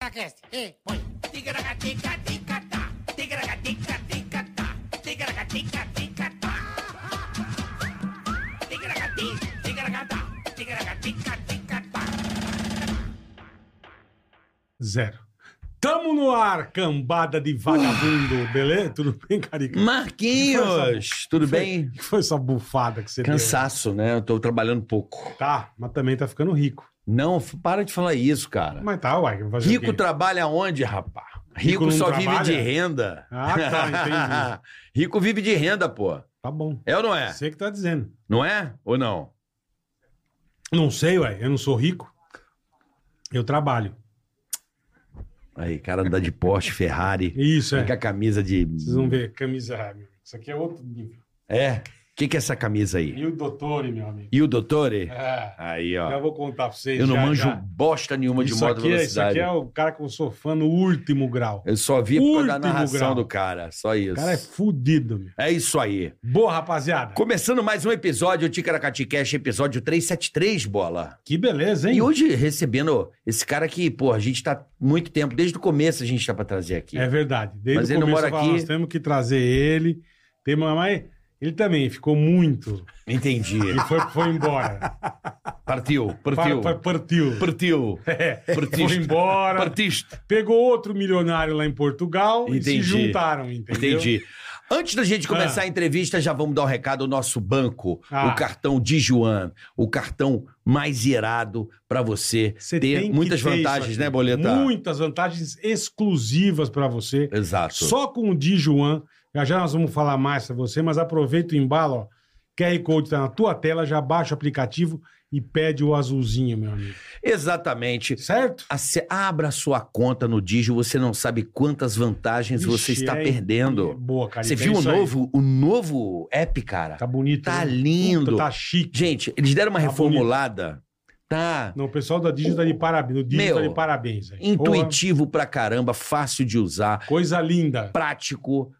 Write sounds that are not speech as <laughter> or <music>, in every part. Cast. E põe. Ticaracatica-ticatá, ticaracatica-ticatá, ticaracatica-ticatá. Ticaracati, ticaracatá, ticaracatica-ticatá. Zero. Tamo no ar, cambada de vagabundo, beleza? Tudo bem, Carica? Marquinhos, tudo bem? O que foi essa bufada que você Cansaço, né? Eu tô trabalhando pouco. deu? Tá, mas também tá ficando rico. Não, f- para de falar isso, cara. Mas tá, uai. vai fazer o Rico quê? trabalha onde, rapá? Rico Rico, não só trabalha? vive de renda. Ah, <laughs> tá, Rico vive de renda, pô. Tá bom. É ou não é? Você que tá dizendo. Não é? Ou não? Não sei, uai. Eu não sou rico. Eu trabalho. Aí, cara andar de Porsche, Ferrari, Isso, é. com a camisa de... Vocês vão ver. Camisa, ah, meu. Isso aqui é outro nível. É? O que, que é essa camisa aí? E o doutor, meu amigo. E o doutore? É. Aí, Já ó. vou contar pra vocês. Eu não já, manjo já. bosta nenhuma de Isso moto aqui, é- isso velocidade. aqui é o cara que eu sou fã no último grau. Eu só vi por causa da Último narração grau. do cara, só O isso. cara é fudido, meu. É isso aí. Boa, rapaziada. Começando mais um episódio do Ticaracati Cash, episódio 373, bola. Que beleza, hein? E hoje recebendo esse cara que, pô, a gente tá muito tempo, desde o começo a gente tá pra trazer aqui. É verdade. Desde Mas o ele não começo mora eu falo, aqui. nós temos que trazer ele. Tem, mas ele também ficou muito. Entendi. E foi, foi <laughs> embora. Partiu, Para- partiu. para- <laughs> Partiu. É, Partiu. Foi Partista. embora. Partista. Pegou outro milionário lá em Portugal e se Entendi. juntaram, entendeu? Entendi. Antes da gente começar Ah. a entrevista, já vamos dar um recado ao nosso banco, Ah. o cartão Dijuan, o cartão mais irado pra você Você ter tem que muitas ter isso vantagens, aqui. né, Boleta? Muitas vantagens exclusivas para você. Exato. Só com o Dijuan. Já já nós vamos falar mais pra você, mas aproveita o embalo, ó. QR Code tá na tua tela, já baixa o aplicativo e pede o azulzinho, meu amigo. Exatamente. Certo? Ace- Abra sua conta no Digio, você não sabe quantas vantagens você Ixi, está é perdendo. Boa, cara. Você É viu o isso aí. novo, o novo app, cara? Tá Tá, bonito. né? lindo. Puta, tá chique. Gente, eles deram uma Tá reformulada. Tá Não, o pessoal da Digital tá de parabéns. O Digital tá Meu, de parabéns. velho. intuitivo pra caramba, fácil de usar, Porra, coisa linda. prático.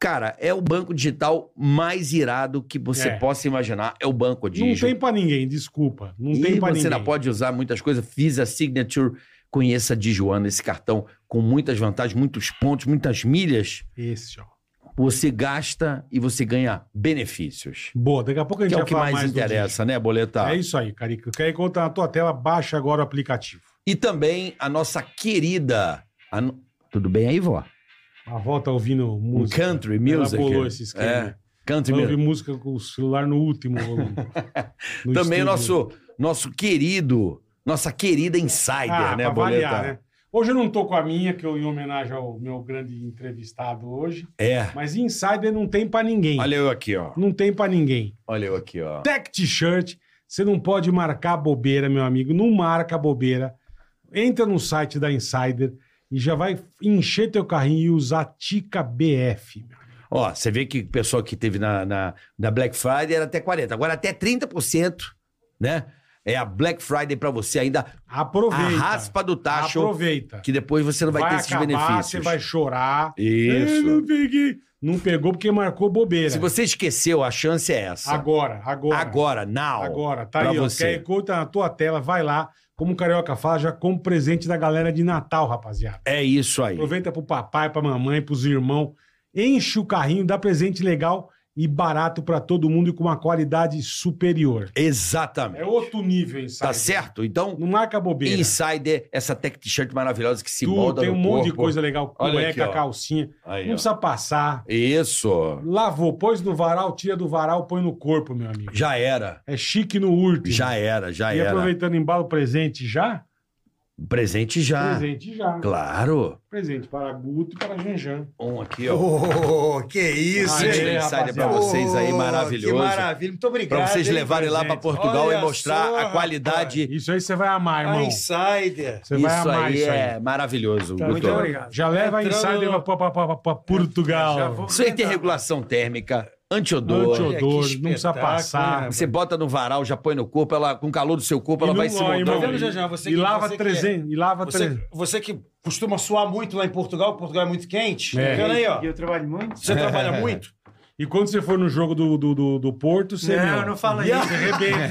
Cara, é o banco digital mais irado que você É. possa imaginar. É o banco Não Digio. tem pra ninguém, desculpa. Não e tem pra você ninguém. ainda pode usar muitas coisas. Visa Signature, conheça a Dijuana, esse cartão com muitas vantagens, muitos pontos, muitas milhas. Esse, ó. você gasta e você ganha benefícios. Boa, daqui a pouco a gente Que é o vai que falar mais, mais do interessa, né, Digital. Boletar? É isso aí, Carica. Quer encontrar tá na tua tela, baixa agora o aplicativo. E também a nossa querida. a no- Tudo bem aí, vó? A avó tá ouvindo Um música. country Ela music. bolou esse esquema. É, country Ela ouve music. música com o celular no último volume. <laughs> No estúdio. Também o nosso, nosso querido, nossa querida insider, Ah, né, pra Boleta? variar, né? Hoje eu não tô com a minha, que eu em homenagem ao meu grande entrevistado hoje. É. Mas insider não tem pra ninguém. Olha eu aqui, ó. Não tem pra ninguém. Olha eu aqui, ó. Tech T-shirt, você não pode marcar bobeira, meu amigo. Não marca bobeira. Entra no site da Insider e já vai encher teu carrinho e usar Tica BF. meu. Ó, você vê que o pessoal que teve na, na, na Black Friday era até 40%. Agora até 30%, né? É a Black Friday pra você ainda. A Aproveita. raspa do tacho. Aproveita. que depois você não vai, ter esses benefícios. Você vai Hum. chorar. Eu Isso. não peguei. Não pegou porque marcou bobeira. Se você esqueceu, a chance é essa. Agora, agora. Agora, now. Agora, tá Pra aí, ó. você. QR Code tá na tua tela, vai lá. Como o Carioca fala, já como presente da galera de Natal, rapaziada. É isso aí. Aproveita pro papai, pra mamãe, pros irmãos. Enche o carrinho, dá presente legal e barato pra todo mundo e com uma qualidade superior. Exatamente. É outro nível, hein, Tá Saida? certo? Então, Não marca bobeira. Insider, essa tech t-shirt maravilhosa que se Tu molda tem um no monte de corpo. coisa legal. Olha Cueca, aqui, ó. calcinha. Aí, não ó. precisa passar. Isso. Lavou, pôs no varal, tira do varal, põe no corpo, meu amigo. Já era. É chique no último. Já era, já E era. aproveitando embalo presente já? Presente já. Presente já. Claro. Presente para Guto e para Janjan. Um aqui, ó. Ô, que isso, Aê, hein? Insider rapaziada. pra vocês aí, Ô, maravilhoso. Que maravilha, muito obrigado. Pra vocês hein? levarem lá pra presente. Portugal Olha e mostrar só, a qualidade. Isso aí você vai amar, A irmão. Insider. Você vai isso amar aí isso aí. é maravilhoso, Tá, Guto. muito obrigado. Já leva a Entrando Insider no- para Portugal. Já vou Isso aí tem comentar. regulação térmica, antiodor. Olha, que Antiodor, não precisa espetáculo, passar. né, Você bota no varal, já põe no corpo, ela, com o calor do seu corpo, ela E vai não se lá, Tá moldando. vendo, Janjan? Você E que- lava você que- é. 300. E lava 300. Você, você que costuma suar muito lá em Portugal, porque Portugal é muito quente. É. Tá vendo aí, ó? E eu trabalho muito? Você trabalha muito? E quando você for no jogo do, do, do, do Porto, você. Não, meu, não fala ia- isso. <laughs> Arrebenta.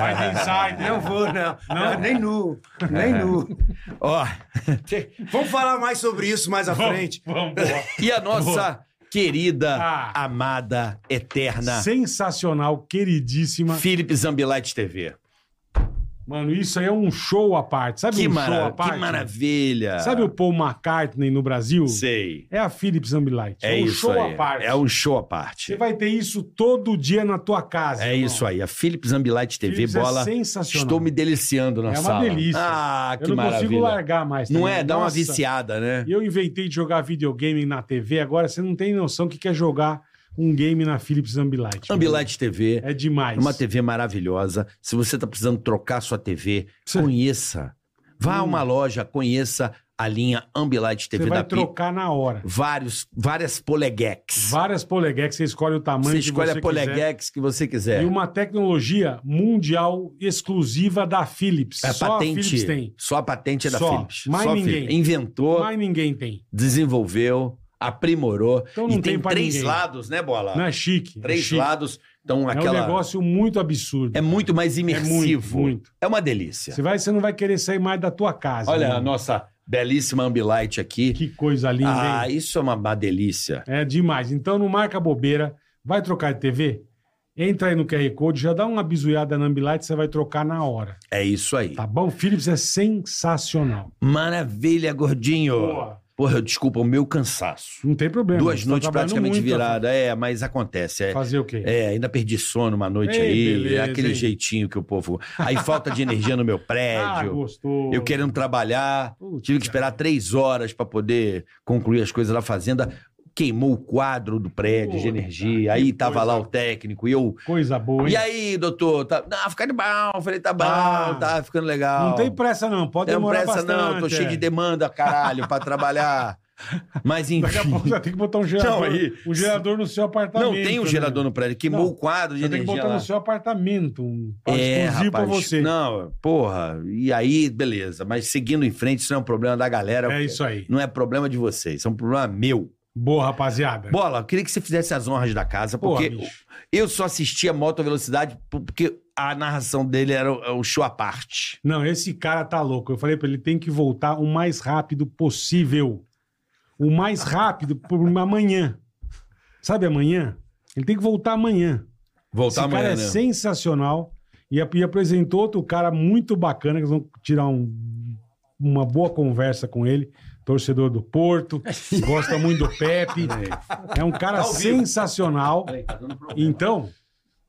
Vai de insider. Não vou, não. Não? Nem nu. Nem nu. Ó, Vamos falar mais sobre isso mais à frente. Vamos, boa. e a nossa querida, Ah. amada, eterna Sensacional, queridíssima. Philips Ambilight TV. Mano, isso aí é um show à parte. Sabe Que, um mara- show à parte? que maravilha. Sabe o Paul McCartney no Brasil? Sei. É a Philips Ambilight. É, um isso show aí. à parte. É um show à Você parte. vai ter isso todo dia na tua casa. É isso aí. A Philips Ambilight TV Philips é bola. sensacional. Estou me deliciando na É uma sala. delícia. Ah, Eu que não maravilha. consigo largar mais. Não também. é? Dá uma Nossa. viciada, né? E eu inventei de jogar videogame na TV, agora você não tem noção que quer jogar um game na Philips Ambilight. Ambilight TV. É demais. Uma TV maravilhosa. Se você está precisando trocar sua TV, Sim. Hum. conheça. Vá a uma loja, conheça a linha Ambilight Você TV vai da Pi. trocar na hora. Vários, várias polegex. Várias polegex, você escolhe o tamanho Você que escolhe a quiser. polegex que você quiser. E uma tecnologia mundial exclusiva da Philips. É Só patente. a Philips tem. Só a patente é da Só. Philips. Mais Só a ninguém. Philips. Inventou, Mas ninguém tem. desenvolveu, aprimorou. Então e não tem, tem pra três ninguém. lados, né, Bola? Não é chique. é três chique. lados. Então, É um aquela... negócio muito absurdo. É muito mais É imersivo. É, muito, muito. uma delícia. Você, um vai, você não vai querer sair mais da tua casa. Olha mano. a nossa belíssima Ambilight aqui. Que coisa linda, hein? ah, isso é uma, uma delícia. É demais. Então não marca bobeira. Vai trocar de TV? Entra aí no QR Code, já dá uma bizuiada na Ambilight, você vai trocar na hora. É isso aí. Tá bom? Philips é sensacional. Maravilha, gordinho. Boa. Porra, desculpa o meu cansaço. Não tem problema. Duas você tá noites trabalhando praticamente muito, virada, é, mas acontece. É, Fazer o quê? É, ainda perdi sono uma noite Ei, aí, É beleza, aquele hein? jeitinho que o povo. Aí falta de energia no <laughs> meu ah, prédio. gostou. É, eu querendo trabalhar, Putz, tive que esperar três horas pra poder concluir as coisas da fazenda. Queimou o quadro do prédio de Puta, que energia. Aí tava coisa. lá o técnico e eu. Coisa boa, hein? E aí, doutor? Tá... Não, fica de bom. Eu falei, tá bom, Ah. tá ficando legal. não tem pressa não, pode Não demorar pressa, bastante. não. Tô é. cheio de demanda, caralho, <laughs> pra trabalhar. Mas Daqui a enfim. pouco já tem que <laughs> botar um gerador, aí- um gerador no seu apartamento. é Não tem um né? gerador no prédio. Queimou Não, o quadro de Você tem que energia botar lá. no seu apartamento, um É, exclusivo pra rapaz. você. Não, porra. E aí, beleza. Mas seguindo em frente, isso não é um problema da galera. É isso aí. Não é problema de vocês, é um problema meu. Boa, rapaziada. Bola, eu queria que você fizesse as honras da casa, É. Porra, porque bicho. eu só assistia Moto Velocidade porque a narração dele era um show à parte. Não, esse cara tá louco. Eu falei pra ele, tem que voltar o mais rápido possível. O mais rápido por amanhã. Sabe amanhã? Ele tem que voltar amanhã. tá Voltar esse cara amanhã, é né? sensacional. E, ap- e apresentou outro cara muito bacana, que nós vamos tirar um- uma boa conversa com ele. Torcedor do <laughs> Porto, gosta muito do Pepe. É um Tá cara Ao vivo. sensacional. Peraí, tá dando problema Então,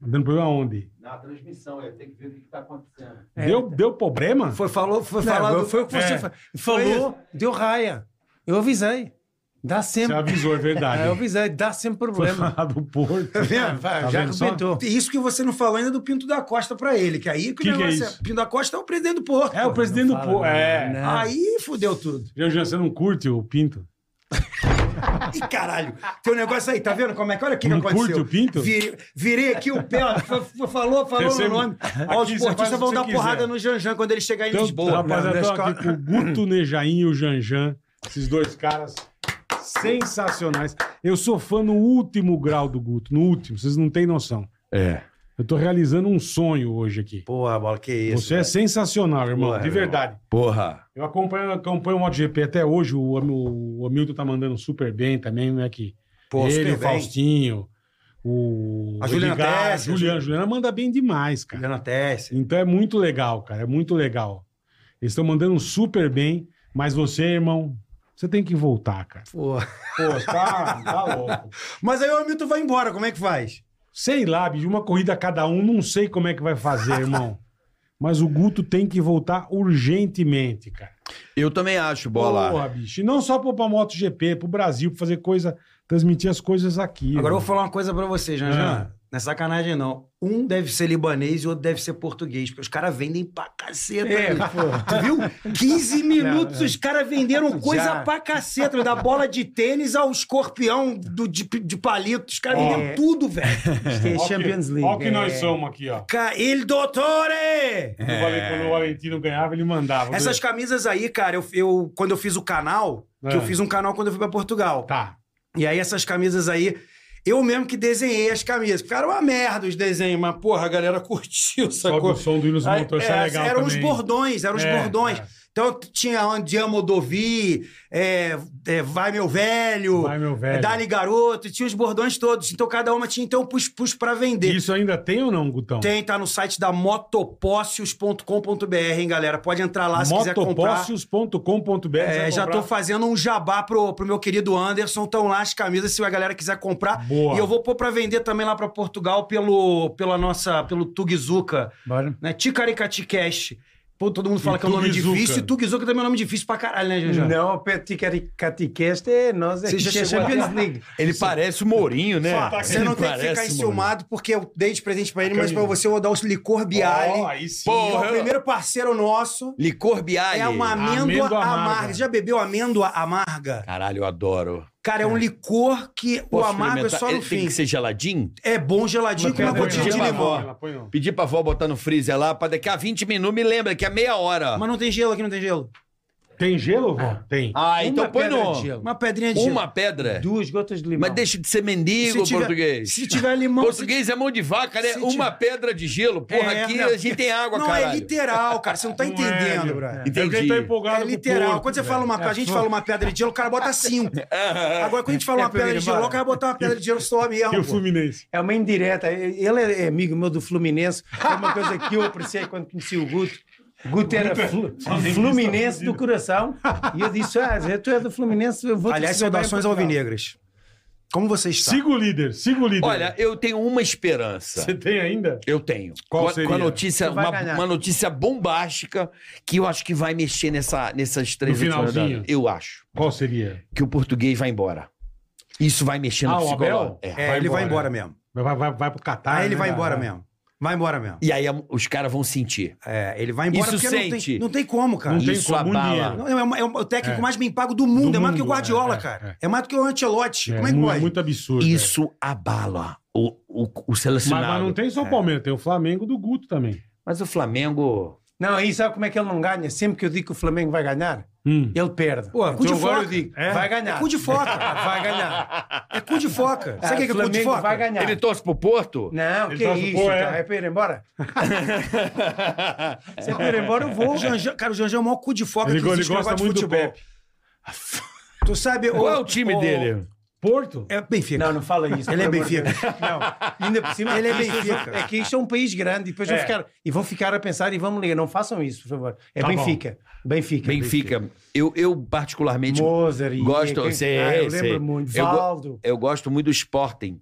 dando problema onde? na transmissão, eu tenho que ver o que tá acontecendo. Deu, deu problema? É. Foi, falou, foi Não, falado. foi o que você fa- falou, deu raia. Eu avisei. Dá Você sempre. avisou, é verdade. É, eu avisei, dá sempre <laughs> Foi problema. falar do Porto. É, vai, Tá já vendo só? arrebentou. Isso que você não falou ainda do Pinto da Costa pra ele, que aí que, Que o que é negócio é, isso? Pinto da Costa é o presidente do Porto. É, o presidente do fala, Porto. não, É. não. Aí fudeu tudo. Jean, você não curte o Pinto? Ih, caralho. Tem um negócio aí, tá vendo como é que... Olha o que, que Não aconteceu. curte o Pinto? Virei, virei aqui o pé, ó, fa- fa- falou, falou Você- no nome. aqui Ó, você faz os o que portistas vão você dar quiser. porrada no Janjan quando ele chegar em Então, Lisboa. rapaziada, Não, tô na escola- aqui com o Guto Nejaim e o Janjan. Esses dois caras sensacionais. Eu sou fã no último grau do Guto, no último, vocês não têm noção. É. Eu tô realizando um sonho hoje aqui. Porra, bola, que isso. né? você é sensacional, irmão, Porra, de irmão. verdade. Porra. Eu acompanho, acompanho o MotoGP até hoje, o, Ham- o Hamilton tá mandando super bem também, não é que Pô, super Ele, o bem. Faustinho, o. A Juliana Edgar, Tessi, Juliana, Juliana manda bem demais, cara. Juliana Tessi. Então é muito legal, cara. É muito legal. Eles estão mandando super bem, mas você, irmão, você tem que voltar, cara. Pô. Pô, tá, tá louco. Mas aí o Hamilton vai embora, como é que faz? Sei lá, bicho, uma corrida a cada um, não sei como é que vai fazer, irmão. Mas o Guto tem que voltar urgentemente, cara. Eu também acho, bola. Porra, bicho. E não só pro, pra MotoGP, pro Brasil, pra fazer coisa, transmitir as coisas aqui. Agora eu irmão. vou falar uma coisa pra você, Ah. Janjan. Não é sacanagem, não. Um deve ser libanês e o outro deve ser português, porque os caras vendem pra caceta. É, né? pô. Tu viu? 15 minutos os caras venderam coisa Já. pra caceta. meu, Da bola de tênis ao escorpião do, de, de palito. Os caras Ó. É. venderam tudo, velho. Tem Ó que- Champions League. Ó o que nós É. somos aqui, ó. Ca- Il dottore! Quando o Valen- Quando o Valentino ganhava, ele mandava. É. Essas camisas aí, cara, eu, eu- quando eu fiz o canal, que É. Ah. eu fiz um canal quando eu fui pra Portugal. Tá. E aí essas camisas aí, Eu mesmo que desenhei as camisas. Ficaram uma merda os desenhos, mas porra, a galera curtiu, Sobe sacou? o som do Hinos Aí, Motor, isso é, é legal Eram os também. bordões, eram os É, bordões. é. Então tinha onde amo Dovi, é, é, Vai Meu Velho, Vai, meu velho. é, Dali Garoto, tinha os bordões todos. Então cada uma tinha, então eu pus, pus pra vender. Isso ainda tem ou não, Gutão? Tem, tá no site da motopócios.com.br, hein, galera? Pode entrar lá se quiser comprar. Motopócios.com.br. É, já tô fazendo um jabá pro, pro meu querido Anderson. Estão lá as camisas, se a galera quiser comprar. Boa. E eu vou pôr pra vender também lá pra Portugal pelo, pela nossa, pelo Tugzuka, Bora. né? Ticaricati Cash. Pô, todo mundo fala E que é um nome Tugizuka. difícil. E Tugzuka também é um nome difícil pra caralho, né, Janjão? Não, é Peticatiqueste é nós. Você já Isso é chegou a- Champions League. Ele parece o Mourinho, né? Fala, tá Você não Ele tem que ficar parece o enciumado, porque eu dei de presente pra ele, mas pra você eu vou dar os licor Bialy. Ó, aí sim. que é o primeiro parceiro nosso. Mourinho. Licor Bialli. É uma amêndoa, Amêndoa amarga. amarga. Já bebeu amêndoa amarga? Caralho, eu adoro. Cara, é um licor que o Posso amargo é experimentar? só no Ele tem fim. que ser geladinho? É bom geladinho com uma Mas gotinha de põe não. limão. Ela um. Pedir pra vó botar no freezer lá, pra daqui a 20 minutos, me lembra que é meia hora. Mas não tem gelo aqui, não tem gelo. Tem gelo, vó? Tem. ah, então Uma põe pedra no... de gelo. Uma pedrinha de Uma pedra? Duas gotas de limão. Mas deixa de ser mendigo, gelo. tiver- português. Se tiver limão. Português é mão de vaca, né? Se Uma tiver- pedra de gelo. Porra, É, aqui não. a gente tem água, não, caralho. é literal, cara. Você não tá Não é, entendendo, meu. brother. É porque ele tá empolgado É com o literal. porco, quando você velho. É fala uma, a gente fala uma pedra de gelo, o cara bota cinco. <laughs> Agora, quando a gente fala É uma pra pedra de ele, gelo, o bora. cara botar uma pedra de gelo só mesmo. E o pô. Fluminense? É uma indireta. Ele é amigo meu do Fluminense. É uma coisa que eu apreciei quando conheci o Guto. O Guto era é flu- Fluminense do coração. E eu disse: Ah, Zé, tu é do Fluminense, eu vou te Aliás, receber bem em saudações Portugal." alvinegras. Como você está? Siga o líder, siga o líder. <laughs> Olha, eu tenho uma esperança. você tem ainda? Eu tenho. Qual com, a- seria? com a notícia, Tu vai uma, ganhar. uma notícia bombástica que eu acho que vai mexer nessa, nessas três No últimas finalzinho. rodadas. Eu acho Qual seria? que o português vai embora. Isso vai mexer no Ah, o psicológico. Abel? É. É, Vai ele vai embora. embora mesmo. Vai, vai, vai pro Catar. Aí ele né? vai embora mesmo. Vai embora mesmo. E aí a- os caras vão sentir. É, ele vai embora Isso porque não tem, sente. não tem como, cara. Não tem Isso como, muito abala. dinheiro. Não, é, uma- é uma- o técnico É. mais bem pago do mundo. Do é mais do que o mundo, Guardiola, é, é, cara. é. É. mais do que o Ancelotti. Como é que mu- pode? Muito absurdo. é. velho. Isso abala o, o, o Mas, selecionado. mas Mas, não tem só É. o Palmeiras, tem o Flamengo do Guto também. o Flamengo. Não, aí sabe como é que ele não ganha? Sempre que eu digo que o Flamengo vai ganhar, Hum. ele perde. Então Pô, cu de agora foca. eu digo: É? Vai É ganhar. cu de <laughs> foca. Vai ganhar. É cu de foca. Sabe o que é o que é cu de Flamengo foca? vai ganhar. Ele torce pro Porto? Não, Ele que é torce pro isso? Boa, cara? é. É para ir embora? Se é para ir embora, eu vou. O Janjão- cara, o Janjão é o maior cu de foca Ele, que go- ele existe no gosta negócio muito de do futebol. Pepe. Tu sabe... Qual é o time dele? Porto? É Benfica. Não, não fala isso. Ele é pelo amor de Benfica. Deus. Não, ainda por cima. Ele é isto- Benfica. É que isto é um país grande e depois É. vão ficar. E vão ficar a pensar e vão me ligar. Não façam isso, por favor. É Tá bom. Benfica. Benfica. Benfica. Eu, eu particularmente Moser e. gosto. quem- sei, Ah, eu sei. lembro muito. Eu go- Valdo. Eu gosto muito do Sporting.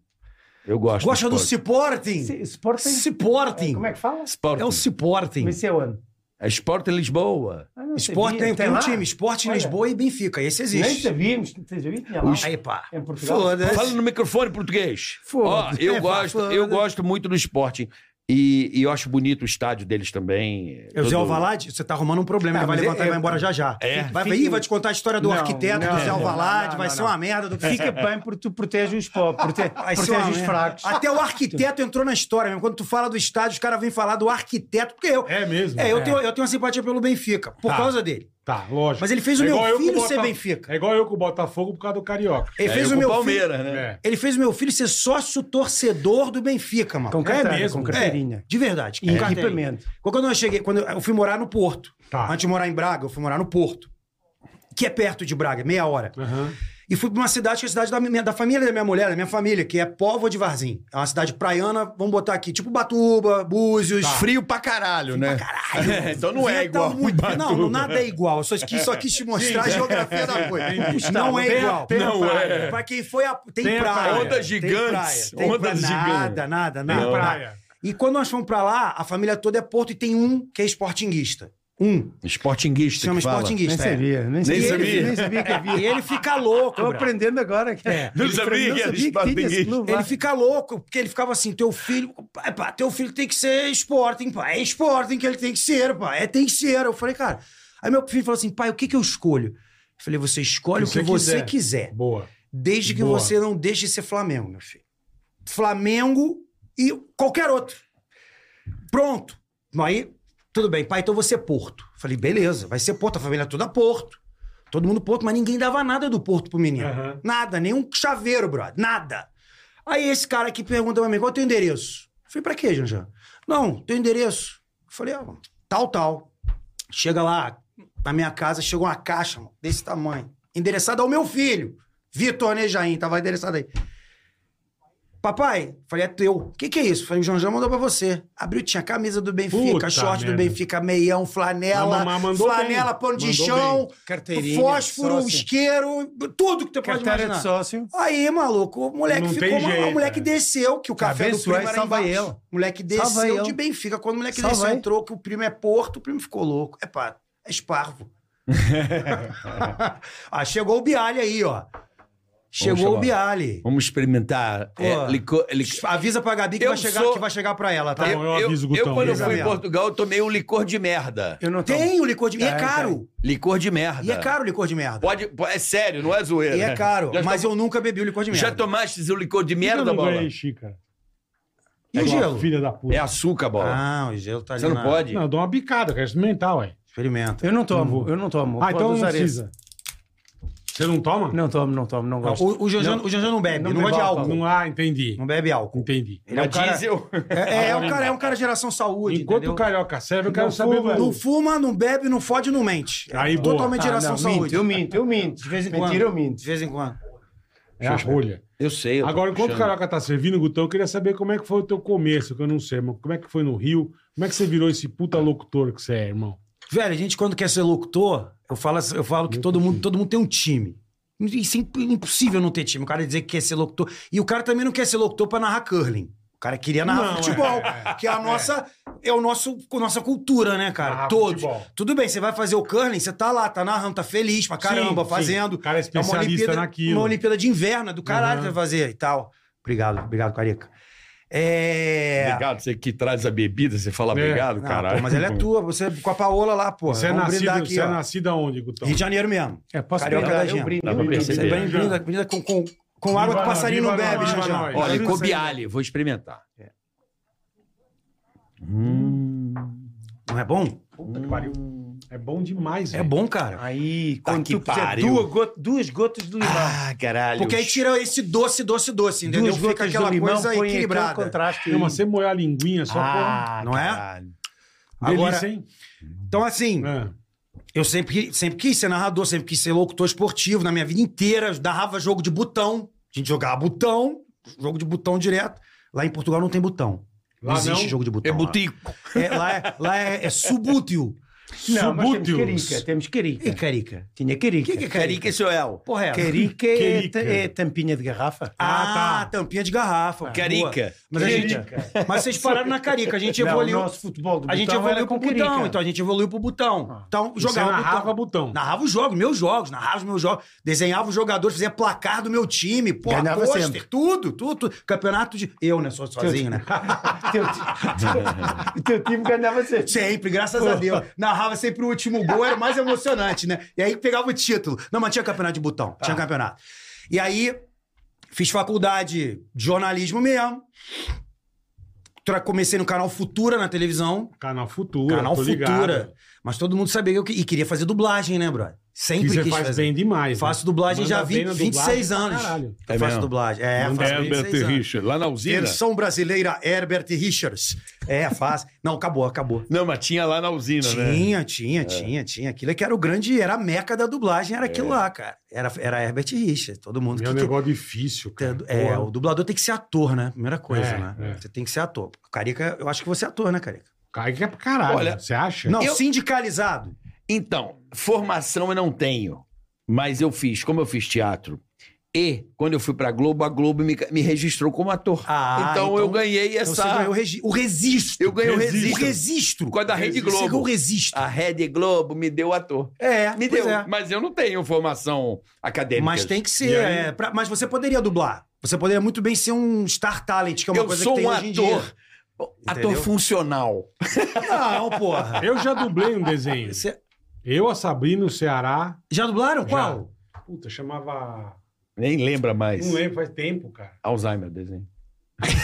Eu gosto. Gosta do Sporting. Sporting? Se- Sporting. Sporting. Como é que fala? Sporting. É o Sporting. Mas isso é onde? É Sporting Lisboa. Ah, não Sporting sabia. tem, um lá? time. Sporting Olha. Lisboa e Benfica. Esse Nem existe. sabíamos. Não sabia, tinha lá. Aí, pá. Em Portugal. Foda-se. Fala no microfone português. Ó, Foda-se. eu É, gosto, foda-se. eu gosto muito do Sporting. E, e eu acho bonito o estádio deles também. É o Todo- Zé Alvalade, você tá arrumando um problema, Ah, ele vai mas levantar é- e vai embora já já. É? Vai, vai, ih, vai te contar a história do Não, arquiteto, não, do Zé não, Alvalade, não, vai não, ser não. uma merda. Do... Fica bem porque tu protege os pobres, <laughs> prote- Vai ser protege uma os merda. fracos. Até o arquiteto entrou na história mesmo. Quando tu fala do estádio, os caras vêm falar do arquiteto, porque eu... É mesmo? É, eu, É. Tenho, eu tenho uma simpatia pelo Benfica, por Tá. causa dele. Tá, lógico. Mas ele fez o É meu igual eu com filho Bota- ser Benfica. É igual eu com o Botafogo por causa do Carioca. Ele É, fez eu o com meu Palmeiras, filho... né? É. Ele fez o meu filho ser sócio torcedor do Benfica, mano. Com carteira, mesmo? com É, carteirinha. de verdade. E com carteirinha. equipamento. Quando eu cheguei, quando eu eu fui morar no Porto. Tá. Antes de morar em Braga, eu fui morar no Porto. Que é perto de Braga, meia hora. Aham. E fui pra uma cidade que é a cidade da, minha, da família da minha mulher, da minha família, que é Póvoa de Varzim. É uma cidade praiana, vamos botar aqui, tipo Batuba, Búzios. Frio pra caralho, né? Tá. então não é Venta igual. muito. Não, não, nada é igual. Eu só quis, só quis te mostrar a geografia da coisa. Não é tem a- igual. tem a não praia. é. Pra quem foi, a- tem, Tem a praia. praia. Ondas Tem gigantes. praia. Tem Ondas praia. Nada, gigantes. nada, nada. Tem praia. E quando nós fomos pra lá, a família toda é Porto e tem um que é esportinguista. Um. Sportinguista. Chama que fala. Nem esportinguista. é. sabia, nem sabia. sabia. Nem sabia que <laughs> havia. E ele fica louco. Estou brother. aprendendo agora. cara. É. Não Ele sabia falou, que era sabia tinha esse Sportinguista. clube lá. Ele fica louco, porque ele ficava assim, teu filho, pai, pá, teu filho tem que ser Sporting, pá, é Sporting que ele tem que ser, pá, é tem que ser. Eu falei, cara, aí meu filho falou assim, pai, o que que eu escolho? Eu falei, você escolhe o que você quiser, É. Boa. desde que Boa. você não deixe de ser Flamengo, meu filho. Flamengo e qualquer outro. Pronto. Aí, tudo bem, pai, então você é Porto. Eu Falei, beleza, vai ser Porto, a família é toda Porto. Todo mundo Porto, mas ninguém dava nada do Porto pro menino. Aham. Nada, nenhum chaveiro, brother, nada. Aí esse cara aqui pergunta pra mim, qual é o teu endereço? Eu falei, pra quê, Janjan? Não, teu endereço. Eu falei, ó, tal, tal. Chega lá, na minha casa, chegou uma caixa mano, desse tamanho, endereçada ao meu filho, Vitor Nejaim, tava endereçada aí. Papai, falei, é teu. O que que é isso? Falei, o Janjão mandou pra você. Abriu, tinha camisa do Benfica, Puta short do merda. Benfica, meião, flanela, Mas- mas mandou flanela, bem. pano de Mandou chão, Carteirinha, fósforo, sócio. isqueiro, tudo que tu um pode Carteira imaginar. de sócio. Aí, maluco, o moleque Não ficou. tem ma- jeito, o moleque cara. desceu, que o café do é. Abençoe, primo era salva embaixo. ela. O moleque Salva desceu ela. de Benfica. Quando o moleque Salva desceu, ela. entrou que o primo é porto, o primo ficou louco. É pá, é <laughs> esparvo. ah, chegou o Bialha aí, ó. Chegou chamar. o Bialha. Vamos experimentar. Pô, é, licor- lic- Avisa pra Gabi que Eu vai, chegar, sou- que vai chegar pra ela, tá? Eu- bom, aviso, Gutão, quando eu avisa fui em mesmo. Portugal, eu tomei um licor de merda. Eu não então. tomo. Tem o licor de merda. E é Tem, caro. Licor de merda. E é caro o licor de merda. Pode, po- é sério, não é zoeira. E é caro. Já Mas eu nunca bebi o licor de merda. Já tomaste o licor de Por que eu merda, não bola? ganhei xícara? E o Igual a gelo? Filha da É puta. açúcar, bola. Ah, o gelo tá ali. Você não na- pode? Não, eu dou uma bicada, quero experimentar, ué. Experimenta. Eu não Não tomo, vou. eu não tomo. Ah, Pode então não usar esse. precisa. Você não toma? Não tomo, não tomo, não gosto. O, o, Janjão, o Janjão não bebe, Não não, gosta de bebe álcool. álcool. Não, ah, entendi. Não bebe álcool. Entendi. Ele é um Mas cara... diesel. <laughs> É, é, um cara, é um cara geração saúde, Enquanto entendeu? o carioca serve, eu quero Não saber fuma, do- Não fuma, não bebe, não fode, não mente. É Aí, boa. totalmente Ah, geração não, saúde. Minto, eu minto, eu minto. De vez em quando. Quando? Mentira, eu minto. De vez em quando. É a rolha. Eu sei. eu tô Agora, enquanto o puxando. Carioca tá servindo, Gutão, eu queria saber como é que foi o teu começo, que eu não sei, irmão. Como é que foi no Rio? Como é que você virou esse puta locutor que você é, irmão? Velho, a gente quando quer ser locutor, eu falo, eu falo que todo mundo, todo mundo tem um time. Isso é imp- impossível não ter time. O cara dizer que quer ser locutor. E o cara também não quer ser locutor pra narrar curling. O cara queria narrar Não, futebol, é. que é a nossa, é o nosso, nossa cultura, né, cara? Narrar Todos. futebol. Tudo bem, você vai fazer o curling, você tá lá, tá narrando, tá feliz pra caramba, Sim, sim. fazendo. O cara é especialista naquilo. Uma Olimpíada de inverno, é do caralho Uhum. pra fazer e tal. Obrigado, obrigado, Carica. É. Obrigado, você que traz a bebida, você É. fala obrigado, Não, caralho. pô, mas <laughs> ela é tua, você com a Paola lá, pô. Você é, Vamos nascido, brindar aqui, você é ó. nascido aonde, Gutão? Rio de Janeiro mesmo. É, posso Carioca brincar? da gente. brindo, Dá pra eu brindo. perceber. Você brinda, já. brinda, brinda com, com, com água que Viva passarinho não nós, viva bebe, nós, Janjão. viva nós. Olha, Eu não sei. Cobiale, vou experimentar. Não é bom? Puta que pariu. É bom demais, É velho. bom, cara. Aí, Tá quando que tu puser pariu. duas, go- duas gotas de limão. Ah, caralho. Porque aí tira esse doce, doce, doce, entendeu? duas Fica gotas de aquela limão, coisa põe aquele equilibrada. contraste. Não, aí. mas você molhar a linguinha só Ah, não é? caralho. por... Delícia, Agora- hein? Então, assim, É. eu sempre, sempre quis ser narrador, sempre quis ser locutor esportivo na minha vida inteira. Eu Narrava jogo de botão. A gente jogava botão, jogo de botão direto. Lá em Portugal não tem botão. Não Lá existe não? jogo de É botão. lá. butico. É, lá é, lá é, é subútil. Não, mas Subútil. temos carica, temos E carica. carica? Tinha É. carica. O que que é Carica e Soel. Porra, é. Carica é, Carica. é tampinha de garrafa. Ah, tá. tampinha de É. garrafa. boa. Carica. Mas, a gente, mas vocês pararam na carica. A gente Não, evoluiu. o nosso futebol do a gente botão evoluiu era pro com botão. carica. Ah. Então a gente evoluiu pro botão. Então Jogava jogava você narrava botão. botão. Narrava os jogos, meus jogos, narrava os meus jogos, desenhava os jogadores, fazia placar do meu time, pô, Ganhava pôster, sempre. tudo, tudo, tudo. Campeonato de. Eu, né? Sou sozinho, né? Teu ti- <laughs> O teu time ganhava sempre. Sempre, graças a Deus. Narrava sempre o último gol, era o mais emocionante, né? E aí pegava o título. Não, mas tinha campeonato de botão, Tá. tinha campeonato. E aí, fiz faculdade de jornalismo mesmo. Tra- Comecei no canal Futura na televisão. Canal Futura, canal tô ligado. Futura. Mas todo mundo sabia que eu que- e queria fazer dublagem, né, brother? Que Sempre você quis faz fazer. bem demais. né? Faço dublagem Manda já há bem 20, na 26 dublagem pra anos. caralho. Eu É faço mesmo? dublagem. É, faço 26 anos. lá na usina. Versão brasileira Herbert Richards. É, faz. Não, acabou, acabou. Não, mas tinha lá na usina, né? Tinha, tinha, tinha, tinha. Aquilo é que era o grande, era a meca da dublagem, era É. aquilo lá, cara. Era, era Herbert Richards, todo mundo É um que- que- negócio difícil, cara. É, Porra. o dublador tem que ser ator, né? Primeira coisa, É, né? é. Você tem que ser ator. Carica, eu acho que você é ator, né, Carica? Carica é pra caralho. Olha, você acha? Não, Eu- sindicalizado. Então, formação eu não tenho, mas eu fiz, como eu fiz teatro. E, quando eu fui pra Globo, a Globo me, me registrou como ator. Ah, então, eu então- ganhei Então essa. Você ganhou o, regi... o registro. Eu ganhei o O registro. registro. Por causa da Rede Você ganhou o Globo. registro. A Rede Globo me deu ator. É, Me pois deu. é. Mas eu não tenho formação acadêmica. Mas tem que E ser. aí? é, pra- Mas você poderia dublar. Você poderia muito bem ser um star talent, que é uma eu coisa sou que tem um hoje em dia. ator. Ator Entendeu? funcional. Não, porra. <laughs> Eu já dublei um desenho. <laughs> Você- Eu, a Sabrina, o Ceará. Já dublaram? Qual? Puta, chamava. Nem lembra mais. Não lembro, faz tempo, cara. Alzheimer, desenho.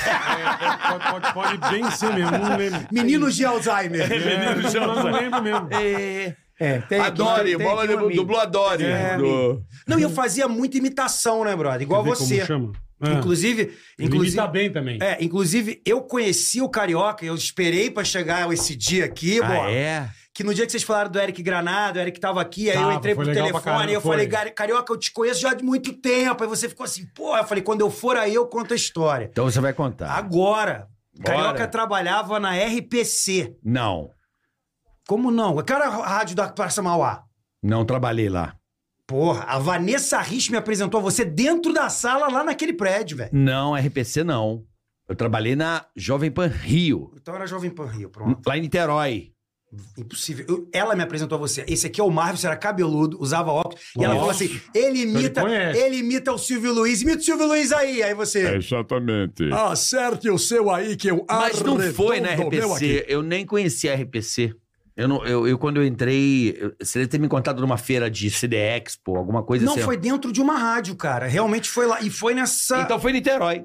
É, pode, pode- pode- pode bem ser mesmo, não lembro. Meninos de Alzheimer. É, não, não, não lembro mesmo. É. É, tem aqui- Adore, tem aqui bola um de amigo. dublou Adore. É, do- Não, e eu fazia muita imitação, né, brother? Igual Quer ver você. Como chama? Ah. Inclusive, Inclusive, inclusive, tá bem também. é, inclusive, eu conheci o Carioca, eu esperei pra chegar esse dia aqui, bola. Ah, é? Que no dia que vocês falaram do Eric Granado, o Eric tava aqui, aí Tava, eu entrei foi pro legal pra telefone caramba, e eu foi. falei, "Gar- Carioca, eu te conheço já de muito tempo. Aí você ficou assim, porra, eu falei, quando eu for aí eu conto a história. Então você vai contar. Agora, Bora. Carioca trabalhava na RPC. Não, Como não? Aquela rádio da Praça Mauá. não trabalhei lá. Porra, a Vanessa Rich me apresentou a você dentro da sala lá naquele prédio, velho. Não, RPC não. Eu trabalhei na Jovem Pan Rio, Então era Jovem Pan Rio, pronto. Hum. lá em Niterói. Impossível. Eu- ela me apresentou a você. Esse aqui é o Marvel, você era cabeludo, usava óculos. E ela Nossa. falou assim: ele imita, Então ele conhece. É ele imita o Silvio Luiz, imita o Silvio Luiz aí. Aí você. Exatamente. Acerte o seu aí que eu Mas não foi né, na RPC. Eu nem conhecia a RPC. Eu, não, eu, eu, quando eu entrei, eu, você deve ter me encontrado numa feira de CD Expo, alguma coisa Não, assim. foi dentro de uma rádio, cara. Realmente foi lá. E foi nessa. Então foi em Niterói.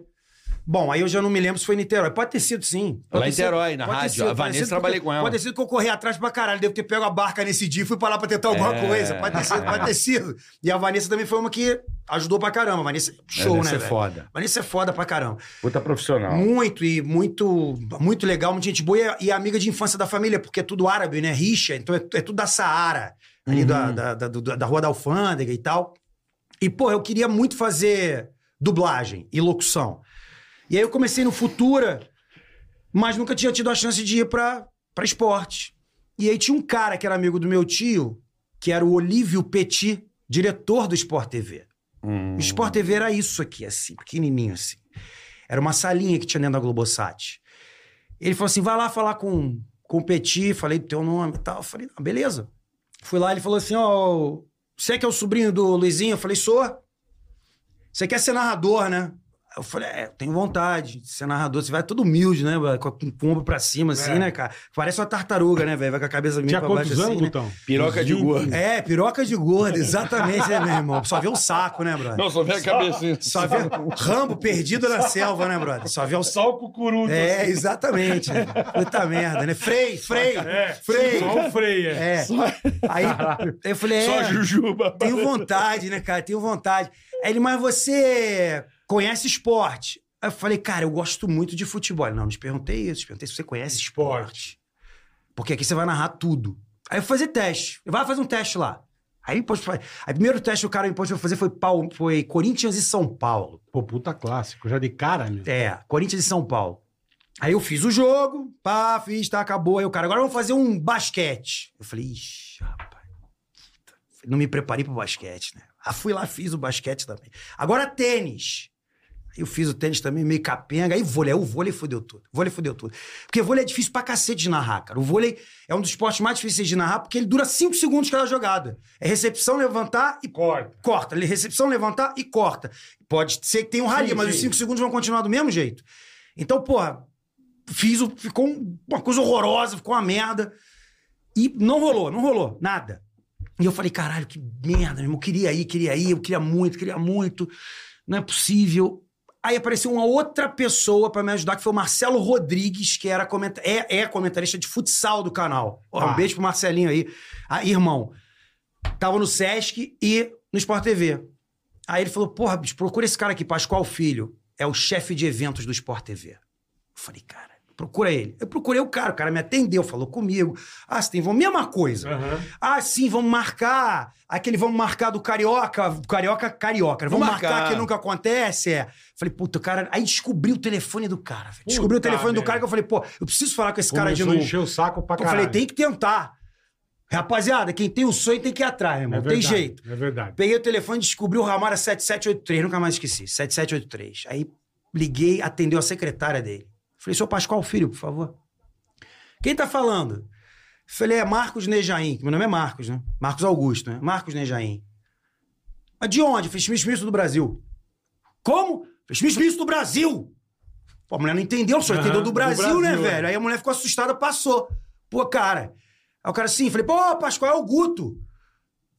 Bom, aí eu já não me lembro se foi em Niterói. Pode ter sido, sim. Pode Lá em ter sido- Niterói, na pode ter rádio. sido, A pode ter Vanessa sido que trabalhei eu- com ela. Pode ter sido que eu corri atrás pra caralho. Devo ter pego a barca nesse dia e fui pra lá pra tentar alguma É. coisa. Pode ter sido, pode ter sido. E a Vanessa também foi uma que ajudou pra caramba. A Vanessa, show, Deve né? ser velho? foda. Vanessa é foda pra caramba. Puta profissional. Muito e muito muito legal, muita gente boa e, e amiga de infância da família, porque é tudo árabe, né? Rixa, então é, é tudo da Saara, ali da, da, da, do- da Rua da Alfândega e tal. E, pô, eu queria muito fazer dublagem e locução. E aí eu comecei no Futura, mas nunca tinha tido a chance de ir pra, pra esporte. E aí tinha um cara que era amigo do meu tio, que era o Olívio Petit, diretor do Sport TV. Hum. O Sport TV era isso aqui, assim, pequenininho assim. Era uma salinha que tinha dentro da Globosat. Ele falou assim: vai lá falar com, com o Petit, falei do teu nome e tal. Eu falei, ah, beleza. Fui lá, ele falou assim: ó, você é que é o sobrinho do Luizinho? Eu falei, sou. Você quer ser narrador, né? Eu falei, é, eu tenho vontade de ser narrador. Você vai todo humilde, né? Com a- com o ombro pra cima, assim, É. né, cara? Parece uma tartaruga, né, velho? Vai com a cabeça meio Tinha pra baixo quantos assim, anos, um né? Gutão? Piroca de Vinte. <laughs> gordo. É, piroca de gordo, <laughs> exatamente, né, meu irmão? Só vê um saco, né, brother? Não, só vem a cabecinha. Só vê <laughs> Rambo perdido na selva, né, brother? Só vê o Só o cucuruto. É, exatamente. né? Puta merda, né? Frei, Frei, Frei. Só o freio, é. É. Aí eu falei, Só é, Jujuba. tenho vontade, né, cara? Tenho vontade. Aí ele, mas você conhece esporte? Aí eu falei, cara, eu gosto muito de futebol. Ele, Não, não te perguntei isso, te perguntei se você conhece esporte. Porque aqui você vai narrar tudo. Aí eu fui fazer teste. Vai fazer um teste lá. Aí, pô, aí primeiro teste que o cara me pôs pra fazer foi, Pau- foi Corinthians e São Paulo. Pô, puta clássico. Já de cara, meu. É, Corinthians e São Paulo. Aí eu fiz o jogo, pá, fiz, tá, acabou. Aí o cara, agora vamos fazer um basquete. Eu falei, ixi, rapaz. puta, Não me preparei pro basquete, né? Ah, fui lá, fiz o basquete também. Agora tênis. Aí eu fiz o tênis também, meio capenga. Aí vôlei, aí o vôlei fudeu tudo. Vôlei fudeu tudo. Porque vôlei é difícil pra cacete de narrar, cara. O vôlei é um dos esportes mais difíceis de narrar porque ele dura 5 segundos cada jogada. É recepção, levantar e Corta. corta. Ele- Recepção, levantar e corta. Pode ser que tenha um rali, Sim, mas sim. os cinco segundos vão continuar do mesmo jeito. Então, porra, fiz o, ficou um- uma coisa horrorosa, ficou uma merda. E não rolou, não rolou, nada. E eu falei, caralho, que merda, meu irmão. Eu queria ir, queria ir, eu queria muito, queria muito. Não é possível. Aí apareceu uma outra pessoa pra me ajudar, que foi o Marcelo Rodrigues, que era comenta é, é comentarista de futsal do canal. Ó, Ah. Um beijo pro Marcelinho aí. Ah, irmão. Tava no Sesc e no Sport TV. Aí ele falou, porra, bicho, procura esse cara aqui, Pascoal Filho. É o chefe de eventos do Sport TV. Eu falei, cara, procura ele. Eu procurei o cara, o cara me atendeu, falou comigo. Ah, você tem vão- mesma coisa. Ah, sim, vamos marcar. Aquele vamos marcar do carioca, carioca, carioca. Vamos Vamos marcar. marcar. que nunca acontece. É. Falei, puta, cara. Aí descobri o telefone do cara. velho. Descobri o Puta telefone do merda. cara que eu falei, pô, eu preciso falar com esse cara de Começou a novo. encher o saco pra Eu caralho. falei, tem que tentar. Rapaziada, quem tem o sonho tem que ir atrás, É irmão. verdade, tem jeito. É verdade. Peguei o telefone, descobri o Ramara 7783, nunca mais esqueci. 7783. Aí liguei, atendeu a secretária dele. Falei, seu Pascoal Filho, por favor. Quem tá falando? Falei, é Marcos Nejaim. que Meu nome é Marcos, né? Marcos Augusto, né? Marcos Nejaim. Mas de onde? Falei, Smith Smith do Brasil. Como? Falei, Smith Smith do Brasil. Pô, a mulher não entendeu, só Aham, entendeu do do Brasil, né, Brasil, é. velho? Aí a mulher ficou assustada, passou. Pô, cara. Aí o cara assim, falei, pô, Pascoal, é o Guto.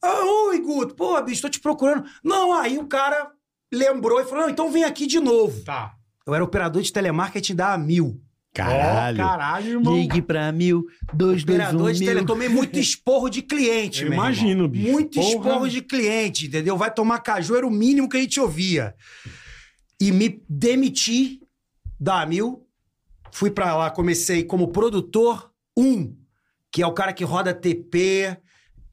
Ah, oi, Guto. Pô, bicho, tô te procurando. Não, aí o cara lembrou e falou, não, então vem aqui de novo. Tá. Eu era operador de telemarketing da Amil. Caralho. Ó, caralho, irmão. pra mil, dois, um, Operador de tele... Tomei <laughs> muito esporro de cliente, Eu meu irmão. imagino, bicho. Muito Porra. esporro de cliente, entendeu? Vai tomar caju, era o mínimo que a gente ouvia. e me demiti da Amil. Fui pra lá, comecei como produtor um, que é o cara que roda TP,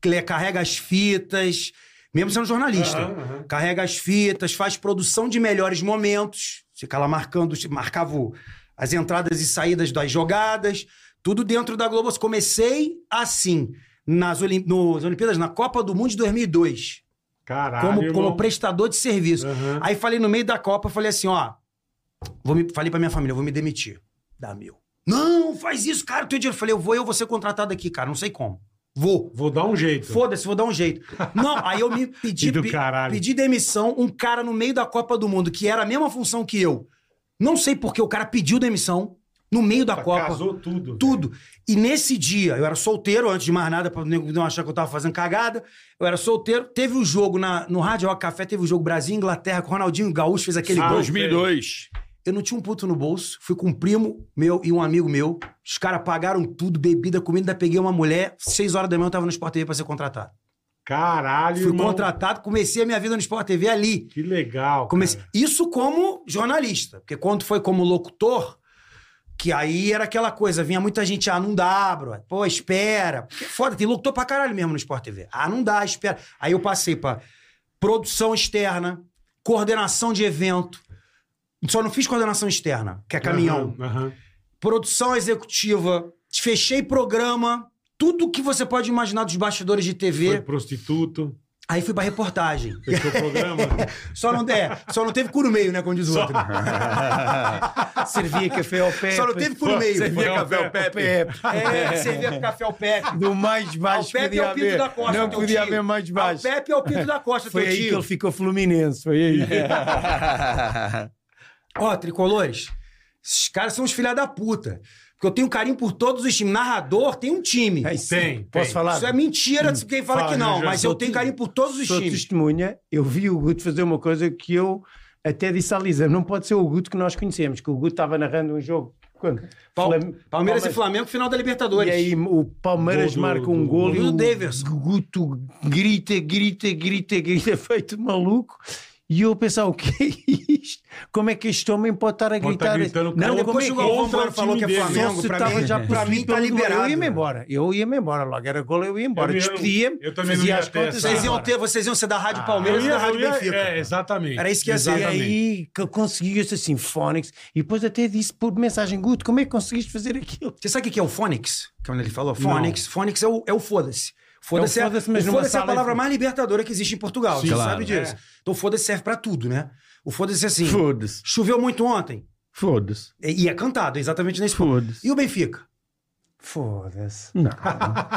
que le- carrega as fitas, mesmo sendo jornalista. Carrega as fitas, faz produção de melhores momentos, fica lá marcando, marcava o- as entradas e saídas das jogadas, tudo dentro da Globo. Comecei assim, nas Olim- nos Olimpíadas, na Copa do Mundo de 2002 Caralho, como, irmão. como prestador de serviço. Aham. Aí falei no meio da Copa, falei assim, ó, vou me, falei pra minha família, eu vou me demitir da Mil. Não, faz isso, cara, teu dinheiro. Falei, eu vou, eu vou ser contratado aqui, cara, não sei como. Vou. Vou dar um jeito. Foda-se, vou dar um jeito. Não, aí eu <laughs> me pedi, E do pe- caralho. pedi demissão, um cara no meio da Copa do Mundo, que era a mesma função que eu. Não sei por que o cara pediu demissão no meio da Copa. Tá, Casou tudo. Tudo. E nesse dia, eu era solteiro, antes de mais nada, pra nego não achar que eu tava fazendo cagada. Eu era solteiro. Teve o jogo na, no Rádio Rock Café, teve o jogo Brasil e Inglaterra, com o Ronaldinho Gaúcho, fez aquele Ah, gol. <laughs> 2002. Eu não tinha um puto no bolso. Fui com um primo meu e um amigo meu. Os caras pagaram tudo, bebida, comida. Ainda peguei uma mulher. Seis horas da manhã eu tava no Sport TV pra ser contratado. Caralho, Fui irmão. contratado, comecei a minha vida no Sport TV ali. Que legal. Comecei... cara. Isso como jornalista, porque quando foi como locutor, que aí era aquela coisa, vinha muita gente, ah, não dá, bro. Pô, espera. Porque é foda, tem locutor pra caralho mesmo no Sport TV. Ah, não dá, espera. Aí eu passei pra produção externa, coordenação de evento. Só não fiz coordenação externa, que é caminhão. Aham, aham. Produção executiva, fechei programa, tudo que você pode imaginar dos bastidores de Foi TV. prostituto. Aí fui pra reportagem. Fechou o programa. <laughs> Só não, é, só não teve cu no meio, né? Como diz o outro. <laughs> Servia café ao pé. Só não teve cu no meio. Servia café ao Pepe. Pepe. <laughs> É, servia com café ao Pepe. Do mais Ao baixo Pepe é podia o pinto haver. da costa, Não teu podia tio. haver mais Ao baixo. Pepe é o pinto da costa, Foi teu É. aí que tio. ele ficou fluminense. Foi aí. Ó, tricolores, esses caras são os filha da puta. Porque eu tenho carinho por todos os times. Narrador tem um time. Aí sim. Tem, É Posso tem. falar? Isso é mentira de quem fala Fala, que não, Jorge. mas eu tenho carinho por todos os Sou times. testemunha. Eu vi o Guto fazer uma coisa que eu até disse à Lisa. Não pode ser o Guto que nós conhecemos. Que o Guto estava narrando um jogo. Quando? Pal- Flam- Palmeiras, e Flamengo, final da Libertadores. E aí o Palmeiras Gol do- marca um gol do- e do o Daverson. Guto grita, grita, grita, grita, <laughs> feito maluco. E eu pensava, o que é isto? Como é que este homem pode estar a Pode gritar? tá gritando não, contra como Depois é que o gol. é? Galvão contra Bueno o time falou que é dele? Só Flamengo, se pra tava mim, já pra mim possuído tá pelo gol. liberado. Eu ia-me embora, eu ia-me embora logo. Era gol, eu ia embora. Eu ia- Despedia-me, eu também não fazia um ia as até contas. essa e ia Vocês iam embora. ter, vocês iam ser da Rádio Eu Palmeiras e ia- da Rádio eu ia- Benfica. É, exatamente. Era isso que ia ser. E aí que eu consegui esse Sinfonics e depois até disse por mensagem Guto, como é que conseguiste fazer aquilo? Você sabe o que que é o Phonics? Que é onde ele falou? Phonics. Phonics é o, é o foda-se. Foda-se É é, o o foda-se, mas foda-se numa é a sala palavra de- mais libertadora que existe em Portugal. Sim, você claro. sabe disso. É. Então foda-se serve pra tudo, né? O foda-se é assim. Foda-se. Choveu muito ontem. Foda-se. E e é cantado, exatamente nesse ponto. Foda-se. E o Benfica? Foda-se.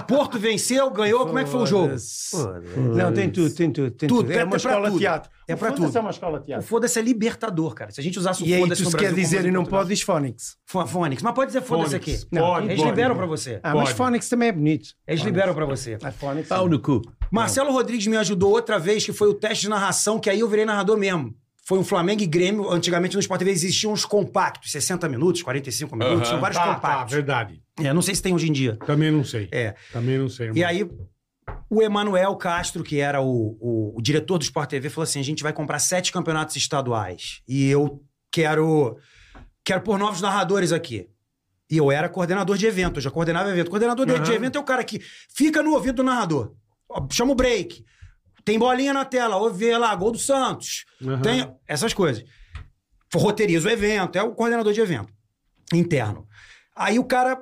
Porto venceu, ganhou, como é que foi o jogo? Foda-se. Não, tem tudo, tem tudo. Tem Tudo, tudo. É é uma pra escola tudo. de teatro. É O pra foda-se tudo. É uma escola de O teatro. foda-se é libertador, cara. Se a gente usasse o E aí tu foda-se no se Brasil... quer dizer e não pode. podes Phonics. Phonics. Mas pode dizer foda-se aqui. Phonics. Não, Pode, eles pode. liberam pra você. Ah, mas Pode. Phonics também é bonito. Eles liberam pra você. Ah, Phonics. Pau no cu. Marcelo Rodrigues me ajudou outra vez, que foi o teste de narração, que aí eu virei narrador mesmo. Foi um Flamengo e Grêmio. Antigamente no Sport TV existiam uns compactos, 60 minutos, 45 minutos, são vários Tá, tá, compactos. verdade. É, não sei se tem hoje em dia. Também não sei. É. Também não sei, irmão. E aí, o Emanuel Castro, que era o, o- o diretor do Sport TV, falou assim: a gente vai comprar sete campeonatos estaduais. E eu quero. Quero pôr novos narradores aqui. E eu era coordenador de evento, eu já coordenava evento. Coordenador de- de Aham. evento é o cara que fica no ouvido do narrador. Ó, Chama o break. Tem bolinha na tela, ouve lá, gol do Santos. Aham. Tem essas coisas. Roteiriza o evento, é o coordenador de evento interno. Aí o cara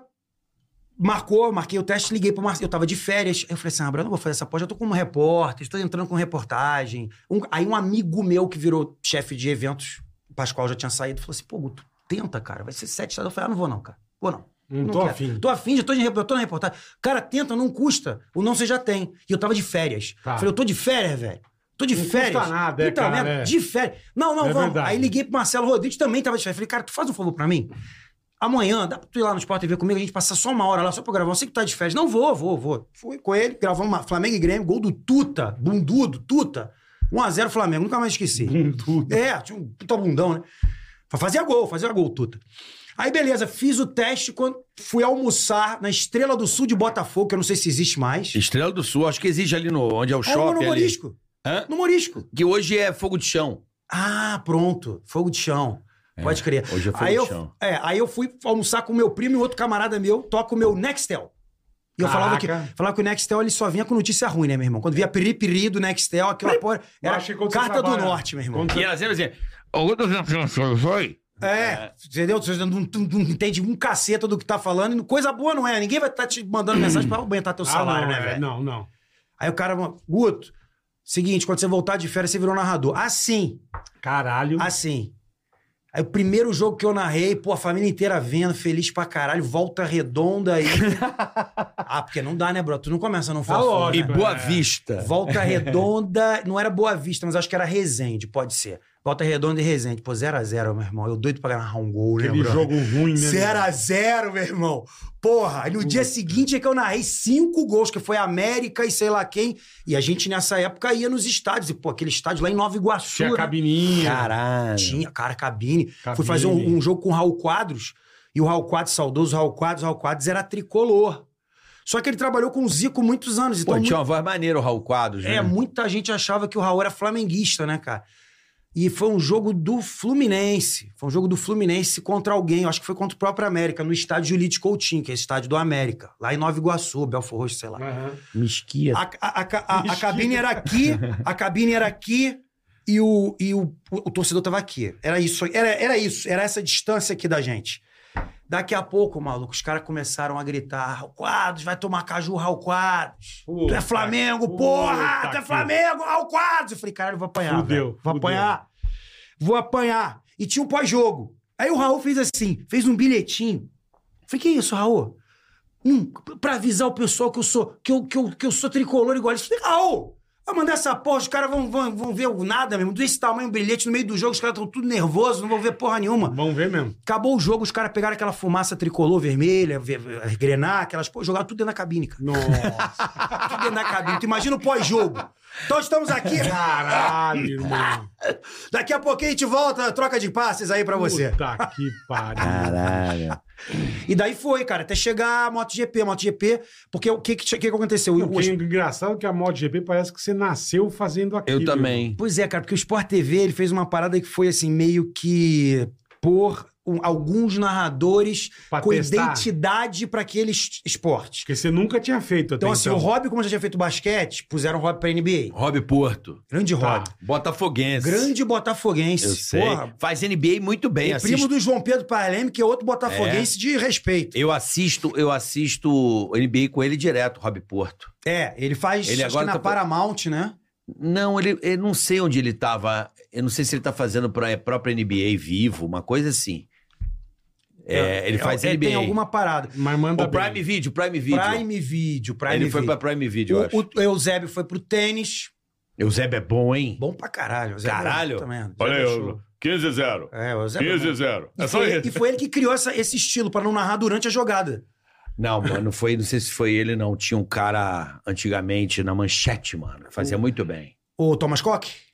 marcou, marquei o teste, liguei pro Marcelo. Eu tava de férias. Aí eu falei assim: ah, Bruno, eu não vou fazer essa porra, já tô como repórter, estou entrando com reportagem. Um- aí um amigo meu que virou chefe de eventos, o Pascoal já tinha saído, falou assim: pô, Guto, tenta, cara, vai ser sete estados. Eu falei: ah, não vou não, cara, vou não. Não tô quero. afim. Tô afim, já tô, de, rep- tô na reportagem. Cara, tenta, não custa. O não você já tem. E eu tava de férias. Tá. Falei, eu tô de férias, velho. Tô de Não custa férias. nada, é, Puta cara, merda, é. De férias. Não, não, É vamos. verdade. Aí liguei pro Marcelo Rodrigues, também tava de férias. Falei, cara, tu faz um favor pra mim? Amanhã, dá pra tu ir lá no Sport TV comigo, a gente passa só uma hora lá, só pra gravar. Eu sei que tu tá de férias. Não, vou, vou, vou. Fui com ele, gravamos uma Flamengo e Grêmio, gol do Tuta, bundudo, Tuta. 1x0 Flamengo, nunca mais esqueci. Bundudo. É, tinha um puta bundão, né? Fazia gol, fazia gol, Tuta. Aí, beleza, fiz o teste quando fui almoçar na Estrela do Sul de Botafogo, que eu não sei se existe mais. Estrela do Sul, acho que existe ali no, onde é o É, no shopping ali. Morisco. Hã? No Morisco. Que hoje é fogo de chão. Ah, pronto. Fogo de chão. Pode crer. hoje é fogo aí de eu, chão. É, aí eu fui almoçar com meu primo e outro camarada meu, toca o meu Nextel. E eu falava que, Caraca. falava que o Nextel ele só vinha com notícia ruim, né, meu irmão? Quando via piripiri do Nextel, aquela porra. Era acho que quando você carta do trabalha- norte, meu irmão. quando E ela sempre assim, outro não foi? É, entendeu? Você não, não- não entende um caceta do que tá falando. e Coisa boa não é. Ninguém vai estar te mandando mensagem pra aumentar teu salário, não, né, é, velho? Não, não. Aí o cara, Guto, seguinte, quando você voltar de férias, você virou narrador. Assim, Caralho. assim. Aí o primeiro jogo que eu narrei, pô, a família inteira vendo, feliz pra caralho, volta redonda <laughs> aí. ah, porque não dá, né, bro? Tu não começa não Ah, falar. E lógico. Boa É. Vista. Volta Redonda, não era Boa Vista, mas acho que era Resende, pode ser. Volta Redonda e Resende. Pô, 0x0, meu irmão. Eu doido pra narrar um gol, né, Aquele bro? jogo ruim, né? 0x0, meu irmão. Porra, aí no dia seguinte é que eu narrei cinco gols, que foi América e sei lá quem. E a gente nessa época ia nos estádios. E, pô, aquele estádio lá em Nova Iguaçu. Tinha né? cabininha. Caralho. Tinha, cara, cabine. Cabine. Fui fazer um, um jogo com o Raul Quadros. E o Raul Quadros, saudoso Raul Quadros, o Raul Quadros era tricolor. Só que ele trabalhou com o Zico muitos anos. Pô, Então, tinha uma voz maneira o Raul Quadros, né? é, muita gente achava que o Raul era flamenguista, né, cara? E foi um jogo do Fluminense. Foi um jogo do Fluminense contra alguém. Eu acho que foi contra o próprio América, no estádio Julite Coutinho, que é estádio do América. Lá em Nova Iguaçu, Belfor Roxo, sei lá. Aham. Mesquia. A, a- a- a- a cabine era aqui, a cabine era aqui e o, e o, o torcedor tava aqui. Era isso, era, era isso, era essa distância aqui da gente. Daqui a pouco, maluco, os caras começaram a gritar: Raul Quadros, vai tomar caju, Raul Quadros. Tu Puta é Flamengo, que- porra! Tu puta é que- Flamengo, Raul Quadros! Eu falei: caralho, vou apanhar. Fudeu, velho. Vou fudeu. apanhar. Vou apanhar. E tinha um pós-jogo. Aí o Raul fez assim: fez um bilhetinho. Eu Falei: que isso, Raul? Hum, pra avisar o pessoal que eu sou, que eu, que eu, que eu sou tricolor igual. Eles falaram, Raul, vai mandar essa porra, os caras vão, vão, vão ver o nada mesmo. Desse tamanho, um bilhete no meio do jogo, os caras estão tudo nervosos, não vão ver porra nenhuma. Vamos ver mesmo. Acabou o jogo, os caras pegaram aquela fumaça tricolor vermelha, ve- ve- grenar, aquelas porra, jogaram tudo dentro da cabine, cara. Nossa, Tudo dentro da cabine. Tu imagina o pós-jogo. Então estamos aqui. <laughs> caralho, irmão. Daqui a pouquinho a gente volta, troca de passes aí pra você. Ah, Puta que pariu. Caralho. E daí foi, cara, até chegar a MotoGP, MotoGP, porque o que que, o que que aconteceu? Não, O- o- que engraçado é que a MotoGP parece que você nasceu fazendo aquilo. Eu também. Pois é, cara, porque o Sport TV ele fez uma parada que foi assim, meio que por um- alguns narradores Pra com testar. identidade para aquele es- esporte. Porque você nunca tinha feito até Então, assim, o Rob, como já tinha feito basquete, puseram o Rob pra NBA. Rob Porto. Grande Tá. Rob. Botafoguense. Grande botafoguense. Eu sei. Porra. Faz NBA muito bem. e assisto- primo do João Pedro Parleme, que é outro botafoguense de respeito. Eu assisto, eu assisto NBA com ele direto, Rob Porto. É, ele faz Ele acho agora que tá- na Paramount, né? Não, ele, eu não sei onde ele tava. Eu não sei se ele tá fazendo pra própria NBA vivo, uma coisa assim. É, ele faz ele NBA. tem alguma parada. Mas manda O Prime Video, Prime Video. Prime Video, Prime ele foi pra Video. Prime Video, eu acho. o, o Eusébio foi pro tênis. O Zeb é bom, hein? Bom pra caralho. Zé Caralho. Bruno, puta merda. Olha Zé aí, Bruno eu- Show. 15 0. É, o Zé Bruno. 15 0. E, É só foi, ele- isso. e foi ele que criou essa- esse estilo pra não narrar durante a jogada. Não, mano, não foi, não sei se foi ele, não. Tinha um cara antigamente na manchete, mano. que Fazia muito bem. O Thomas Koch,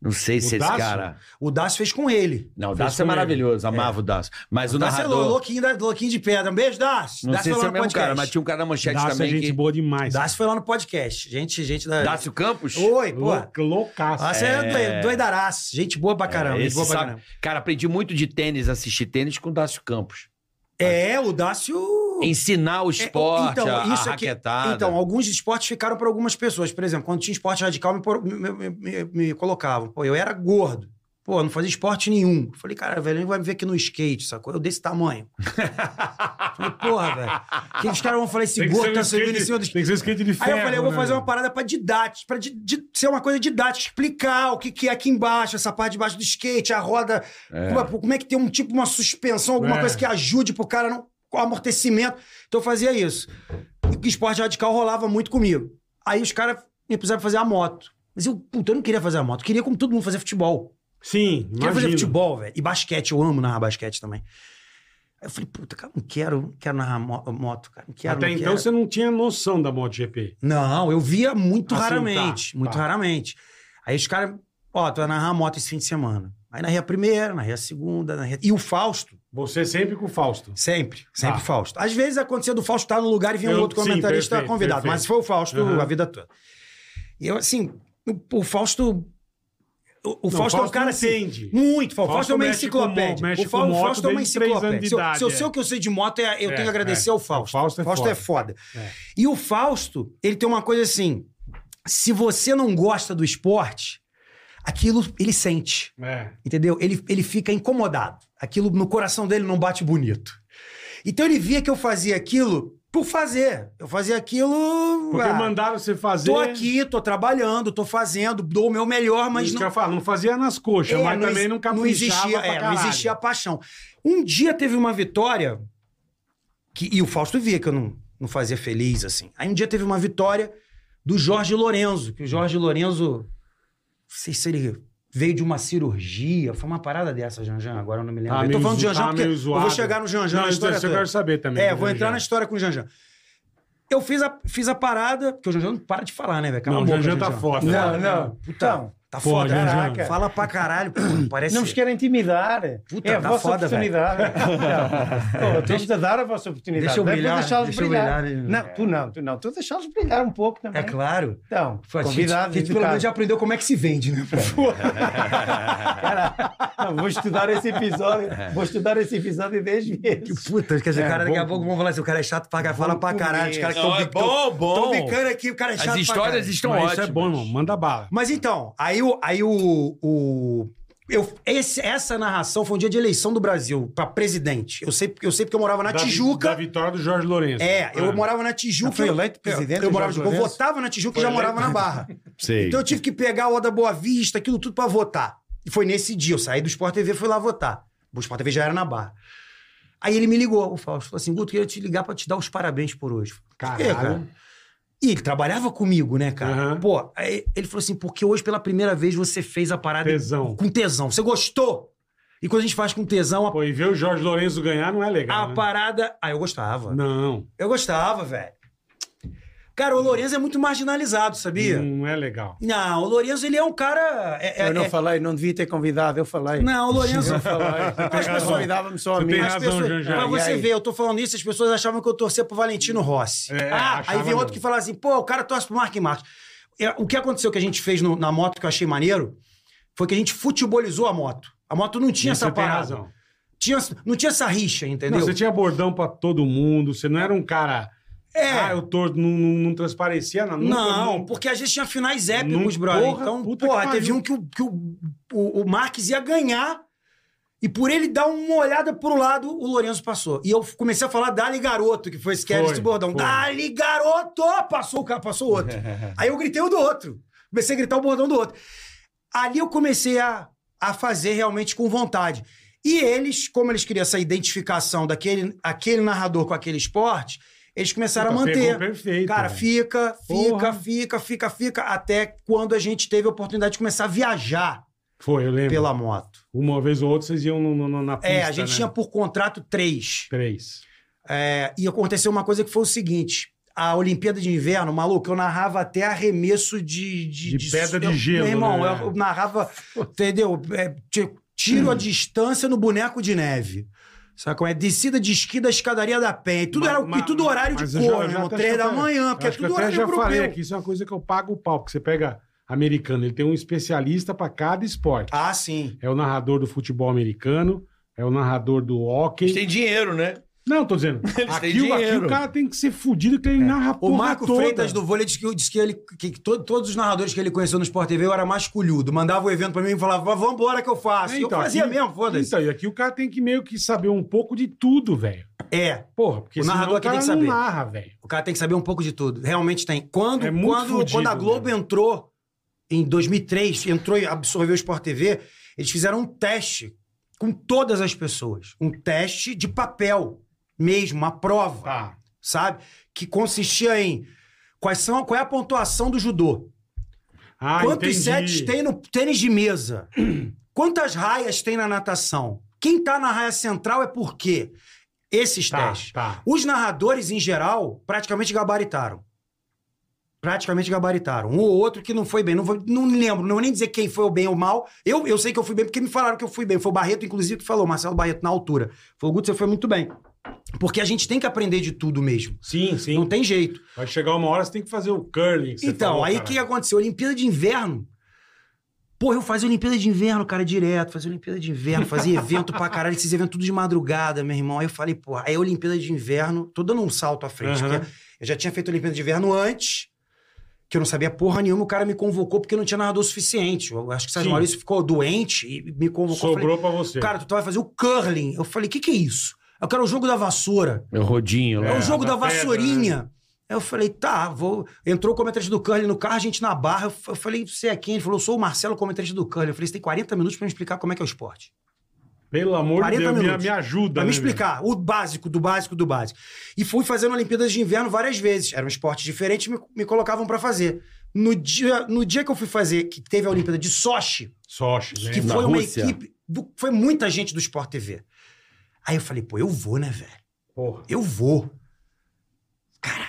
Não sei se O esse Dácio? cara. o Dácio fez com ele. Não, o Fez Dácio é com ele. maravilhoso, amava o Dácio. Mas o, O Dácio é lou- narrador. louquinho, da- louquinho de pedra. Um beijo, Dácio. Não Dácio sei foi se é lá o no mesmo cara, podcast. mas tinha um cara na manchete Dácio é também gente que. boa demais. Dácio foi lá no podcast. Gente, gente da... Dácio Campos? Oi, pô. Lou- Loucaço. Dácio é, doi- doidaraço. Gente boa pra É, caramba. gente esse boa pra sabe- caramba. Cara, aprendi muito de tênis, assistir tênis com o Dácio Campos. É, o Dácio... Ensinar o esporte, então, a, isso a aqui- raquetada. Então, alguns esportes ficaram pra algumas pessoas. Por exemplo, quando tinha esporte radical, me, por- me- me- me- me colocavam. Pô, eu era gordo. Pô, eu não fazia esporte nenhum. Falei, cara, velho, ele vai me ver aqui no skate, sacou? Eu desse tamanho. falei, porra, velho. O que os caras vão falar? Esse Tem que ser gordo um tá subindo em skate- cima do Tem que ser um skate de ferro. Aí eu falei, eu vou né? fazer uma parada pra didática, pra di- di- ser uma coisa didática, explicar o que, que é aqui embaixo, essa parte de baixo do skate, a roda, como, como é que tem um tipo, uma suspensão, alguma É. coisa que ajude pro cara não, com amortecimento. Então eu fazia isso. E esporte radical rolava muito comigo. Aí os caras me puseram pra fazer a moto. Mas eu, puta, eu não queria fazer a moto, eu queria, como todo mundo, fazer futebol. Sim, Eu Queria fazer imagino. futebol, velho. E basquete, eu amo narrar basquete também. Aí eu falei, puta, cara, não quero, não quero narrar mo- moto, cara. Não quero, Até não então quero. você não tinha noção da MotoGP. Não, eu via muito Assim, tá, raramente. tá. Muito raramente. Aí os caras, ó, tu vai narrar a moto esse fim de semana. Aí narrei a primeira, narrei a segunda, narrei... E o Fausto, Você sempre com o Fausto. sempre, sempre Tá. o Fausto. Às vezes acontecia do Fausto estar no lugar e vinha Eu- um outro sim, comentarista perfeito, convidado. perfeito. Mas foi o Fausto Uhum. a vida toda. E eu, assim, o, o Fausto... O, Não, o Fausto é um Fausto cara entende. assim, muito. Fausto, Fausto é uma mexe com mo- enciclopédia. mexe o Fausto, com moto Fausto é uma desde três anos de enciclopédia. Se, eu- idade, se eu é. sei o que eu sei de moto, é- eu É, tenho que agradecer é. ao Fausto. O Fausto é Fausto é foda. É. E o Fausto, ele tem uma coisa assim: se você não gosta do esporte, aquilo ele sente. É. Entendeu? Ele, ele fica incomodado. Aquilo no coração dele não bate bonito. Então ele via que eu fazia aquilo por fazer. Eu fazia aquilo. Porque ah, mandaram você fazer. Tô aqui, tô trabalhando, tô fazendo, dou o meu melhor, mas Isso não. que eu falo, não fazia nas coxas, É, mas também ex- não caprichava existia, pra é, não caralho. existia a paixão. Um dia teve uma vitória que e o Fausto via que eu não, não fazia feliz assim. Aí um dia teve uma vitória do Jorge Lorenzo, que o Jorge Lorenzo não sei se ele veio de uma cirurgia, foi uma parada dessa, Janjan, agora eu não me lembro. Tá eu tô meio falando do zo- Janjan tá porque meio eu vou zoado. chegar no Janjan Não, então, na isso história eu toda. quero saber também. do É, vou Janjan. entrar na história com o Janjan. Eu fiz a, fiz a parada, porque o Janjan não para de falar, né, velho? Cala Não, a o boca, Janjan tá foda. Não, não. Então, Tá Pô, foda, Janjan. caraca. Fala pra caralho, pô, parece... não vos quero intimidar. Puta, é a tá vossa foda, oportunidade. <laughs> Não. Pô, tens de dar a vossa oportunidade. Deixa eu Deve brilhar, deixá-los deixa eu brilhar. brilhar, né? Não, tu não, tu não. Tu deixá-los brilhar um pouco também. É claro. Então, A gente- convidado. a gente pelo <laughs> educado. menos já aprendeu como é que se vende, né? Não, vou estudar esse episódio. Vou estudar esse episódio dez vezes. Puta, quer dizer, É, cara, daqui a bom- pouco vão falar assim, o cara é chato pra caralho, fala pra comer. caralho, os caras que Não, tão é bic- tão- bom, bom. tão bicando aqui, o cara é chato As pra histórias caralho. estão Mas ótimas. isso é bom, irmão. Manda bala. Mas então, aí o. Aí o, o- eu, esse- essa narração foi um dia de eleição do Brasil pra presidente. Eu sei, eu sei porque eu morava na Da vi- Tijuca. Da vitória do Jorge Lourenço. É, eu Ah. morava na Tijuca. Foi eleito presidente Eu, eu, morava, Jorge eu Lourenço? votava na Tijuca e já morava na Barra. Sei. Então eu tive que pegar o da Boa Vista, aquilo tudo pra votar. E foi nesse dia, eu saí do Sport TV e fui lá votar. O Sport TV já era na Barra. Aí ele me ligou, o Fausto, falou assim, Guto, queria te ligar pra te dar os parabéns por hoje. Caralho. É, cara. E ele trabalhava comigo, né, cara? Aham. Pô, aí ele falou assim, porque hoje pela primeira vez você fez a parada Tesão. com tesão. Você gostou? E quando a gente faz com tesão, a, Pô, e ver o Jorge Lourenço ganhar não é legal. a né? parada... Ah, eu gostava. Não. Eu gostava, velho. Cara, o Lourenço é muito marginalizado, sabia? Não é legal. Não, o Lourenço, ele é um cara... é- é- eu não é- falei, não devia ter convidado, eu falei. Não, o Lourenço. Eu falei. As pessoas- Convidava-me só a Tu mim. tem As razão, pessoas, Janjá. pra E você aí? ver, eu tô falando isso, as pessoas achavam que eu torcia pro Valentino Rossi. É, ah, aí achava vem outro mesmo. que fala assim, pô, o cara torce pro Mark Marques. É, o que aconteceu que a gente fez no- na moto que eu achei maneiro foi que a gente futebolizou a moto. A moto não tinha Isso essa você tem parada. razão. Tinha, não tinha essa rixa, Não, entendeu? você tinha bordão pra todo mundo, você não era um cara. É. Ah, eu torço, não, não, não transparecia nada. Nunca- Não, <laughs> porque às vezes tinha finais épicos, Não, brother. porra, então, puta que porra, pariu. teve um que, o, que o, o, o Marques ia ganhar e por ele dar uma olhada pro lado, o Lourenço passou. E eu comecei a falar Dali Garoto, que foi esse que era Foi, esse bordão. foi. Dali Garoto! Passou o cara, passou o outro. <laughs> Aí eu gritei o do outro. Comecei a gritar o bordão do outro. Ali eu comecei a, a fazer realmente com vontade. E eles, como eles queriam essa identificação daquele aquele narrador com aquele esporte, eles começaram Puta, a pegou manter. perfeito, né? Cara, velho. fica, fica, Porra. fica, fica, fica, até quando a gente teve a oportunidade de começar a viajar Foi, eu lembro. pela moto. Uma vez ou outra vocês iam no- no- no- na pista. É, a gente né? tinha por contrato três. Três. É, e aconteceu uma coisa que foi o seguinte: a Olimpíada de Inverno, maluco, eu narrava até arremesso de. De pedra de eu- gelo, Meu irmão, né? eu, eu narrava, entendeu? É, ti- tiro a distância no boneco de neve. Sabe como é? Descida de esqui da escadaria da Penha. E tudo, Mas- era, e mas- tudo horário mas de eu já- cor, eu meu já irmão. até Três já da falei- manhã, porque é acho que tudo até horário já falei europeu. aqui, isso é uma coisa que eu pago o pau, porque você pega americano, ele tem um especialista pra cada esporte. Ah, sim. É o narrador do futebol americano, é o narrador do Eles hóquei. têm dinheiro, né? Não, tô dizendo, <laughs> Eles têm aqui, o- aqui dinheiro. o cara tem que ser fudido que ele narra a É. O porra Marco toda. Freitas do vôlei disse que, disse que ele, que, que todo- todos os narradores que ele conheceu no Sport TV eu era masculhudo. Mandava o evento pra mim e falava, vambora que eu faço. É, E eu então, fazia aqui- mesmo, foda-se. Então, e aqui o cara tem que meio que saber um pouco de tudo, velho. É, Porra, porque O senão narrador o aqui tem cara que não saber. narra, velho. o cara tem que saber um pouco de tudo. Realmente tem. Quando, É muito quando, fudido, quando a Globo né? entrou, em 2003, entrou e absorveu o Sport TV, eles fizeram um teste com todas as pessoas. Um teste de papel mesmo, uma prova. Tá. Sabe? Que consistia em quais são, qual é a pontuação do judô. Ah, Quantos entendi. sets tem no tênis de mesa? <clears throat> Quantas raias tem na natação? Quem tá na raia central é por quê? Esses Tá, testes. tá. Os narradores, em geral, praticamente gabaritaram. Praticamente gabaritaram. Um ou outro que não foi bem. Não, vou- não lembro, não vou nem dizer quem foi o bem ou mal. Eu, eu sei que eu fui bem porque me falaram que eu fui bem. Foi o Barreto, inclusive, que falou, Marcelo Barreto, na altura. Falou, Guto, você foi muito bem. Porque a gente tem que aprender de tudo mesmo. Sim, Não sim. tem jeito. Vai chegar uma hora, você tem que fazer o curling. que você Então, falou, aí o cara. que aconteceu? Olimpíada de Inverno. Porra, eu fazia Olimpíada de Inverno, cara, direto. Fazia Olimpíada de Inverno, fazia evento pra caralho. Esses eventos tudo de madrugada, meu irmão. Aí eu falei, porra, aí é Olimpíada de Inverno... Tô dando um salto à frente, Aham. porque eu já tinha feito Olimpíada de Inverno antes, que eu não sabia porra nenhuma. O cara me convocou porque não tinha narrador suficiente. Eu acho que o Sérgio Sim. Maurício ficou doente e me convocou. Eu falei, Sobrou pra você. Cara, tu vai fazer o curling. Eu falei, o que, que é isso? Eu quero o jogo da vassoura. É o rodinho lá. É, o jogo da, da né, pedra, vassourinha. Aí eu falei, tá, vou. Entrou o comentarista do curling no carro, a gente na barra. Eu, f- eu falei, você é quem? Ele falou, sou o Marcelo, comentarista do curling. Eu falei, você tem 40 minutos pra me explicar como é que é o esporte. Pelo amor de 40 Deus, me, minutos. me ajuda. Pra né, me explicar o básico, do básico, do básico. E fui fazendo Olimpíadas de Inverno várias vezes. Era um esporte diferente, me, me colocavam pra fazer. No dia, no dia que eu fui fazer, que teve a Olimpíada de Sochi, velho? Sochi, né? que É, Na foi uma Rússia. equipe. do- foi muita gente do Sport TV. Aí eu falei, pô, eu vou, né, velho? Porra. Eu vou. Caralho.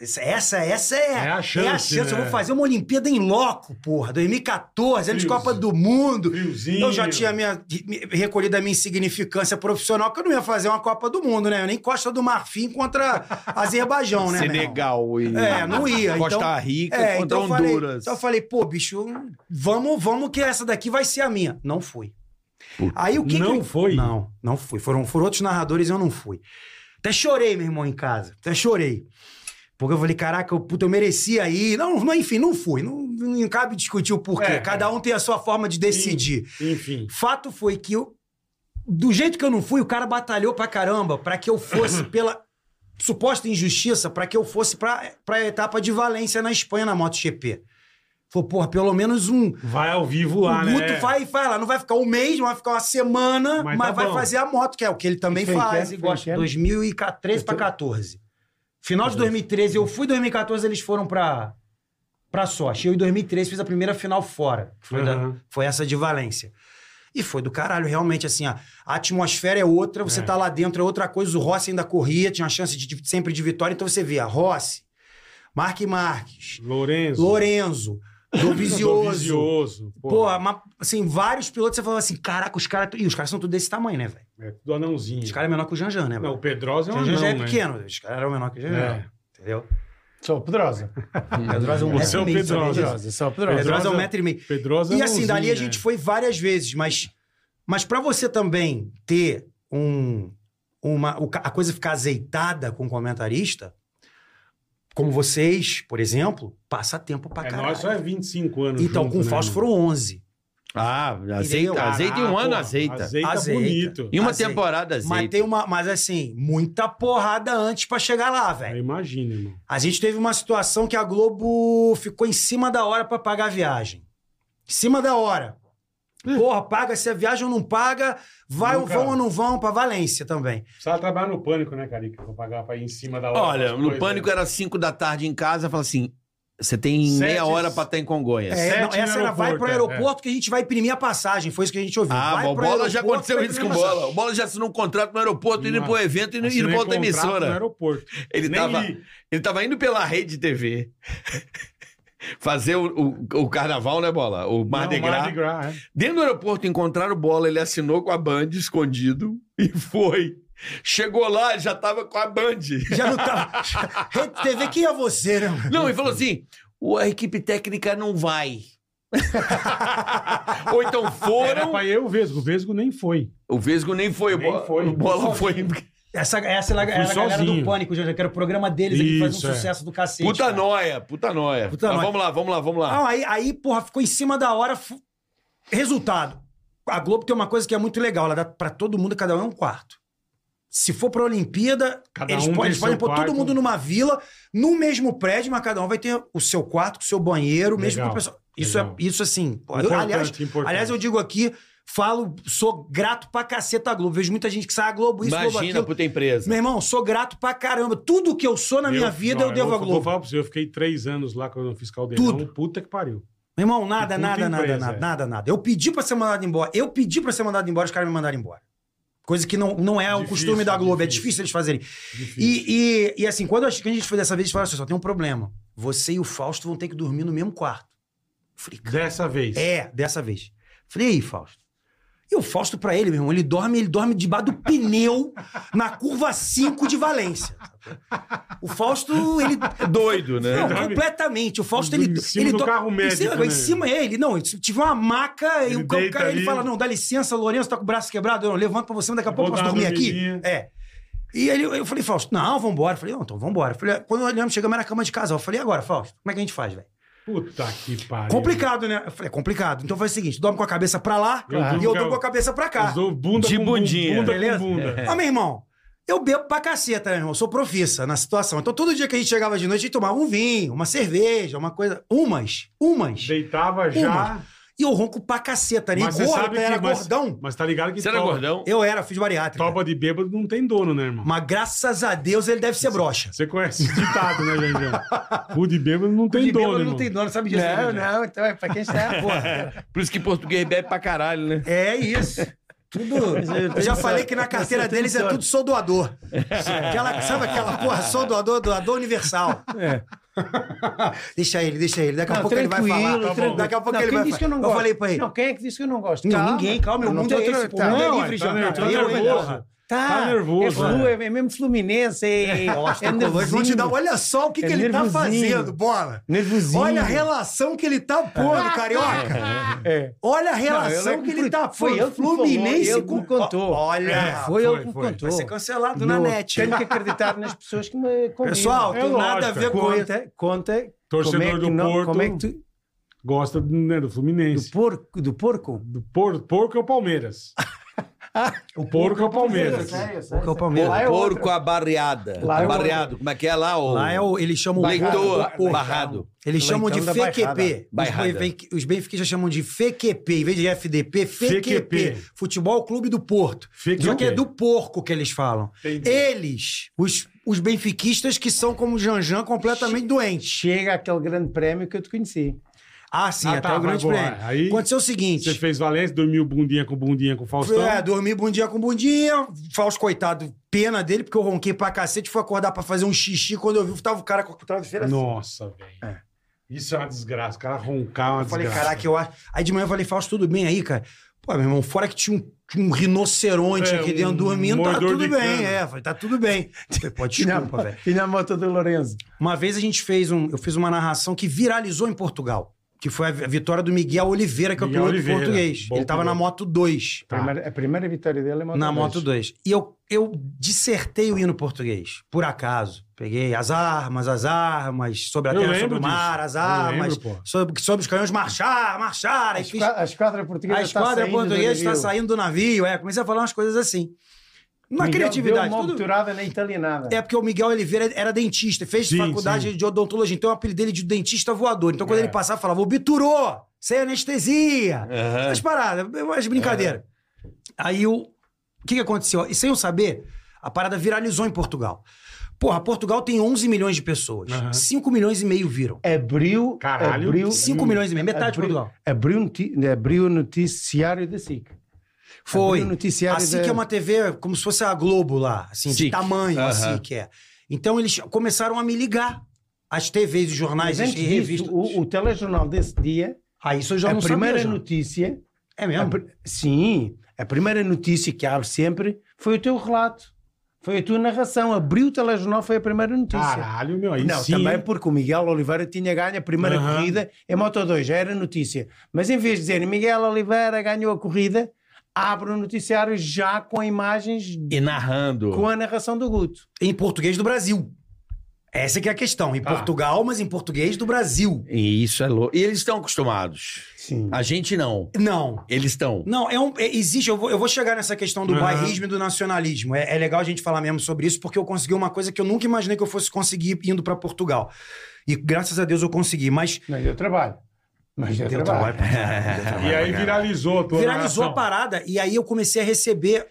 Essa, essa, essa é, É a chance, Eu né? vou fazer uma Olimpíada em loco, porra. 2014, anos de Frios. Copa do Mundo. Friozinho. Eu já tinha minha, me- recolhido a minha insignificância profissional, que eu não ia fazer uma Copa do Mundo, né? Eu nem Costa do Marfim <laughs> contra Azerbaijão, né? meu irmão? Senegal e É, não ia. Costa então, Rica é, contra então eu falei- Honduras. então eu falei, pô, bicho, vamos, vamos que essa daqui vai ser a minha. Não fui. Aí o que Não que... foi? Não, não fui. Foram, foram outros narradores e eu não fui. Até chorei, meu irmão, em casa. Até chorei. Porque eu falei, caraca, eu- puta, eu merecia ir. Não, não, enfim, não fui. Não, não cabe discutir o porquê. É. Cada um tem a sua forma de decidir. Enfim. Fato foi que eu, do jeito que eu não fui, o cara batalhou pra caramba pra que eu fosse pela suposta injustiça, pra que eu fosse pra, pra etapa de Valência na Espanha na MotoGP. Falou, porra, pelo menos um. Vai ao vivo lá, o né? Guto vai e vai lá. Não vai ficar um mês, não vai ficar uma semana, Mas mas, tá vai bom. fazer a moto, que é o que ele também E foi em faz. que- e foi em que gosta. ano? 2013 pra 14. Final de 2013, eu fui, 2014 eles foram pra, pra Sochi. Eu em 2013 fiz a primeira final fora. que Foi, da- Aham. foi essa de Valência. E foi do caralho, realmente, assim, a a atmosfera é outra, você É. tá lá dentro, é outra coisa. O Rossi ainda corria, tinha chance de- de- sempre de vitória. Então você vê a Rossi, Mark Marques, Lourenço. Lorenzo, <laughs> Dovizioso. Dovizioso. Pô, mas, assim, vários pilotos você falava assim, caraca, os caras... E os caras são tudo desse tamanho, né, velho? É do anãozinho. Os caras é menor que o Janjan, né? Não, velho? o Pedrosa é O um Janjan anão, já é né? pequeno, os caras eram menor que o Janjan, É. entendeu? Só o Pedrosa. Pedrosa é um Você metro é o e meio, só Pedrosa. Pedrosa. Pedrosa, só o O Pedrosa. Pedrosa é um metro e meio. Pedrosa é E assim, anãozinho, dali a né? gente foi várias vezes, mas, mas para você também ter um, uma, o ca- a coisa ficar azeitada com o comentarista, como vocês, por exemplo, passa tempo pra É, caralho. nós só é 25 anos. então, junto, com o né, Fausto mano? foram 11. Ah, aceita. Entendeu? Azeita em um Ah, ano, porra, aceita. Azeita, é Azeita. bonito. Em uma azeita. temporada, Mas, azeita. tem uma, mas assim, muita porrada antes pra chegar lá, Eu velho. imagino, irmão. A gente teve uma situação que a Globo ficou em cima da hora pra pagar a viagem. Em cima da hora. Porra, paga se a viagem ou não paga, vai, Hum. Nunca. vão ou não vão pra Valência também. Precisava trabalhar no pânico, né, Carica? Vou pagar pra ir em cima da hora. Olha, das no coisas, pânico né? era 5 da tarde em casa, fala assim: você tem Sete- meia hora pra estar em Congonhas. É, Sete não, no essa era vai pro aeroporto, é. aeroporto que a gente vai imprimir a passagem. Foi isso que a gente ouviu. Ah, vai bom, o pro Bola já aeroporto, aconteceu vai isso com o imprimir a Bola. O passagem. Bola já assinou um contrato no aeroporto, indo Não. pro evento e não- e não Assinei volta à um contrato No emissora. aeroporto. Ele Nem tava, li. ele tava indo pela rede TV. <laughs> Fazer o, o- o carnaval, né, Bola? O Mar de Não, Mardi Gras. Gras, é. Dentro do aeroporto encontraram o Bola, ele assinou com a Band escondido <laughs> e foi. Chegou lá, já tava com a Band. Já não tava. <laughs> Rede TV, quem é você, né? mano? Não, ele falou assim: "O- a equipe técnica não vai. <laughs> Ou então Era foram. pra eu o Vesgo. O Vesgo nem foi. O Vesgo nem foi, o Nem Bola, foi. o Bola foi. Essa, essa era, Fui era a galera sozinho. do Pânico, já, que era o programa deles ele faz um Isso, é. sucesso do cacete. Puta cara. noia, puta noia. Puta Mas noia. Ah, vamos lá, vamos lá, vamos Ah. lá. Não, aí, aí, porra, ficou em cima da hora. fu- Resultado. A Globo tem uma coisa que é muito legal. Ela dá pra todo mundo, cada um é um quarto. Se for pra Olimpíada, Cada eles, um po- tem eles seu podem pôr quarto. todo mundo numa vila, no mesmo prédio, mas cada um vai ter o seu quarto, o seu banheiro, o mesmo Legal. pro pessoal. Isso, Legal. é, isso assim. pô, eu- Importante, aliás, importante. aliás, eu digo aqui, falo, sou grato pra caceta à Globo. Vejo muita gente que sai a Globo, isso, Globo Imagina, aquilo. puta empresa. Meu irmão, sou grato pra caramba. Tudo que eu sou na Eu- minha vida, não, eu devo vou- à Vou Globo. falar pra você, eu fiquei três anos lá quando fiz caldeirão. Tudo. Puta que pariu. Meu irmão, nada, Que puta nada, nada, empresa, nada, é. nada, nada. Eu pedi pra ser mandado embora. Eu pedi pra ser mandado embora, os caras me mandaram embora. Coisa que não, não é o Difícil, costume da Globo, é difícil. difícil eles fazerem. Difícil. E, e, e assim, quando a gente foi dessa vez, eles falaram assim: só tem um problema. Você e o Fausto vão ter que dormir no mesmo quarto. Eu Falei, "Cara, Dessa vez. é, dessa vez. Falei, e aí, Fausto? E E o Fausto, pra ele, meu irmão, ele dorme, ele dorme debaixo do pneu na curva 5 de Valência. O Fausto, ele. Doido, Não, né? completamente. O Fausto, ele. É Em cima ele do carro médico, Em cima, né? em cima é ele. Não, se tiver uma maca, Ele e o ca- o deita cara ele ali. fala: não, dá licença, Lourenço, tá com o braço quebrado. Eu não, levanto pra você, mas daqui a Vou pouco eu posso dar uma dormir aqui. dormidinha. É. E ele, eu falei, Fausto, não, vambora. Eu falei, não, então vambora. Eu falei, quando olhamos, chegamos na cama de casa. Eu falei, e agora, Fausto, como é que a gente faz, velho? Puta que pariu. Complicado, né? Eu falei, é complicado. Então faz o seguinte: dorme com a cabeça pra lá Eu e durmo eu com a- durmo com a cabeça pra cá. Usou bunda De com bu- bundinha. Bunda Beleza? É. com bunda. É. Ó, meu irmão, eu bebo pra caceta, né, irmão? Eu sou profissa na situação. Então, todo dia que a gente chegava de noite, a gente tomava um vinho, uma cerveja, uma coisa. Umas, umas. Deitava já. E eu ronco pra caceta, né? Mas E você gordo, sabe eu que... era mas- gordão. Mas tá ligado que Você era toba- gordão? Eu era, fiz bariátrica. Toba de bêbado não tem dono, né, irmão? Mas graças a Deus ele deve ser broxa. Você conhece esse ditado, né, Janjão? Cu de bêbado não tem de dono, bêbado irmão. não tem dono, sabe disso? Não, Não, não, então é pra quem está, porra. Por isso que português bebe pra caralho, né? É isso. Tudo. eu Eu já tenho falei sorte. que na carteira Eu tenho É. deles é sorte. tudo sou doador. Aquela, sabe aquela porra, sou doador, doador universal. É. Deixa ele, deixa ele. Daqui a Não, pouco ele vai falar. tranquilo, tranquilo. Daqui a pouco Não, ele quem vai falar. disse que eu não gosto? falei pra ele. Não, quem é que disse que eu não gosto? Não, ninguém, calma, o eu não mundo tô é esse, tra- pô, tá. o mundo é Não, livre, então, Jamil, tá eu nervoso. porra. Tá, Tá nervoso, É, flu, né? é mesmo Fluminense, é, Nossa, é Colônia, vão te nervosinho. dar. Olha só o que, É que ele tá nervosinho. fazendo, bola. Nervosinho. Olha a relação que ele tá pondo, carioca. É. Olha a Não, eu relação lembro que ele que tá pondo. foi eu que Fluminense falou, eu que contou. Olha. É, Foi eu Foi, que foi. contou. Vai ser cancelado na Não, net. Tenho que acreditar nas pessoas que me convidam. Pessoal, É tem nada a lógico, ver com ele. conta, conta. Torcedor como é que do não- Porto. Como é que tu, Gosta né, do do Fluminense. porco, do porco? Do por... Porco é o <laughs> Palmeiras. o porco é o Palmeiras. Porque o Palmeiras. Lá é outra. Porco abarreada. Lá é Abarreado. Como é que é lá? O... Lá é o, eles chamam Leitor, o, o, barrado. Eles Leitão então chamam de da FQP. Bairrada. Os bem- Os benfiquistas já chamam de FQP, em vez de FDP, FQP. FQP. Futebol Clube do Porto. FQP. Só que é do porco que eles falam. Entendi. Eles, os, os benfiquistas que são como o Janjan, completamente doentes. Chega aquele grande prémio que eu te conheci. Ah, sim, Ah, até tá, o grande vai, prêmio. vai. Aí- Aconteceu o seguinte. Você fez Valência, dormiu bundinha com bundinha com o Faustão. É, dormi bundinha com bundinha. Fausto, coitado, pena dele, porque eu ronquei pra cacete, fui acordar pra fazer um xixi. Quando eu vi, tava o cara com a travesseira assim. Nossa, velho. Isso é uma desgraça. O cara roncar é uma Eu falei, desgraça. caraca, eu acho. Aí de manhã eu falei, Fausto, tudo bem aí, cara? Pô, meu irmão, fora que tinha um, tinha um rinoceronte É, aqui um dentro dormindo, tá mordor tudo de bem. cana. É, falei, tá tudo <laughs> bem. Eu Falei, pô, desculpa, velho. E na moto do Lourenço. Uma vez a gente fez um. Eu fiz uma narração que viralizou em Portugal. Que foi a vi- a vitória do Miguel Oliveira, que é o Miguel piloto Oliveira, português. bom Ele tava na piloto. moto 2. Tá. Primeira- a primeira vitória dele é moto Na dois. Moto 2. E eu, eu dissertei o hino português, por acaso. Peguei as armas, as armas, sobre a Eu terra, lembro sobre o mar, disso. as Eu armas, lembro, pô. sobre, sobre os canhões marchar, marchar. A Aí fiz, esquadra, a esquadra portuguesa a está esquadra tá saindo do portuguesa está navio. saindo do navio. É, comecei a falar umas coisas assim. Na Miguel criatividade. Deu uma tudo- obturada na italianada. É porque o Miguel Oliveira era dentista, fez Sim, faculdade de odontologia, então o apelido dele é de dentista voador. Então É. quando ele passava, falava, obturou, sem anestesia. Essas paradas, umas brincadeiras. É. Aí o. O que, que aconteceu? E sem eu saber, a parada viralizou em Portugal. Porra, Portugal tem 11 milhões de pessoas. Aham. 5 milhões e meio viram. Abriu. Caralho. Abriu, um- 5 milhões e meio, metade de abriu- Portugal. Abriu, noti- abriu o noticiário da SIC. Foi. Abriu o noticiário Assim da- que é uma TV, como se fosse a Globo lá, assim, de SIC. tamanho, Aham. assim que é. Então eles começaram a me ligar. As TVs, os jornais, Mas as antes disso, revistas. o, o telejornal desse dia, Aí isso eu já a não primeira sabia. já. notícia. É a mesmo? pr- sim, a primeira notícia que abre sempre foi o teu relato. Foi a tua narração. Abriu o telejornal, foi a primeira notícia. Caralho, meu. Aí Não, sim. é também porque o Miguel Oliveira tinha ganho a primeira Aham. corrida em Moto 2, já era notícia. Mas em vez de dizer Miguel Oliveira ganhou a corrida, abre o noticiário já com imagens, E narrando. com a narração do Guto. Em português do Brasil. Essa que é a questão. Em Ah. Tá. Portugal, mas em português do Brasil. E isso é louco. E eles estão acostumados. Sim. A gente não. Não. Eles estão. Não, é um, é- existe. Eu vou, eu vou chegar nessa questão do Aham. bairrismo e do nacionalismo. É, é legal a gente falar mesmo sobre isso, porque eu consegui uma coisa que eu nunca imaginei que eu fosse conseguir indo pra Portugal. E graças a Deus eu consegui. Mas Mas deu trabalho. Mas deu, Deu trabalho. <laughs> E aí viralizou a tua viralizou a narração. parada e aí eu comecei a receber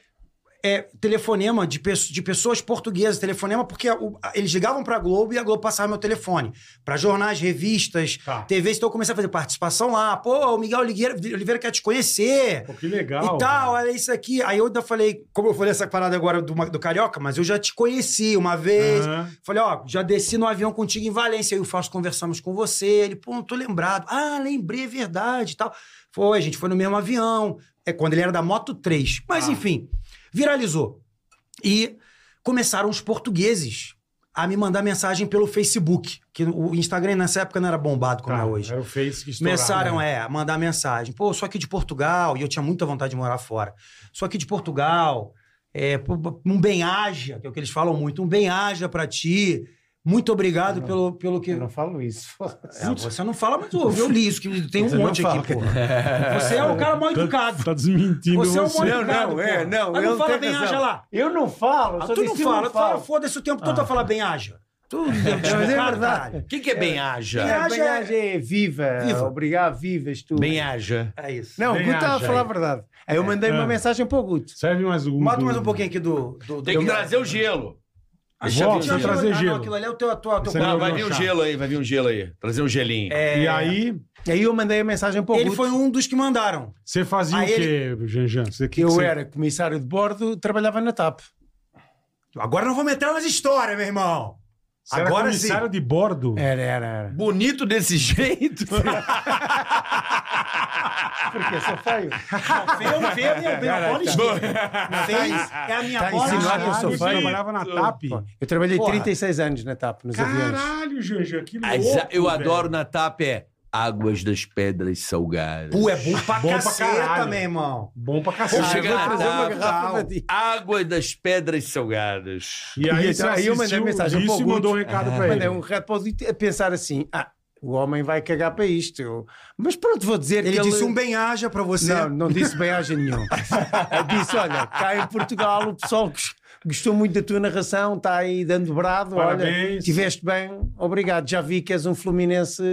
é, telefonema de, pesso- de pessoas portuguesas, telefonema porque o- a- eles ligavam pra Globo e a Globo passava meu telefone Pra jornais, revistas, Tá. TVs, então eu comecei a fazer participação lá. Pô, o Miguel Oliveira, Oliveira quer te conhecer. Pô, que legal. E tal, cara. olha isso aqui. Aí eu ainda falei, como eu falei essa parada agora do, Ma- do Carioca, mas eu já te conheci uma vez. Aham. Falei, ó, já desci no avião contigo em Valência. Aí o Fausto conversamos com você. Ele, pô, não tô lembrado. Ah, lembrei, é verdade e tal. Foi, a gente foi no mesmo avião. É quando ele era da Moto 3. Mas, enfim, viralizou. E começaram os portugueses a me mandar mensagem pelo Facebook, que o Instagram nessa época não era bombado como é hoje. Era o Face que estourava. Começaram, né? é, a mandar mensagem. Pô, sou aqui de Portugal, e eu tinha muita vontade de morar fora. Sou aqui de Portugal, é, pô, um bem-aja, que é o que eles falam muito, um bem-aja pra ti. Muito obrigado pelo, pelo que... Eu não falo isso. É, você não fala, mas eu, eu li isso, que tem um Você não monte fala, aqui, pô. <laughs> Você é o cara mal educado. Tá, tá desmentindo você. Você é um monte- Não, não, é, não. Mas não ele fala tem bem, razão. haja lá. Eu não falo. Ah, só tu não disse que fala, não tu fala falo. foda-se o tempo todo a falar bem-aja. <laughs> Tu Ah. Mas é desbocado, verdade. caralho. O que, que é bem-aja? É, Haja é- Benhaja é viva. Viva. Obrigado, vivas tu. Bem-aja. É isso. Não, o Bem Guto estava a haja. falar a verdade. Aí eu mandei Ah. É. uma mensagem para o Guto. Serve mais um. Mata mais um pouquinho aqui do... do, do Tem que trazer o gelo. Ah, Volta, chavinha, deixa eu gelo. trazer Ah, não, gelo. Aquilo ali é o teu... a tua- a tua- Isso é Ah, meu vai não, vir um chá. gelo aí, vai vir um gelo aí. Trazer um gelinho. É, E aí, Aí eu mandei a mensagem para o Ele Guto. foi um dos que mandaram. você fazia Aí o quê, Janjan? Você que Que eu que você- era comissário de bordo, trabalhava na TAP. Agora não vamos entrar nas histórias, meu irmão. Você era Agora sim. É. comissário de bordo? Era, era, era. Bonito desse <laughs> jeito. Porque Tá sou feio. Feio, feio, é minha- minha bola esquerda. Feio é a minha tá bola insinuado que eu esquerda. Caralho, Você sou feio. trabalhava na TAP. Eu trabalhei Porra. 36 anos na TAP, nos aviões. Caralho, Janjan, que louco, Mas a- eu velho. adoro na TAP é Águas das Pedras Salgadas. Pô, é bom pra Bom pra caceta, caralho. meu irmão. Bom pra Eu cacete. cheguei vou na trazer uma TAP, garrafa pra ti. Águas das Pedras Salgadas. E aí, E você aí eu assistiu mandei mensagem pro isso e Guto. mandou um recado pra ele. Mandei um rato para o Guto a pensar assim: ah, o homem vai cagar para isto. Eu- Mas pronto, vou dizer Ele que disse um bem-aja pra você. Não, não disse bem-aja nenhum. Eu disse: olha, cá em Portugal o pessoal gos- gostou muito da tua narração, está aí dando brado. Olha, Parabéns. estiveste bem, obrigado. Já vi que és um Fluminense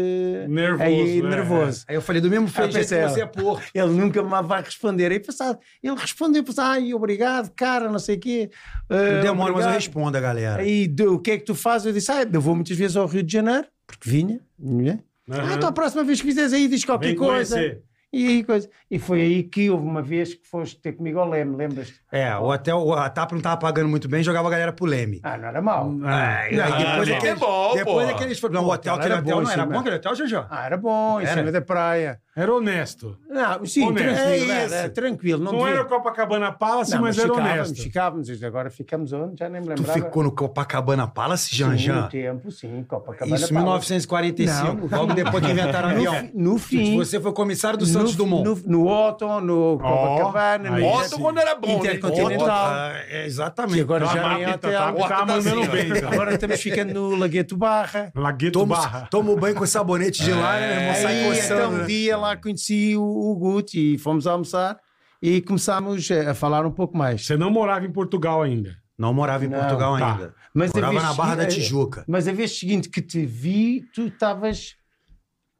Nervoso, aí, é. nervoso. Aí eu falei, do mesmo feio Ah, jeito que pensei, você é ah. porco. Ele nunca mais vai responder. Aí passado, ele respondeu, passado, ai, obrigado, cara, não sei o quê. Eu eh, demoro, mas eu obrigado." respondo a galera. Aí, de- o que é que tu fazes? Eu disse, ah, eu vou muitas vezes ao Rio de Janeiro, porque vinha, né? Aham. Ah, então a próxima vez que fizeres aí, diz qualquer Vem coisa. conhecer. E aí, coisa. E foi aí que houve uma vez que foste ter comigo ao Leme, lembras-te? É, o hotel, a TAP não tava pagando muito bem, jogava a galera pro Leme. Ah, não era mau. Ah, E aí, depois Ah, daqueles- é bom, Depois pô. daqueles... Não, o Pô, hotel, cara, aquele era hotel bom não sim, era né? bom, aquele hotel, Jajá. Ah, era bom, em Era? cima da praia. Era honesto. Não, sim, Honesto. É tranquilo, isso. era, era assim, tranquilo. Não, Não devia- era o Copacabana Palace, Não, mas, era ficávamos, honesto. Ficávamos, agora ficamos onde? Já nem me Tu lembrava. ficou no Copacabana Palace, Sim, Janjan? no tempo, sim, Copacabana. Isso, Palace. 1945, Não. logo depois que inventaram <laughs> No avião. fi- No fim. Você foi comissário do Santos no, Dumont. Oh, No, no Otton, no Copacabana, aí no sim. Otto quando era bom, né? Intercontinental. Otto. Ah, é, Que exatamente. agora Tá, já nem é Marquita, tá, hotel. tá Guarda mandando assim, ó. bem. Tá? Agora estamos ficando no Lagueto Barra. Lagueto Toma, Barra. toma o banho com sabonete de lá, né, irmão? Sai Aí, coçando, então, um né? dia lá conheci o, o Guti e fomos almoçar e começámos a falar um pouco mais. Você não morava em Portugal ainda. Não morava em Não, é Portugal tá. ainda. Mas a Morava vez na Barra da seguinte- Tijuca. Mas a vez seguinte que te vi, tu estavas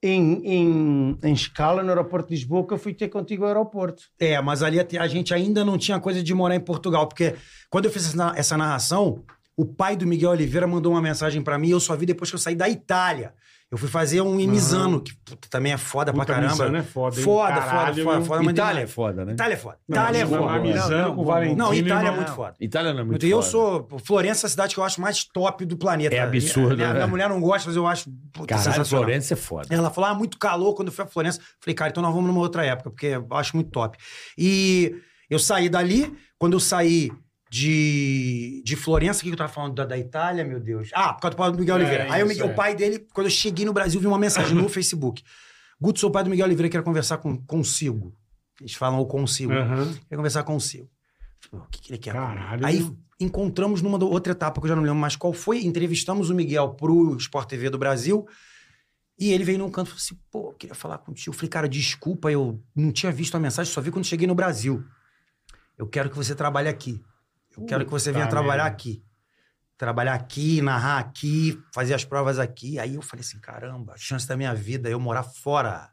em, em, em escala no aeroporto de Lisboa, que eu fui ter contigo <laughs> ao aeroporto. É, mas ali a a gente ainda não tinha coisa de morar em Portugal, porque quando eu fiz essa, na- essa narração, o pai do Miguel Oliveira mandou uma mensagem pra mim e eu só vi depois que eu saí da Itália. Eu fui fazer um em Misano, que puta, também é foda pra caramba. Misano é foda, hein? Foda, Caralho, foda, foda, meu. foda. mas Itália é demais. foda, né? Itália é foda. Itália é Não, foda. não, Misano não, com não. Valentino. Não, Itália é irmão. muito foda. Itália não é muito e eu foda. sou. pô, Florença é a cidade que eu acho mais top do planeta. É absurdo, Minha, minha, né? minha mulher não gosta, mas eu acho. Puta, Caralho, sensacional. Florença é foda. Ela falou, ah, muito calor quando foi a Florença. Falei, cara, então nós vamos numa outra época, porque eu acho muito top. E eu saí dali, quando eu saí de, de Florença, o que que eu tava falando da, da Itália, meu Deus? Ah, por causa do pai do Miguel É, Oliveira. Aí o, isso, Miguel- é. o pai dele, quando eu cheguei no Brasil, vi uma mensagem no <laughs> Facebook. Guto, sou o pai do Miguel Oliveira, quero conversar com, consigo. Eles falam o consigo. Aham. Quero conversar consigo. Falei, o que, que ele quer? Caralho. Aí encontramos numa do- outra etapa que eu já não lembro mais qual foi. Entrevistamos o Miguel pro Sport TV do Brasil. E ele veio num canto e falou assim: pô, eu queria falar contigo. Eu falei, cara, desculpa, eu não tinha visto a mensagem, só vi quando cheguei no Brasil. Eu quero que você trabalhe aqui. Eu quero que você venha Puta trabalhar merda. aqui. Trabalhar aqui, narrar aqui, fazer as provas aqui. Aí eu falei assim: caramba, chance da minha vida, eu morar fora.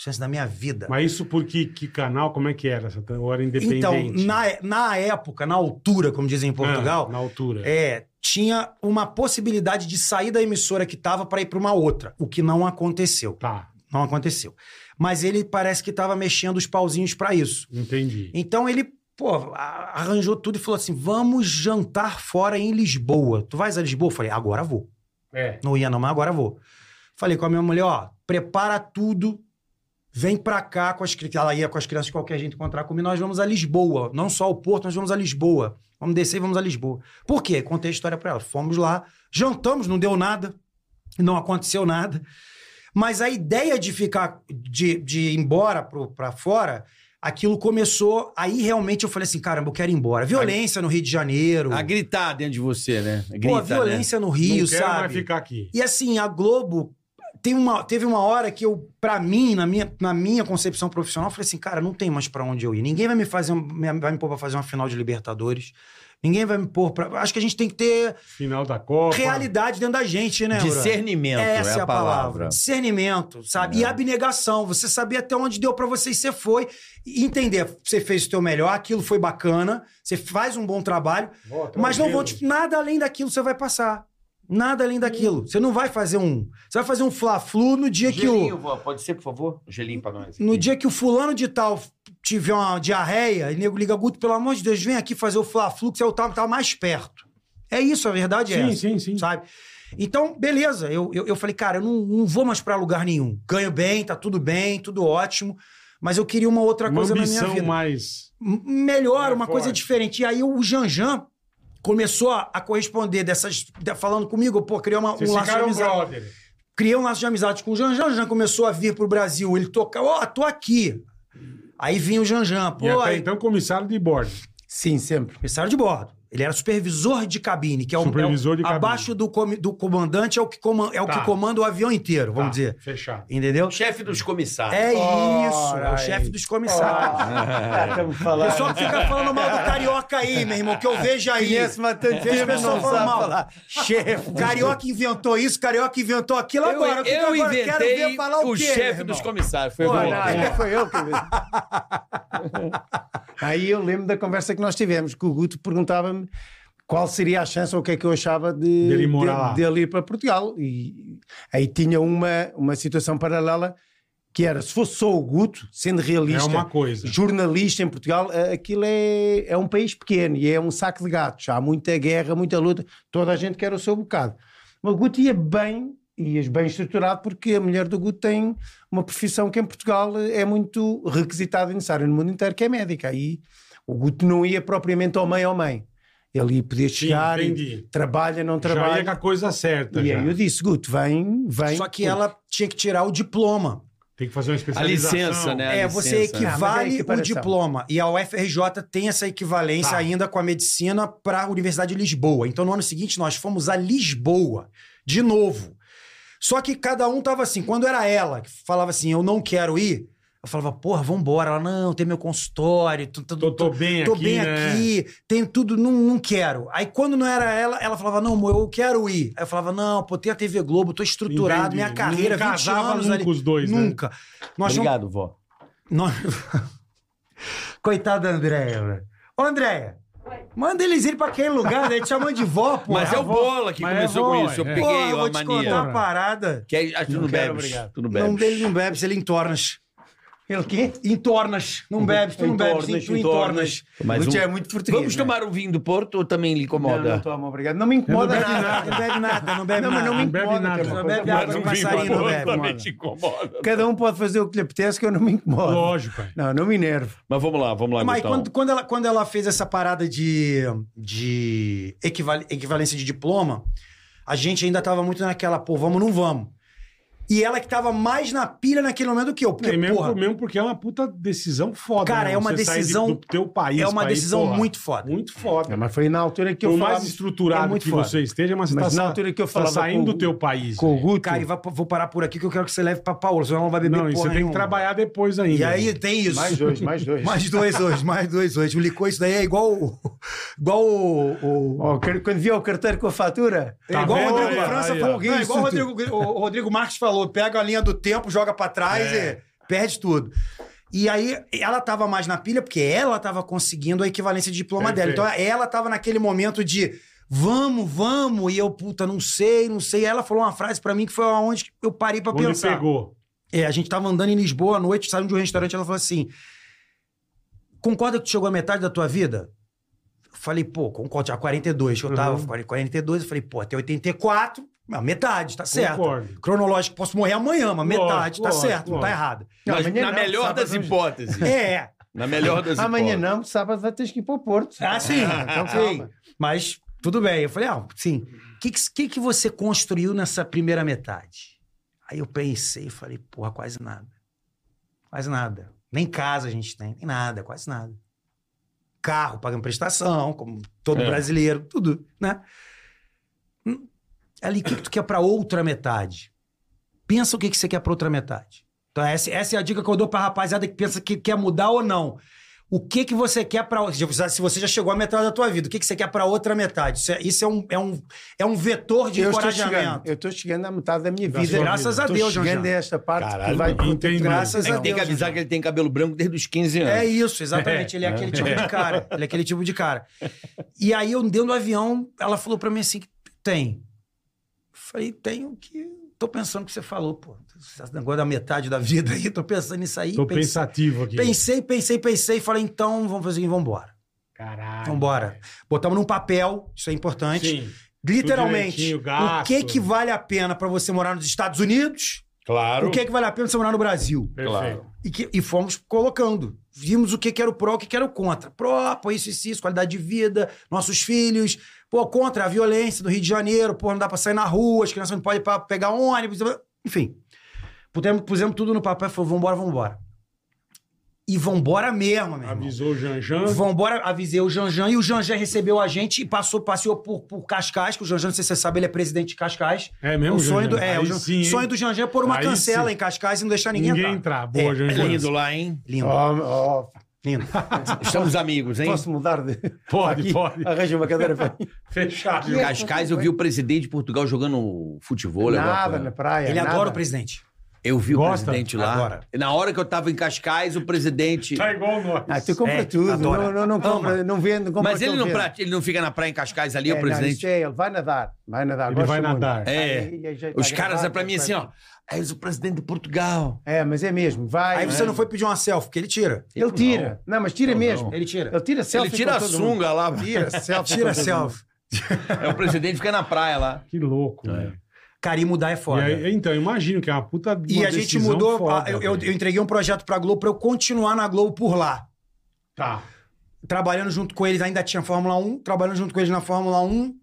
Chance da minha vida. Mas isso por que, que canal? Como é que era? Essa hora independente? Então, na, na época, na altura, como dizem em Ah, Portugal, na altura. é, tinha uma possibilidade de sair da emissora que estava para ir para uma outra, o que não aconteceu. Tá, Não aconteceu. Mas ele parece que estava mexendo os pauzinhos para isso. entendi. Então ele, pô, a- arranjou tudo e falou assim: vamos jantar fora em Lisboa. Tu vais a Lisboa? Eu falei, agora vou. É. Não ia não, mas agora eu vou. Falei com a minha mulher, ó, prepara tudo, Vem pra cá com as crianças. Ela ia com as crianças de qualquer jeito encontrar comigo. Nós vamos a Lisboa. Não só ao Porto, nós vamos a Lisboa. Vamos descer e vamos a Lisboa. Por quê? Contei a história pra ela. Fomos lá, jantamos, não deu nada. Não aconteceu nada. Mas a ideia de ficar, de, de ir embora pro, pra fora, aquilo começou. Aí realmente eu falei assim: caramba, eu quero ir embora. Violência no Rio de Janeiro. A gritar dentro de você, né? Grita, Pô, né? violência no Rio, não quero mais sabe? ficar aqui. E assim, a Globo tem uma, teve uma hora que eu, pra mim, na minha, na minha concepção profissional, eu falei assim, cara, não tem mais pra onde eu ir. Ninguém vai me fazer, um- me- vai me pôr pra fazer uma final de Libertadores. Ninguém vai me pôr pra. Acho que a gente tem que ter Final da Copa. realidade dentro da gente, né? Ura? Discernimento Essa é a palavra. É. Discernimento, sabe? E abnegação. Você saber até onde deu pra você e você foi. E entender, você fez o teu melhor, aquilo foi bacana, você faz um bom trabalho, Volta, mas não tranquilo. vão te. Nada além daquilo você vai passar. Nada além daquilo. Você não vai fazer um. Você vai fazer um fla-flu no é dia que o. Gelinho, vó, pode ser, por favor? Gelinho pra nós. No aqui. dia que o fulano de tal tiver uma diarreia, e nego liga Guto, pelo amor de Deus, vem aqui fazer o fla-flu, que você é o tal que tá mais perto. É isso, a verdade é Sim, essa sim, sim. sabe? Então, beleza, eu, eu, eu falei, cara, eu não, não vou mais pra lugar nenhum. Ganho bem, tá tudo bem, tudo ótimo, mas eu queria uma outra Uma coisa na minha ambição vida. mais... M- melhor, Mais uma coisa É forte. diferente. E aí o Janjan começou a, a corresponder dessas, da- falando comigo, pô, criou uma, Vocês um laço de ficaram amizade brother. criei um laço de amizade com o Janjan. O Janjan começou a vir pro Brasil. Ele toca, ó, tô aqui. Aí vinha o Janjan, pô, e até aí, então comissário de bordo. Sim, sempre. comissário de bordo. Ele era supervisor de cabine, que é o, Supervisor é o- de cabine. abaixo do, comi- do comandante é o que, coman- é o Tá. que comanda o avião inteiro, vamos Tá, dizer. Fechado. Entendeu? Chefe dos comissários. É Ora isso, é o aí. chefe dos comissários. Estamos O falando. pessoal que fica falando mal do carioca aí, meu irmão, que eu vejo aí. Conheço-me há tanto Vejo o tempo, pessoal não falando sabe mal. falar. Chefe. Carioca inventou isso, carioca inventou aquilo. Eu, Agora, o que que eu agora quero ver inventei falar o, o quê, chefe meu dos irmão? comissários. Foi Pô, bom. não, não foi eu que <laughs> Aí eu lembro da conversa que nós tivemos, que o Guto perguntava-me qual seria a chance ou o que é que eu achava de, De ele morar lá. dele ir para Portugal. E aí tinha uma, uma situação paralela que era, se fosse só o Guto, sendo É realista, uma coisa. jornalista em Portugal, eh, aquilo é, é um país pequeno e é um saco de gatos. Há muita guerra, muita luta, toda a gente quer o seu bocado. Mas o Guto ia bem, ias bem estruturado, porque a mulher do Guto tem uma profissão que em Portugal eh, é muito requisitada e necessária no mundo inteiro, que é médica. Aí o Guto não ia propriamente ao mãe ao mãe. Ele ia poder chegar e entendi. trabalha, não Já ia com trabalha. a coisa certa. E já. aí eu disse, Guto, vem, vem. Só que ela tinha que tirar o diploma. Tem que fazer uma A especialização. licença, né? A É, licença, né? você Ah, mas é equivale o equiparação. diploma. E a UFRJ tem essa equivalência Tá. ainda com a medicina para a Universidade de Lisboa. Então, no ano seguinte, nós fomos a Lisboa, de novo. Só que cada um tava assim. Quando era ela que falava assim, eu não quero ir, eu falava, porra, vambora. Ela, não, tem meu consultório, tu- tu- Tô, tô bem tô aqui, bem né? aqui, tenho tudo, não, não quero. Aí quando não era ela, ela falava, não, amor, eu quero ir. Aí eu falava, não, pô, tem a TV Globo, tô Entendi. estruturado, minha carreira, Não 20 casava anos nunca ali. os dois, né? nunca. Nós não- Obrigado, vó. nós- <laughs> Coitada da Andréia, velho. Ô, Andréia, manda eles ir pra aquele lugar, né? Te chamando de vó, pô. Mas é o Bola que Mas é começou bom, com isso. Eu é. peguei Pô, eu a vou te contar mania. uma parada. Que aí, ah, tu não, quero, bebes. obrigado. Tu não Não, bebes. ele não bebe, ele entornas. Ele quê? Entornas. Não bebe, tu não bebe, Entornas, tu entornas. entornas. Mais Guto um. é muito português. Vamos né? tomar um vinho do Porto ou também lhe Não, não incomoda? tomo, obrigado. Não me Eu não incomoda bebo nada. Não bebe nada, não bebe Não, mas nada. não me Não bebe incomoda. nada. que é uma Não coisa bebe que água Mas eu um de não vinho faço. passarinho, pra velho, porra também mano. te incomoda. Cada um pode fazer o que lhe apetece, que eu não me incomodo. Lógico, é. Não, não me enervo. Mas vamos lá, vamos lá, Mas então. Gutão. quando, quando ela, quando ela fez essa parada de, de equival- equivalência de diploma, a gente ainda tava muito naquela, pô, vamos ou não vamos. E ela que tava mais na pilha naquele momento do que eu. Porque, E mesmo, porra, mesmo porque é uma puta decisão foda. Cara, né? é uma Você sair de- decisão- do teu país. é uma pra ir, decisão porra, muito foda. É, Muito foda. Não, mas foi na altura que eu Por falava... mais estruturado É muito que foda. você esteja, mas você Mas tá, na sa- altura que eu tá falava saindo com- do teu país. né? Com o Guto. Cara, e vai- vou parar por aqui que eu quero que você leve pra Paola, senão ela não vai beber Não, e você porra tem que nenhuma. trabalhar depois ainda. E aí tem isso. Mais dois, mais dois. <laughs> Mais dois hoje, mais dois hoje. O licor, isso daí é igual. o- Igual o. o- Ó, quer- quando viu o carteiro com a fatura... é Tá igual vendo? o Rodrigo Olha, França aí, ó. falou. Alguém Não, igual o isso Rodrigo, o Rodrigo Marques falou: pega a linha do tempo, joga pra trás e perde tudo. E aí ela tava mais na pilha, porque ela tava conseguindo a equivalência de diploma dela. Então ela tava naquele momento de. Vamos, vamos, e eu, puta, não sei, não sei. Aí ela falou uma frase pra mim que foi aonde eu parei pra Onde pensar. pegou. É, a gente tava andando em Lisboa à noite, saindo de um restaurante, ela falou assim: Concorda que tu chegou à metade da tua vida? Uhum. Eu falei, pô, concordo, tinha 42 que eu tava, 42, eu falei, pô, até 84, Ah, Metade, tá certo. Concordo. Cronológico, posso morrer amanhã, Lógico, mas metade, tá lógico, certo, não tá lógico. errado. Mas amanhã na não, melhor sábado das não- hipóteses. É, Na melhor das Amanhã hipóteses. não, sábado vai ter que ir para o Porto. ah, sim, então sim. calma. Mas tudo bem. Eu falei, ah, sim. O que, que- que, que você construiu nessa primeira metade? Aí eu pensei e falei, porra, quase nada. Quase nada. Nem casa a gente tem, nem nada, quase nada. Carro, pagando prestação, como todo É. brasileiro, tudo, né? Hum, Ali, o que, que tu quer pra outra metade? Pensa o que, que você quer pra outra metade. Então, essa, essa é a dica que eu dou pra rapaziada que pensa que quer mudar ou não. O que que você quer para se você já chegou à metade da tua vida, o que que você quer para outra metade? Isso é, isso é um, é, um, é um vetor de Eu estou chegando, encorajamento. eu estou chegando à metade da minha Da vida. sua vida. Tô Deus, João chegando Jean. a esta parte Caralho, que vai entendi. continuar. Graças É a que tem que Deus. avisar que ele tem cabelo branco desde os 15 anos. É isso, exatamente. Ele é aquele tipo de cara. Ele é aquele tipo de cara. E aí, eu dentro do avião, ela falou pra mim assim: tem. Eu falei, tenho que. Tô pensando que você falou, pô. Esse negócio da metade da vida aí, tô pensando nisso aí. Tô pensei, pensativo aqui. pensei, pensei, pensei. Falei, então, vamos fazer o seguinte, vamos embora. Caralho. Vamos embora. Botamos num papel, isso é importante. Sim. Literalmente, direitinho, gasto. o que que vale a pena pra você morar nos Estados Unidos? Claro. O é que que vale a pena você morar no Brasil? Perfeito. E, que- e fomos colocando. Vimos o que que era o pró, o que que era o contra. Pró, pô, isso, isso, isso, qualidade de vida, nossos filhos. Pô, contra a violência do Rio de Janeiro, pô, não dá pra sair na rua, as crianças não podem pra pegar ônibus. Enfim. Pusemos, pusemos tudo no papel e falou, vambora, vambora. E vambora mesmo, meu irmão. Avisou o Janjan. Vambora, avisei o Janjan e o Janjan recebeu a gente e passou, passeou por, por Cascais, que o Janjan, não sei se você sabe, ele é presidente de Cascais. É mesmo, o sonho Janjan? do, é, Aí o Jan- sim, hein? sonho do Janjan é pôr uma Aí cancela sim. em Cascais e não deixar ninguém, Ninguém entrar. entrar. Boa, É, Janjan. Lindo lá, hein? Lindo, Oh, oh, <laughs> lindo. Estamos amigos, hein? posso mudar de. Pode, Aqui, pode. Arranja uma cadeira para mim. Fechado. Em Cascais, eu vi o presidente de Portugal jogando futebol. alguma Nada coisa. na É praia. Ele nada. adora o presidente. Eu vi Gosta? o presidente lá. Adora. Na hora que eu tava em Cascais, o presidente. Tá igual nós. Ah, tu compra É, tudo. adora. Não, não, não compra, Ama. não vende, não compra Mas ele aquele não, verde. prati- ele não fica na praia em Cascais ali, É, o não, presidente. isso é ele vai nadar, vai nadar. Ele gosta vai muito. nadar. É. Aí, aí, aí, Os vai caras é nadar, pra mim vai- assim, ó. És o presidente de Portugal. É, mas é mesmo, vai. Aí você não foi pedir uma selfie, que ele tira. Ele tira. Não, mas tira mesmo. Ele tira. Ele tira selfie. ele tira com a todo mundo. sunga lá. <laughs> Tira selfie. Tira com todo selfie. É o presidente fica na praia lá. Que louco, velho. Cara, e mudar é E foda. aí, então, eu imagino que é uma puta. uma E a gente decisão mudou. foda, ah, eu, eu- velho. eu entreguei um projeto pra Globo pra eu continuar na Globo por lá. Tá. trabalhando junto com eles, ainda tinha Fórmula 1, trabalhando junto com eles na Fórmula 1,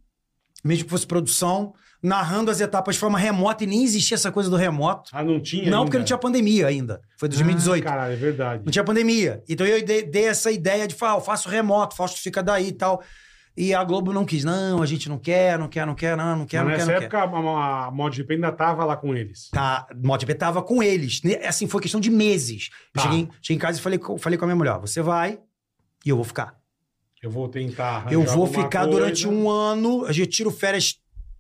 mesmo que fosse produção, narrando as etapas de forma remota e nem existia essa coisa do remoto. Ah, não tinha? não, ainda? porque não tinha pandemia ainda. Foi 2018. Ah, caralho, é verdade. não tinha pandemia. Então eu dei, dei essa ideia de falar, "Ah, eu faço remoto, Fausto fica daí e tal. E a Globo não quis. Não, a gente não quer, não quer, não quer, não, não quer, Mas não quer, nessa não quer. época, a, a MotoGP ainda tava lá com eles. Tá, MotoGP tava com eles. Ne- Assim, foi questão de meses. Tá. Eu Cheguei, em- cheguei em casa e falei, co- falei com a minha mulher, "Ó, você vai e eu vou ficar. Eu vou tentar. Eu arranjar vou alguma ficar coisa. durante um ano, a gente tira férias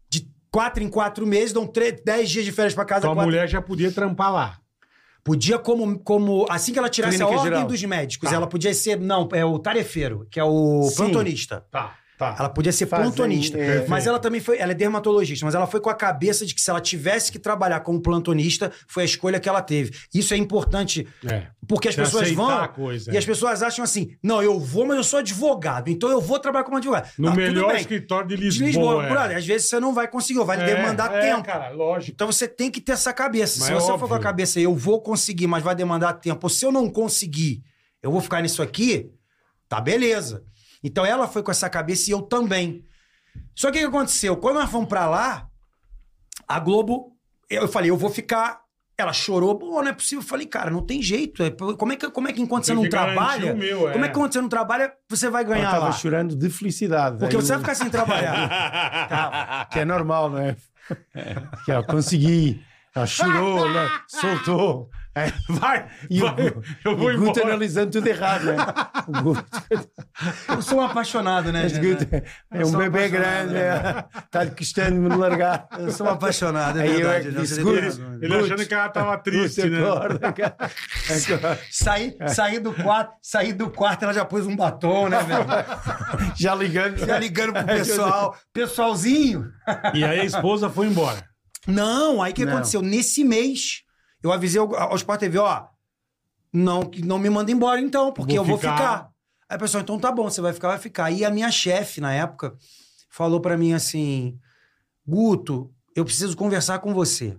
de quatro em quatro meses, dão tre- dez dias de férias pra casa. Tua quatro- mulher já podia trampar lá. Podia, como, como. Assim que ela tirasse Clínica a ordem geral. dos médicos, Tá. ela podia ser. Não, é o tarefeiro, que é o Sim. plantonista. Tá, tá. Ela podia ser Fazem- plantonista. é. Mas ela também foi. Ela é dermatologista, mas ela foi com a cabeça de que se ela tivesse que trabalhar como plantonista, foi a escolha que ela teve. Isso é importante, É. porque as Você pessoas aceitar vão. a coisa. E as pessoas acham assim: não, eu vou, mas eu sou advogado, então eu vou trabalhar como advogado. No Ah, tudo melhor bem. escritório de De Lisboa. Lisboa, é. brother, às vezes você não vai conseguir, ou vai É, demandar é, tempo. cara, lógico. Então você tem que ter essa cabeça. Mas se é você óbvio. for com a cabeça, eu vou conseguir, mas vai demandar tempo. Ou se eu não conseguir, eu vou ficar nisso aqui, tá beleza. Então ela foi com essa cabeça e eu também. Só que o que aconteceu? Quando nós fomos pra lá, a Globo, eu falei, eu vou ficar. Ela chorou, pô, não é possível. Eu falei, cara, não tem jeito. é, Como é que, como é que enquanto você Tem não que garantir trabalha. o meu, é. Como é que quando você não trabalha, você vai mundo. Eu ganhar estava lá? chorando de felicidade. Porque Aí você é eu- vai ficar sem trabalhar. Que é normal, não é? Que ela consegui. Ela chorou, né? soltou. É, Então, vai! E Vai, eu vou e o Guto embora. analisando tudo errado, <laughs> né? O Guto, Eu sou um apaixonado, né, mas Jean? Guto é Eu um sou bebê apaixonado, é. grande, está-lhe custando-me de largar. Eu sou um apaixonado, é Aí eu verdade. é que Jean, disse, você Guto, tem razão. Ele achando que ela tava triste, Guto, né? acorda, cara. Acorda. Saí, É. saí do quarto, saí do quarto, ela já pôs um batom, né, <laughs> velho? Já ligando. Já ligando É pro pessoal. Pessoalzinho? E aí a esposa foi embora. Não, aí o que Não. aconteceu? Nesse mês, eu avisei ao, ao Sport TV, ó, não, que não me manda embora então, porque Vou eu vou ficar. ficar. Aí o pessoal, então tá bom, você vai ficar, vai ficar. E a minha chefe, na época, falou pra mim assim, Guto, eu preciso conversar com você. Eu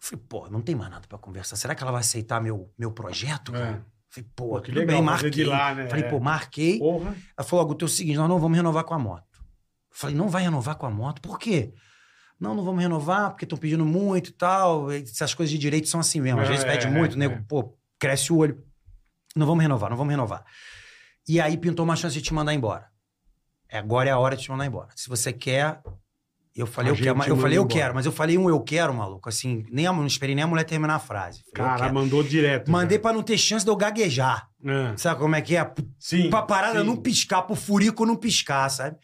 falei, pô, não tem mais nada pra conversar. Será que ela vai aceitar meu, meu projeto, cara? É. Eu Falei, pô, Pô, que tudo legal, bem, fazer marquei. de lá, né? Falei, É. pô, marquei. Porra. Ela falou, Guto, é o seguinte, nós não vamos renovar com a moto. Eu Falei, não vai renovar com a moto? Por quê? Não, não vamos renovar porque estão pedindo muito e tal. Essas coisas de direito são assim mesmo. Às É, vezes pede é, muito, é. o nego, pô, cresce o olho. Não vamos renovar, não vamos renovar. E aí pintou uma chance de te mandar embora. Agora é a hora de te mandar embora. Se você quer... Eu falei, A eu gente quero, mas- eu manda falei, eu embora. quero, mas eu falei um eu quero, maluco. Assim, nem a, não esperei nem a mulher terminar a frase. Falei, eu Cara, quero. mandou direto. Mandei pra não ter chance de eu gaguejar. né? Ah, Sabe como é que é? Sim. pra parada sim. não piscar, pro furico não piscar, sabe?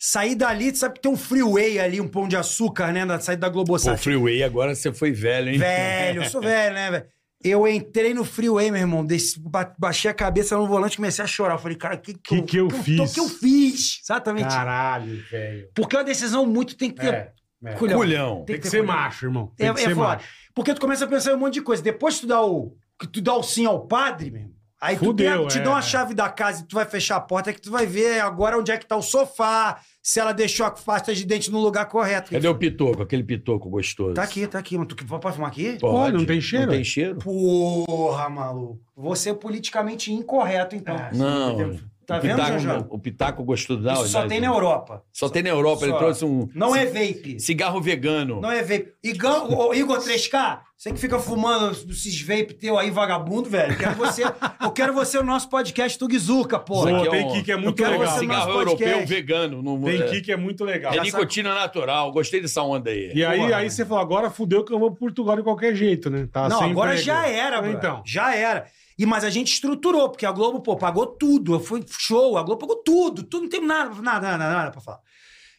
Sair dali, sabe que tem um freeway ali, um pão de açúcar, né? Na saída da Pô, Globosat. Freeway, agora você foi velho, hein? Velho, eu sou velho, né, velho? Eu entrei no freeway, meu irmão, desci, ba- baixei a cabeça no volante, comecei a chorar. Eu falei, cara, o que, Que que eu O fiz? que eu fiz? Exatamente. Caralho, velho. Porque é uma decisão muito, tem que ter... É, é. Culhão. Culhão. Tem que ter ser culhão. macho, irmão. Tem É, que é ser foda. macho. Porque tu começa a pensar em um monte de coisa. Depois tu dá o. Que tu dá o sim ao padre, meu irmão. Aí Fudeu, tu pega, te é, dão é. a chave da casa e tu vai fechar a porta, é que tu vai ver agora onde é que tá o sofá, se ela deixou a pasta de dente no lugar correto. Cadê o pitoco? Aquele pitoco gostoso. Tá aqui, tá aqui. Mas tu que- pode fumar aqui? Pode. Olha, não tem cheiro? Não tem cheiro? Porra, maluco. Você é politicamente incorreto, então. Não. Tá o vendo, pitaco, Jojo? O pitaco gostoso da Isso só da- tem na Europa. Só tem na Europa. Ele Só. trouxe um Não é vape. cigarro vegano. Não é vape. Igão, ô, Igor 3K, você que fica fumando esses vape teu aí, vagabundo, velho. Eu quero você, eu quero você no nosso podcast Tugizuca, Isso porra. aqui Pô, é tem um- que que é muito quero legal. você no Cigarro nosso podcast. europeu vegano. No, Tem é, que que é muito legal. é nicotina natural. Gostei dessa onda aí. E aí, Porra, aí né? você falou, agora fudeu que eu vou pro Portugal de qualquer jeito, né? Tá não, sem agora emprego. já era, mano. Então. Já era. E, mas a gente estruturou, porque a Globo, pô, pagou tudo. Eu fui show, a Globo pagou tudo. Tudo, não tem nada, nada, nada, nada pra falar.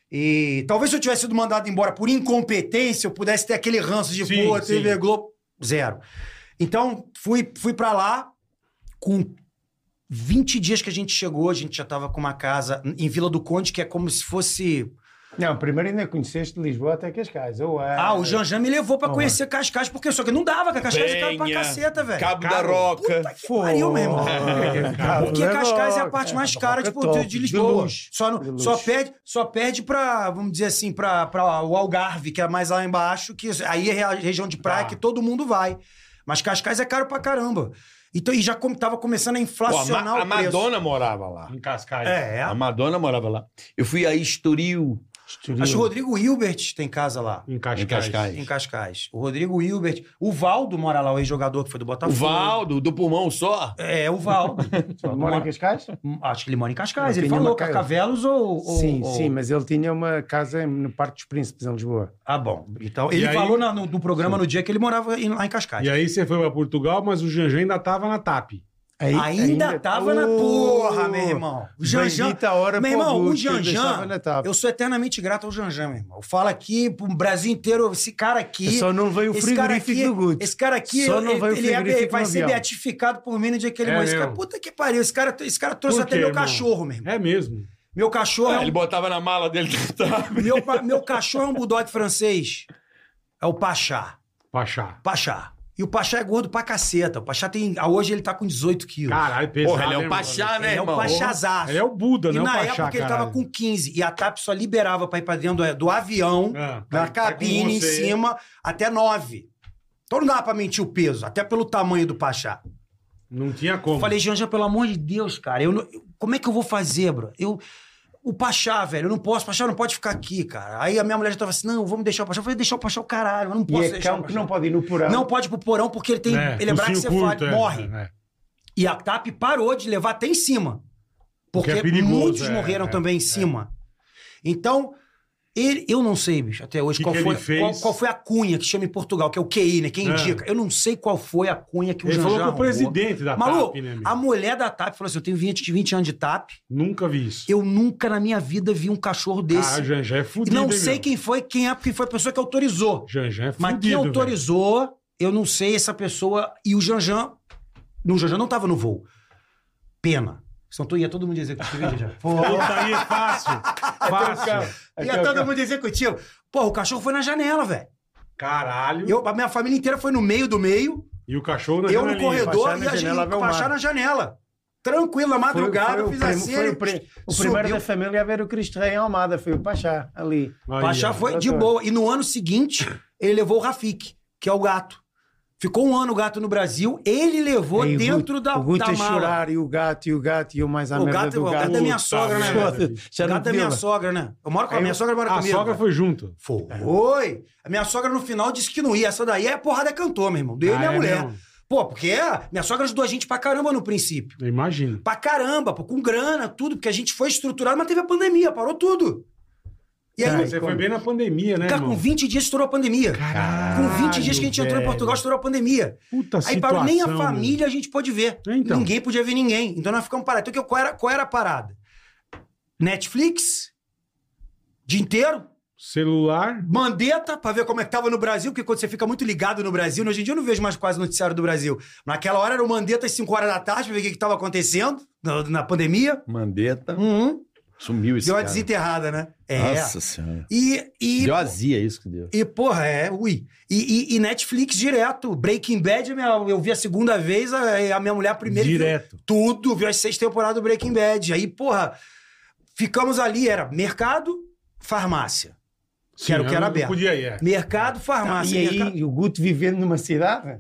E talvez se eu tivesse sido mandado embora por incompetência, eu pudesse ter aquele ranço de Sim, boa, sim. TV Globo. Zero. Então, fui, fui para lá com 20 dias que a gente chegou, a gente já tava com uma casa em Vila do Conde, que é como se fosse Não, primeiro ainda conheceste Lisboa até Cascais. ou é- Ah, o Janjan me levou pra é. Não, conhecer Cascais, porque só que não dava, cara. Cascais é caro pra Penha, caceta, velho. Cabo da Caro. Roca. Puta que pariu, meu irmão. Cabo Porque da Cascais é a Roca. parte mais Cabo cara da tipo, Roca é de, de top, de Lisboa. luxo, só, no- de luxo. só, perde, só perde pra, vamos dizer assim, pra, pra o Algarve, que é mais lá embaixo, que aí é a região de praia Tá. que todo mundo vai. Mas Cascais é caro pra caramba. Então, e já como tava começando Pô, a, a Ma- inflacionar a o preço. Madonna morava lá. Em Cascais. É, A é. Madonna morava lá. Eu fui a Estoril, Estoril. Acho que o Rodrigo Hilbert tem casa lá. Em Cascais. em Cascais. em Cascais. O Rodrigo Hilbert. O Valdo mora lá, o ex-jogador que foi do O Botafogo. Valdo, do pulmão só. É, o Valdo. <laughs> Mora em Cascais? Acho que ele mora em Cascais. Eu Ele tenho falou uma casa. Carcavelos ou, ou- Sim, ou- sim, mas ele tinha uma casa em- no Parque dos Príncipes, em Lisboa. Ah, bom. Então, E ele aí- falou na- no, no programa no dia que ele morava em- lá em Cascais. E aí você foi pra Portugal, mas o Janjan ainda tava na TAP. Aí- ainda, tava na Oh! porra, meu irmão. O Janjan. Bendita hora Meu pro irmão, o Augusto, que eu deixava Janjan. na tapa. Eu sou eternamente grato ao Janjan, meu irmão. Eu falo aqui pro Brasil inteiro, esse cara aqui. É Só não veio o Esse cara frigorífico aqui, do Guto. esse cara aqui Só não ele, vai o ele é- frigorífico vai no ser avião. beatificado por mim no dia que ele É morrer. Esse cara, mesmo. puta que pariu. Esse cara, esse cara trouxe Por até quê, meu irmão? cachorro, meu irmão. É mesmo. Meu cachorro é Ele um botava na mala dele. <laughs> <laughs> Meu, pa- meu cachorro é um bulldog francês. É o Pachá. Pachá. Pachá. E o Pachá é gordo pra caceta. O Pachá tem. ah, Hoje ele tá com 18 quilos. Caralho, pesado. Porra, ele é hein, o Pachá, mano? né, ele é irmão? o Pachazaço. Ele é o Buda, e né? na o Pachá, época ele tava caralho. com 15. E a TAP só liberava pra ir pra dentro do, do avião, Ah, tá- tá na com cabine, em você. cima, até 9. Então não dava pra mentir o peso, até pelo tamanho do Pachá. Não tinha como. Eu falei, Janja, pelo amor de Deus, cara, eu, não- eu- como é que eu vou fazer, bro? Eu, o Pachá, velho, eu não posso, o Pachá não pode ficar aqui, cara. Aí a minha mulher já tava assim, não, vamos deixar o Pachá. Eu falei, deixar o Pachá o caralho, eu não E posso é deixar cão o que Pachá. não pode ir no porão. Não pode ir pro porão porque ele tem, ele focinho é braquicefálico, curto, é, morre. é, é. E a TAP parou de levar até em cima. Porque Porque é perigoso, muitos é, morreram é, também em cima. Então, ele- eu não sei, bicho, até hoje, Que qual, que ele foi, fez? qual, qual foi a cunha que chama em Portugal, que é o QI, né? Quem É. indica. Eu não sei qual foi a cunha que o Ele Janja falou com o arrumou. presidente da Maluco, TAP, né, amigo? a mulher da TAP falou assim: eu tenho 20, 20 anos de TAP, Nunca vi isso. eu nunca na minha vida vi um cachorro Ah, desse. o Janjan é E fudido, não hein, sei meu? quem foi, quem é, porque foi a pessoa que autorizou. Janjan é fudido, Mas quem velho. autorizou, eu não sei essa pessoa. E o Janjan. O Janjan não tava no voo. Pena. Senão tu ia todo mundo dizer que tu viu, <laughs> Janjan. Pô, Puta aí, é <laughs> fácil. fácil. é ia todo mundo executivo. Pô, o cachorro foi na janela, velho. Caralho. Eu- A minha família inteira foi no meio do meio, E o cachorro na eu no janelinha. corredor Pachá na e a gente janela, vê o pachar mar. na janela. tranquilo, na Foi- madrugada, foi o fiz prim- assim. foi ele o, pri- o subiu. primeiro da família a ver o Cristo Rei em Almada, foi o Pachá, ali. Aí, Pachá ó. foi de doutor. boa. E no ano seguinte, ele levou o Rafik, que é o gato. Ficou um ano o gato no Brasil, ele levou Aí o dentro Guto- da, O Guto é da a mala. chorar, e o gato, e o gato, e eu Tá mais a O merda gato- do o gato. gato é minha sogra, né, Foda-se, velho? já O não gato é podia minha mais. sogra, né? Eu moro com a Aí minha eu- sogra, mora A comigo. sogra foi junto. Foi. A minha sogra no final disse que não ia. Essa daí é a porrada cantou, meu irmão. Deu e Ah, minha é mulher. mesmo? Pô, porque é, minha sogra ajudou a gente pra caramba no princípio. Eu imagino. Pra caramba, pô, com grana, tudo, porque a gente foi estruturado, mas teve a pandemia, parou tudo. E aí, Tá, É, Você foi bem na pandemia, né, cara, com irmão? 20 dias estourou a pandemia. Caralho, com 20 dias que a gente entrou em velho. Portugal, estourou a pandemia. Puta Aí situação. parou nem a meu. família a gente pôde ver. Então. Ninguém podia ver ninguém. Então nós ficamos parados. Então que- qual, era, qual era a parada? Netflix, dia inteiro, Celular. Mandetta, pra ver como é que tava no Brasil, porque quando você fica muito ligado no Brasil, né, hoje em dia eu não vejo mais quase noticiário do Brasil. Naquela hora era o Mandetta às 5 horas da tarde, pra ver o que, que tava acontecendo na, na pandemia. Mandeta. Uhum. Sumiu esse Deu uma cara. desenterrada, né? É. Nossa senhora. E, e, Deu azia isso que deu. e, porra, é, ui. E, e- e Netflix direto. Breaking Bad, minha- eu vi a segunda vez, a, a minha mulher a primeira. viu direto. tudo, viu as seis temporadas do Breaking Bad. Aí, porra, ficamos ali, era mercado, farmácia. Sim, era o que eu era não aberto. Podia ir. é. Mercado, farmácia. Tá, E mercado- aí, o Guto vivendo numa cidade,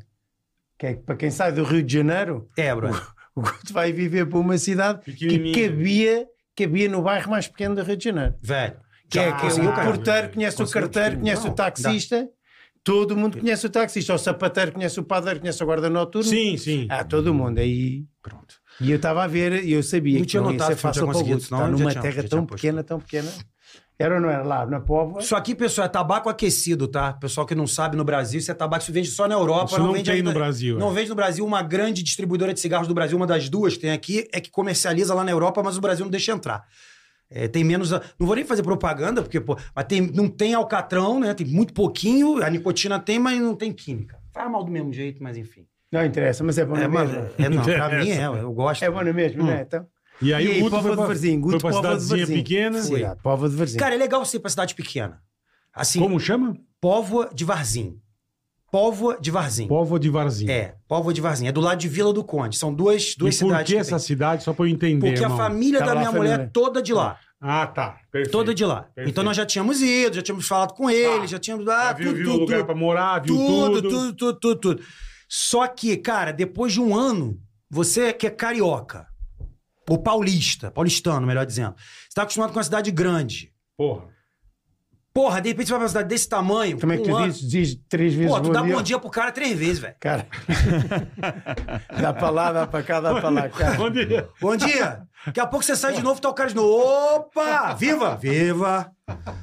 que é, para quem sai do Rio de Janeiro, É, bro. o Guto vai viver para uma cidade que Pequenininha. cabia, cabia no bairro mais pequeno do Rio de Janeiro. Velho. Que é, que é conseguiu, o cara. porteiro conhece o Conseguiu, carteiro, conseguiu. conhece o Não, taxista, todo mundo conhece o taxista, o sapateiro conhece o padeiro, conhece o guarda noturno. Sim, sim. Ah, todo mundo. Aí. Pronto. E eu estava a ver, e eu sabia Não que tinha não ia notado ser que não tinha fácil para o conseguido, Guto. senão Está eu já numa tinha- já terra tinha tão posto. pequena, tão pequena. Era ou não era? Lá, na Póvoa. Isso aqui, pessoal, é tabaco aquecido, tá? Pessoal que não sabe, no Brasil, isso é tabaco que se vende só na Europa. Isso não vende tem ainda- no Brasil, Não é. vende no Brasil. Uma grande distribuidora de cigarros do Brasil, uma das duas que tem aqui, é que comercializa lá na Europa, mas o Brasil não deixa entrar. É, tem menos. a- Não vou nem fazer propaganda, porque, pô, mas tem, não tem alcatrão, né? Tem muito pouquinho. A nicotina tem, mas não tem química. Faz mal do mesmo jeito, mas enfim. Não interessa, mas é bom É, Hum. na mas, mesma. é não, pra Interessa. mim é, eu gosto. É bom na mesma, não é? Então, E aí e aí, o Guto Póvoa foi de pra, Varzim, foi Guto, pra Póvoa de cidadezinha Varzim. pequena. Sim. cidade, Póvoa de Varzim. Cara, é legal você ir pra cidade pequena. Assim, Como chama? Póvoa de Varzim. Póvoa de Varzim. Povo de Varzim. É, Póvoa de Varzim. É do lado de Vila do Conde. São duas, duas e por cidades. que que essa tem. cidade? Só pra eu entender, Porque irmão. Tá a família Tava da lá minha a mulher é família. toda de lá. Ah, tá. Perfeito. Toda de lá. Perfeito. Então nós já tínhamos ido, já tínhamos falado com ele, Tá. já tínhamos. Ah, Já viu, tudo, viu o tudo, lugar tudo, pra morar, viu tudo, tudo. tudo, tudo, tudo, tudo. Só que, cara, depois de um ano, você que é carioca, ou paulista, paulistano, melhor dizendo, você tá acostumado com uma cidade grande. Porra. Porra, de repente você vai pra uma cidade desse tamanho. Como é que um tu ano- dizes? Diz três vezes Pô, tu dá bom dia. bom dia pro cara três vezes, velho. Cara, dá pra lá, dá pra cá, dá pra lá, cara. Onde... Bom dia. Daqui a pouco você sai de novo, tá o cara de novo. Opa! Viva! Viva!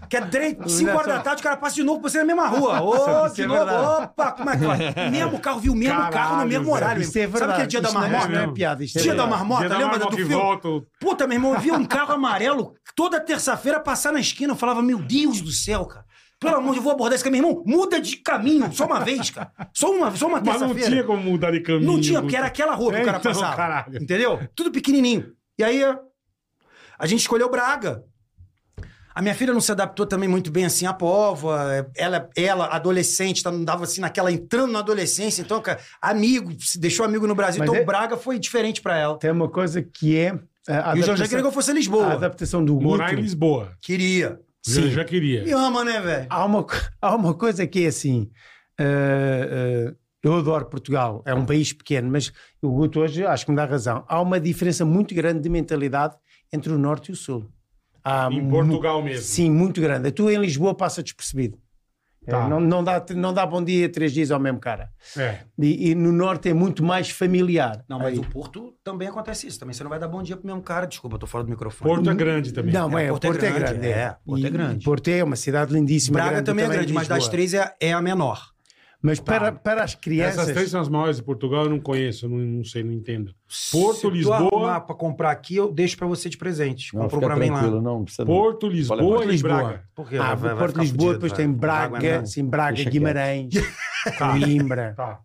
Que é 5 horas da tarde, o cara passa de novo pra você na mesma rua. Ô, Isso de é novo. verdade. Opa! Como é que <laughs> vai? Mesmo carro, viu? o Mesmo carro no Caralho, mesmo velho. horário. Isso é mesmo. verdade. Sabe que é dia da Isso não é- marmota? Não é piada. Isto é Dia da verdade. marmota, Dia da lembra marmota do e filme? volta, o- Puta, meu irmão, eu via um carro amarelo toda terça-feira passar na esquina. Eu falava, meu Deus do céu, cara. Pelo amor de Deus, eu vou abordar esse cara. Meu irmão, muda de caminho. Só uma vez, cara. Só uma, só uma Mas terça-feira. não tinha como mudar de caminho. Não tinha, Guto. porque era aquela rua que o cara Então, passava. caralho. Entendeu? Tudo pequenininho. E aí, a gente escolheu Braga. A minha filha não se adaptou também muito bem assim à pova. Ela, ela adolescente, tá- não dava assim naquela entrando na adolescência. Então, cara, amigo, se deixou amigo no Brasil. Mas então, é- Braga foi diferente pra ela. Tem uma coisa que é E a o Jorge adaptação, queria que eu fosse a a Lisboa. adaptação do Guto. Morar em Lisboa. Queria. Sim. Sim. Já Me queria. ama, né, velho? Há uma, co- <laughs> há uma coisa que é assim. eh, eh, eu adoro Portugal, é um país pequeno, mas o Guto hoje acho que me dá razão. Há uma diferença muito grande de mentalidade entre o norte e o sul. Há Em mu- Portugal mesmo. Sim, muito grande. Tu em Lisboa passa despercebido. Tá. Eh, Não, não dá, não dá bom dia três dias ao mesmo cara. É. E, e no norte é muito mais familiar. Não, mas Aí- o Porto também acontece isso. Também você não vai dar bom dia pro mesmo cara. Desculpa, eu tô fora do microfone. Porto é grande também. Não, É, é, o Porto, é grande. é. é, Porto é E- grande. e Porto é uma cidade lindíssima. Braga grande, também é grande, mas Tá. das Lisboa. três é, é a menor. Mas para, para as crianças. Essas três são as maiores de Portugal, eu não conheço, eu não, não sei, não entendo. Porto, Se tu Lisboa- arrumar pra comprar aqui, eu deixo pra você de presente. Não, Compra um fica pra mim lá. tranquilo, né? não precisa não. Porto, Lisboa Lisboa. e Lisboa. Braga. Por quê? Vai- Ah, vai Porto ficar de Lisboa, fudido, depois vai. tem Vai aguentar. Braga, sim, Braga, Deixa <laughs> Guimarães, Coimbra. Tá.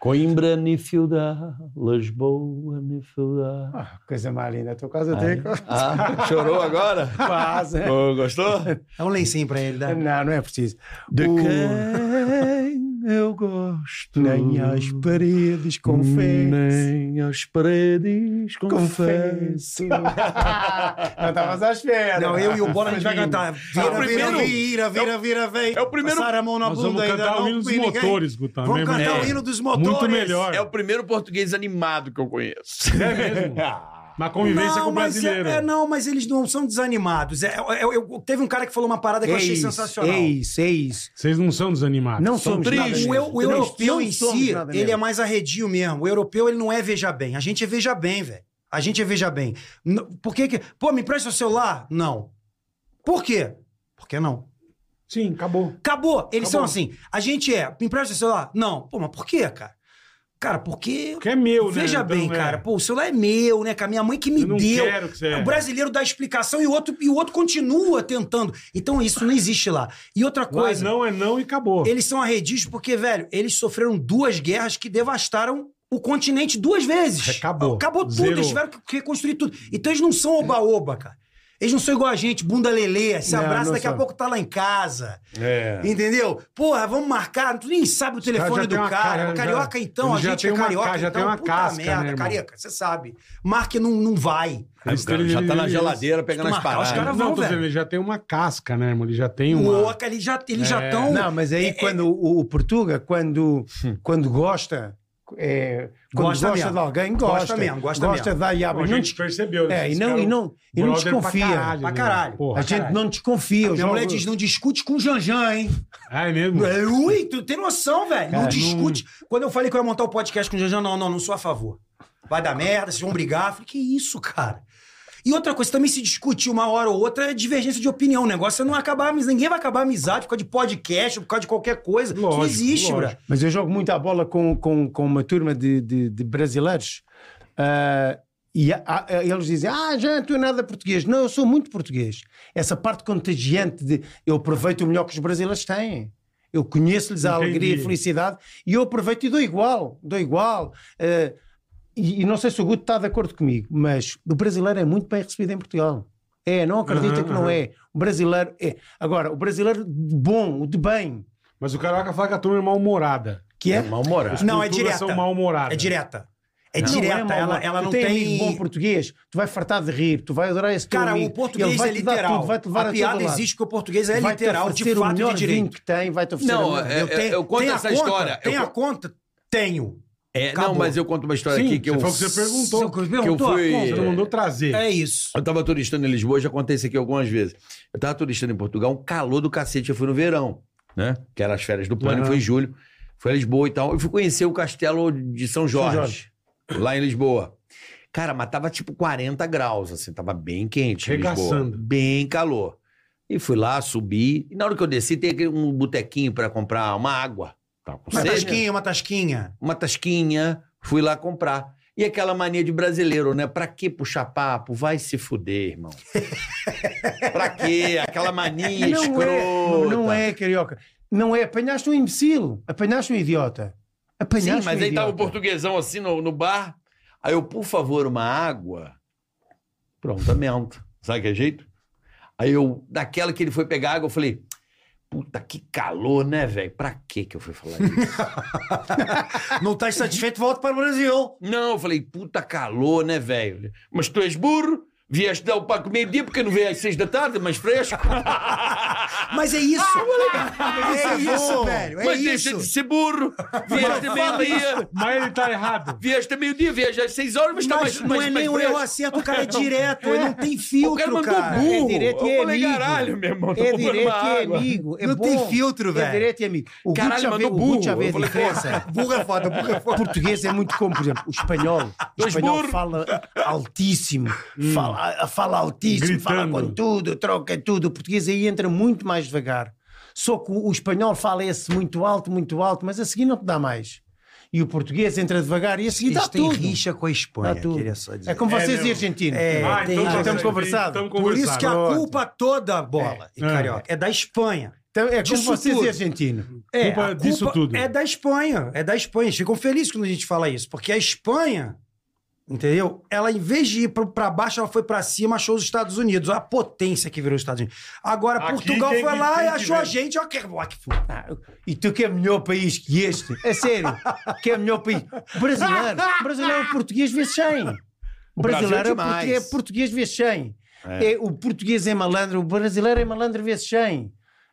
Coimbra, Nifildar, Lisboa, Nifildar. Ah, coisa mais linda, estou quase até. Ah, chorou agora? Quase. Ô, gostou? É um lencinho pra ele, né? Não, não é preciso. De O- quem Eu gosto. Nem às paredes, confesso. Nem as paredes Confesso. Não estavas à espera. Não, eu e o Bola É a gente É né? vai cantar. Imagina. Vira, vira, vira, vira, vira, vem. é o primeiro- Passar a mão na Nós bunda vamos ainda cantar o não hino dos vi ninguém. motores, Guta. Vamos mesmo. cantar É. o hino dos motores. Muito melhor. É o primeiro português animado que eu conheço. É <laughs> mesmo. Na convivência Não, com o mas é- brasileiro. é, não, mas eles não são desanimados. É, eu- eu- eu- teve um cara que falou uma parada que eu É achei isso, sensacional. é isso, é isso. Vocês não são desanimados. Não São somos nada tristes. O, eu- mesmo. o Não europeu em somos si, nada ele mesmo. é mais arredio mesmo. O europeu, ele não é veja bem. A gente é veja bem, velho. A gente é veja bem. N- Por que que... Pô, me empresta o celular? Não. Por quê? Por que não? Sim, acabou. Acabou. Acabou. Eles são assim. A gente é... Me empresta o celular? Não. Pô, mas por quê, cara? Cara, porque... Porque é meu, né? veja Então, bem, é. cara. Pô, É o celular é meu, né? Com a minha mãe que me Eu não deu. quero é. que você- O brasileiro dá explicação e o outro, e o outro continua tentando. Então isso não existe lá. E outra Lá coisa... não é não e acabou. Eles são arredios porque, velho, eles sofreram duas guerras que devastaram o continente duas vezes. Acabou. Acabou tudo, Zerou. eles tiveram que reconstruir tudo. Então eles não são oba-oba, cara. Eles não são igual a gente, bunda lelê, se Não, abraça, não daqui a são. pouco tá lá em casa. É. Entendeu? Porra, vamos marcar, tu nem sabe o telefone já do tem uma cara. cara, carioca, já- então, a já gente tem é uma carioca, ca- já então, tem uma puta casca, merda, né, irmão? carioca, você sabe. Marca não, não vai. Aí o cara já tá na geladeira pegando as Marcar, os paradas. caras Ah, não, vão, tô dizendo, velho. Um ele já tem uma casca, né, irmão? Ele já tem O uma... Oca, eles já estão... É. Não, mas aí quando o, o Portuga, quando, quando gosta, é, Hum. quando Gosta gosta, mesmo. de alguém, gosta. Gosta mesmo, gosta mesmo. de dar e Bom, abre. a Não gente des- percebeu. né? é, e Esses não, caras- e não, e não brother pra desconfia. caralho, Pra né? caralho. a Porra. gente não desconfia. os Minha mulher jogos- diz, não discute com o Janjan, hein? Ah, é <laughs> mesmo? É, Ui, tu tem noção, velho. Não Cara, discute. Quando eu falei que eu ia montar o podcast com o Janjan, não, não, não sou a favor. Vai dar merda, vocês vão brigar. Eu falei, que isso, cara? E outra coisa, também se discutir uma hora ou outra é divergência de opinião. O negócio é não acabar a amizade. Ninguém vai acabar a amizade por causa de podcast, por causa de qualquer coisa. isso não Lógico, existe, lógico. bro. Mas eu jogo muito a bola com, com, com uma turma de, de- de brasileiros. Ah, e a- a- a- eles dizem: Ah, já tu é nada português. Não, eu sou muito português. Essa parte contagiante de eu aproveito o melhor que os brasileiros têm. Eu conheço-lhes a Entendi. alegria e a felicidade e eu aproveito e dou igual, dou igual. Ah, e, e não sei se o Guto está de acordo comigo, mas o brasileiro é muito bem recebido em Portugal. É, não acredita Aham, que não aham. é. O brasileiro é. Agora, o brasileiro de bom, o de bem, Mas o Carioca fala que a turma é mal-humorada. que é Mal-humorado. Não, é Culturas direta. são mal-humoradas. É direta. É Não direta. mau, ela, mano. ela Tu não tem tem. amigo bom português, tu vai fartar de rir, tu vai adorar esse teu Cara, amigo. o português Ele vai é te dar literal. Tudo, vai te levar a todo piada lado. existe que o português é Vai-te literal, de oferecer o fato e melhor de direito. vinho que tem, vai-te oferecer o Não, melhor- é- Eu, tenho, eu conto tem a essa conta? história. Tem Eu a co- conta? Tenho. É, não, Acabou. mas eu conto uma história Sim, aqui que você eu. foi o que você perguntou. que eu fui- Você não mandou trazer. É isso. Eu tava turistando em Lisboa, já contei isso aqui algumas vezes. Eu tava turistando em Portugal, um calor do cacete. Eu fui no verão, né? Que era as férias do pânico, Aham. foi em julho. Fui a Lisboa e tal. Eu fui conhecer o castelo de São Jorge, Jorge. lá em Lisboa. Cara, mas tava tipo 40 graus, assim, tava bem quente em Lisboa. Regaçando. Bem calor. E fui lá, subi. E na hora que eu desci, tem aquele- um botequinho pra comprar uma água. Tá com Uma sede, tasquinha, uma tasquinha. uma tasquinha, fui lá comprar. E aquela mania de brasileiro, né? Pra que puxar papo? Vai se fuder, <laughs> irmão. pra quê? Aquela mania Não escrota. é, não é, carioca. Não é, apanhaste um imbecil, apanhaste um idiota. Sim, Apanhaste um mas aí tá idiota. tava o portuguesão assim no, no bar. Aí eu, por favor, uma água. Prontamente. Sabe que é jeito? Aí eu, daquela que ele foi pegar água, eu falei... Puta, que calor, né, velho? Pra que que eu fui falar isso? Não tá satisfeito, volta para o Brasil. Não, eu falei, puta calor, né, velho? Mas tu és burro? Vieste dar o paco meio-dia porque não veio às seis da tarde, mas fresco. Mas é isso. é isso, velho. É mas deixa isso. de ser burro. Vieste meio-dia. Mas ele tá errado. Vieste meio-dia, vieste às seis horas, mas, tá mais, Mas não mais, é mais nem um fresco. erro acerto, <laughs> o cara é direto, ele não tem O cara filtro, mandou cara. burro. É direto e eu é falei, amigo. caralho, meu irmão, tô É comprando direto uma e é água. amigo. É Não tem bom. filtro, É velho. direto e amigo. O Guto Caralho, já vê, mandou o Guto já burro. vê Eu a falei, diferença. Burro é foda, burro é O foda. português é muito como, por exemplo, o espanhol. O Dois espanhol burros. fala altíssimo, fala, fala altíssimo, fala Gritando. com tudo, troca tudo. O português aí entra muito mais devagar. Só que o, o espanhol fala esse muito alto, muito alto, mas a seguir não te dá mais. E o português entra devagar e a seguir dá Eles têm tudo. rixa com a Dá Espanha, tudo. queria só dizer. É como É vocês mesmo. e argentinos. É, Ah, tem então já razão. estamos conversados. Estamos Por isso que a conversados. culpa toda, bola e É. carioca, é da Espanha. Então, é como Disso vocês tudo. e argentinos. É, Culpa a culpa disso tudo. É da Espanha. É da Espanha. Eles ficam felizes quando a gente fala isso. Porque a Espanha Entendeu? Ela, em vez de ir pro- pra baixo, ela foi pra cima, achou os Estados Unidos. Olha a potência que virou os Estados Unidos. Agora, Aqui Portugal tem foi que- lá tem e que achou a ver. gente. Olha que, olha que Ah, E tu que é melhor país que este? É sério? que é melhor país? Brasileiro. Brasileiro é português vezes 100. Brasileiro Brasil é é, demais. português, português vezes 100. É, o português é malandro, o brasileiro é malandro vezes 100.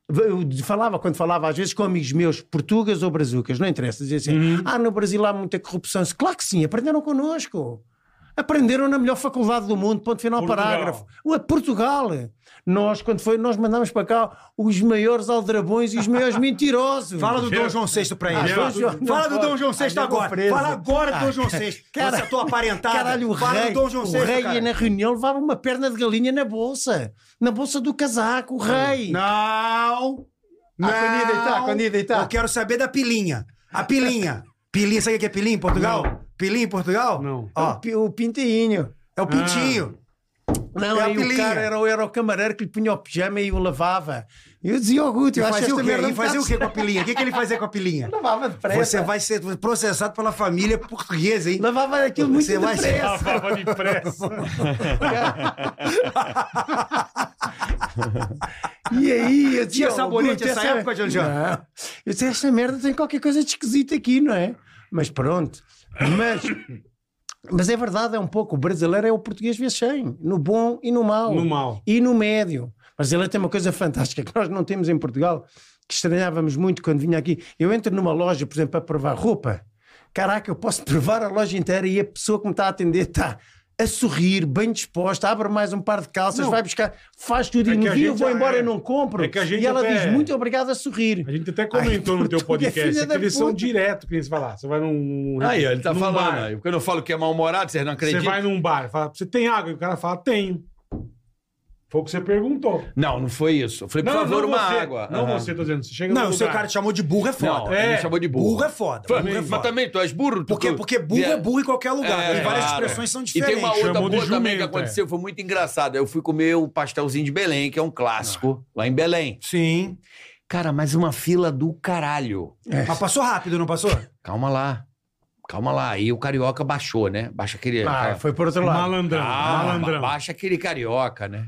Eu falava, quando falava às vezes com amigos meus, portugueses ou brazucas, não interessa, dizia assim: ah, no Brasil há muita corrupção. Claro que sim, aprenderam connosco. Aprenderam na melhor faculdade do mundo, ponto final, Portugal. parágrafo. Ué, Portugal. Nós, quando foi, nós mandámos para cá os maiores aldrabões e os <laughs> maiores mentirosos. Fala do Dom João VI pra ele. Ah, Dom João- Fala do Dom João Ah, VI nego agora. preso. Fala agora do Dom João <laughs> VI. cara- Essa tua aparentada. Caralho, o Fala rei, do Dom João o VI, rei cara. ia na reunião levava uma perna de galinha na bolsa. Na bolsa do casaco, o rei. Não! Ah, quando tá, ia deitar, quando ia deitar. Eu quero saber da pilinha. A <laughs> pilinha. Pilinha, sabe o que é pilinha em Portugal? Pilinha em Portugal? Não. É o Ó, pi- o pintainho. é Ah. o pintinho. Não, É a aí o pilinha. cara era, o- era o camareiro que lhe punha o pijama e o lavava. Eu dizia ao Guto, E eu acho fazia esta o quê? merda E um fazia o bocado- quê com a pilinha? O que, que ele fazia com a pilinha? Lavava depressa. Você vai ser processado pela família portuguesa, hein? Lavava aquilo muito Você vai ser- depressa. Lavava depressa. E aí, eu dizia, Tinha sabonete "Oh, Guto, nessa essa- época, João João?" Não. Eu disse, esta merda tem qualquer coisa de esquisita aqui, não é? Mas pronto. Mas, mas é verdade, é um pouco. O brasileiro é o português vezes 100. No bom e no mau. No mal. E no médio. Mas ele tem uma coisa fantástica que nós não temos em Portugal, que estranhávamos muito quando vinha aqui. Eu entro numa loja, por exemplo, para provar roupa. Caraca, eu posso <laughs> provar a loja inteira e a pessoa que me está a atender está a sorrir, bem disposta, abre mais um par de calças, Não. vai buscar, faz tudo É e que no a dia gente eu vou é- embora e não compro. é que a gente e ela até- diz muito obrigado a sorrir. A gente até comentou no teu Portugal é podcast. filha É que da eles são puta. direto, que eles falar. Você vai num. Aí, ó, ele tá num falando. bar. aí. Quando eu falo que é mal-humorado, vocês não Você acreditam. vai num bar, fala, você tem água? E o cara fala, tenho. Foi o que você perguntou. Não, não foi isso. Eu falei, por favor, uma você, água. Ah. Não Aham. você, tô dizendo. Você chega Não, num o seu lugar- cara te chamou de burro é Não, foda. ele É. me chamou de burro. Burro é foda. Foi- Burro é mas foda. também, tu és burro? tu- Porque, tu- porque burro é. É. burro em qualquer lugar. né? É, e várias claro. expressões são E diferentes. tem uma outra Chamou de boa também que jumento, é. aconteceu, foi muito engraçada. Eu fui comer o pastelzinho de Belém, que é um clássico, Ah. lá em Belém. Sim. Cara, mas uma fila do caralho. É. Mas passou rápido, não passou? Calma lá. Calma lá. Aí o carioca baixou, né? Baixa aquele. Ah, cara- foi por outro lado. Malandrão, Ah, malandrão. Baixa aquele carioca, né?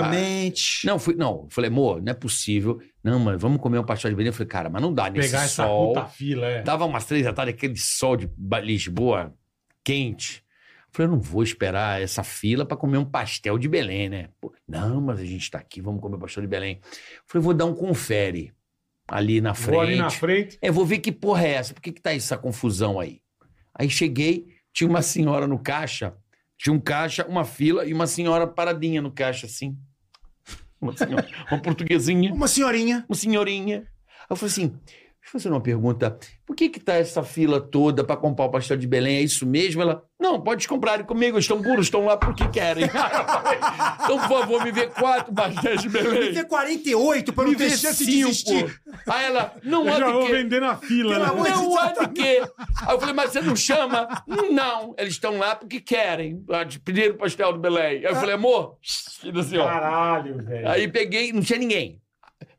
Malandramente. Não, fui, não, falei, amor, não é possível. Não, mano, vamos comer um pastel de Belém. Eu falei, cara, mas não dá nesse Pegar essa sol. Tá puta fila, é. Dava umas três da tarde, aquele sol de Ba- Lisboa quente. Eu Falei, eu não vou esperar essa fila para comer um pastel de Belém, né? Pô, não, mas a gente tá aqui, vamos comer pastel de Belém. Eu Falei, vou dar um confere ali na frente. Vou ali na frente. Eu vou ver que porra é essa, por que, que tá essa confusão aí? Aí cheguei, tinha uma senhora no caixa, tinha um caixa, uma fila e uma senhora paradinha no caixa, assim. Uma senhora, uma <laughs> portuguesinha Uma senhorinha. uma senhorinha. Eu falei assim, deixa eu fazer uma pergunta. Por que que tá essa fila toda para comprar o pastel de Belém? É isso mesmo? Ela, não, pode comprarem comigo, estão burros, estão lá porque querem. Eu falei, então, por favor, me vê quatro pastéis de Me Belém. vê 48 pra Me não ter vê chance de cinco. desistir. Aí ela, não Eu há já de vou quê. vender na fila, Pelo né? amor de Não há de quê. Aí eu falei, mas você não chama? Não, eles estão lá porque querem. Ah, de- Pediram o pastel de Belém. Aí eu falei, amor, filho assim, ó. Caralho, velho. Aí peguei, não tinha ninguém.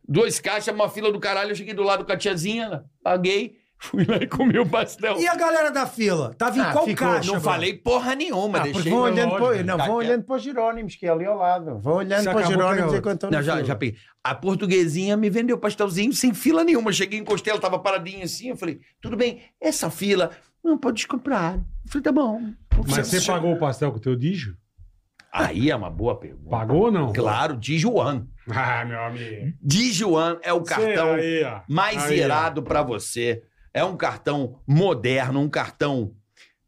Dois caixas, uma fila do caralho, eu cheguei do lado com a tiazinha, paguei, fui lá e comi o pastel. E a galera da fila? Tava em Ah, qual ficou. caixa? Não bro? falei porra nenhuma, Ah, porque deixei. vão na olhando, loja, para, não, tá vão aqui. olhando para os Jerónimos, que é ali ao lado. Vão olhando Se para os acabou, Jerónimos pegou. e contando. Não, já, já peguei. A portuguesinha me vendeu pastelzinho sem fila nenhuma. Cheguei, encostei, ela tava paradinha assim. Eu falei, tudo bem, essa fila, não, pode comprar. Eu falei, tá bom. Mas você pagou o pastel com o teu dígio? Aí é uma boa pergunta. Pagou ou não? Claro, Dijuan. <laughs> Ah, meu amigo. Dijuan é o cartão Sei aí, ó. mais Aí, ó. irado pra você. É um cartão moderno, um cartão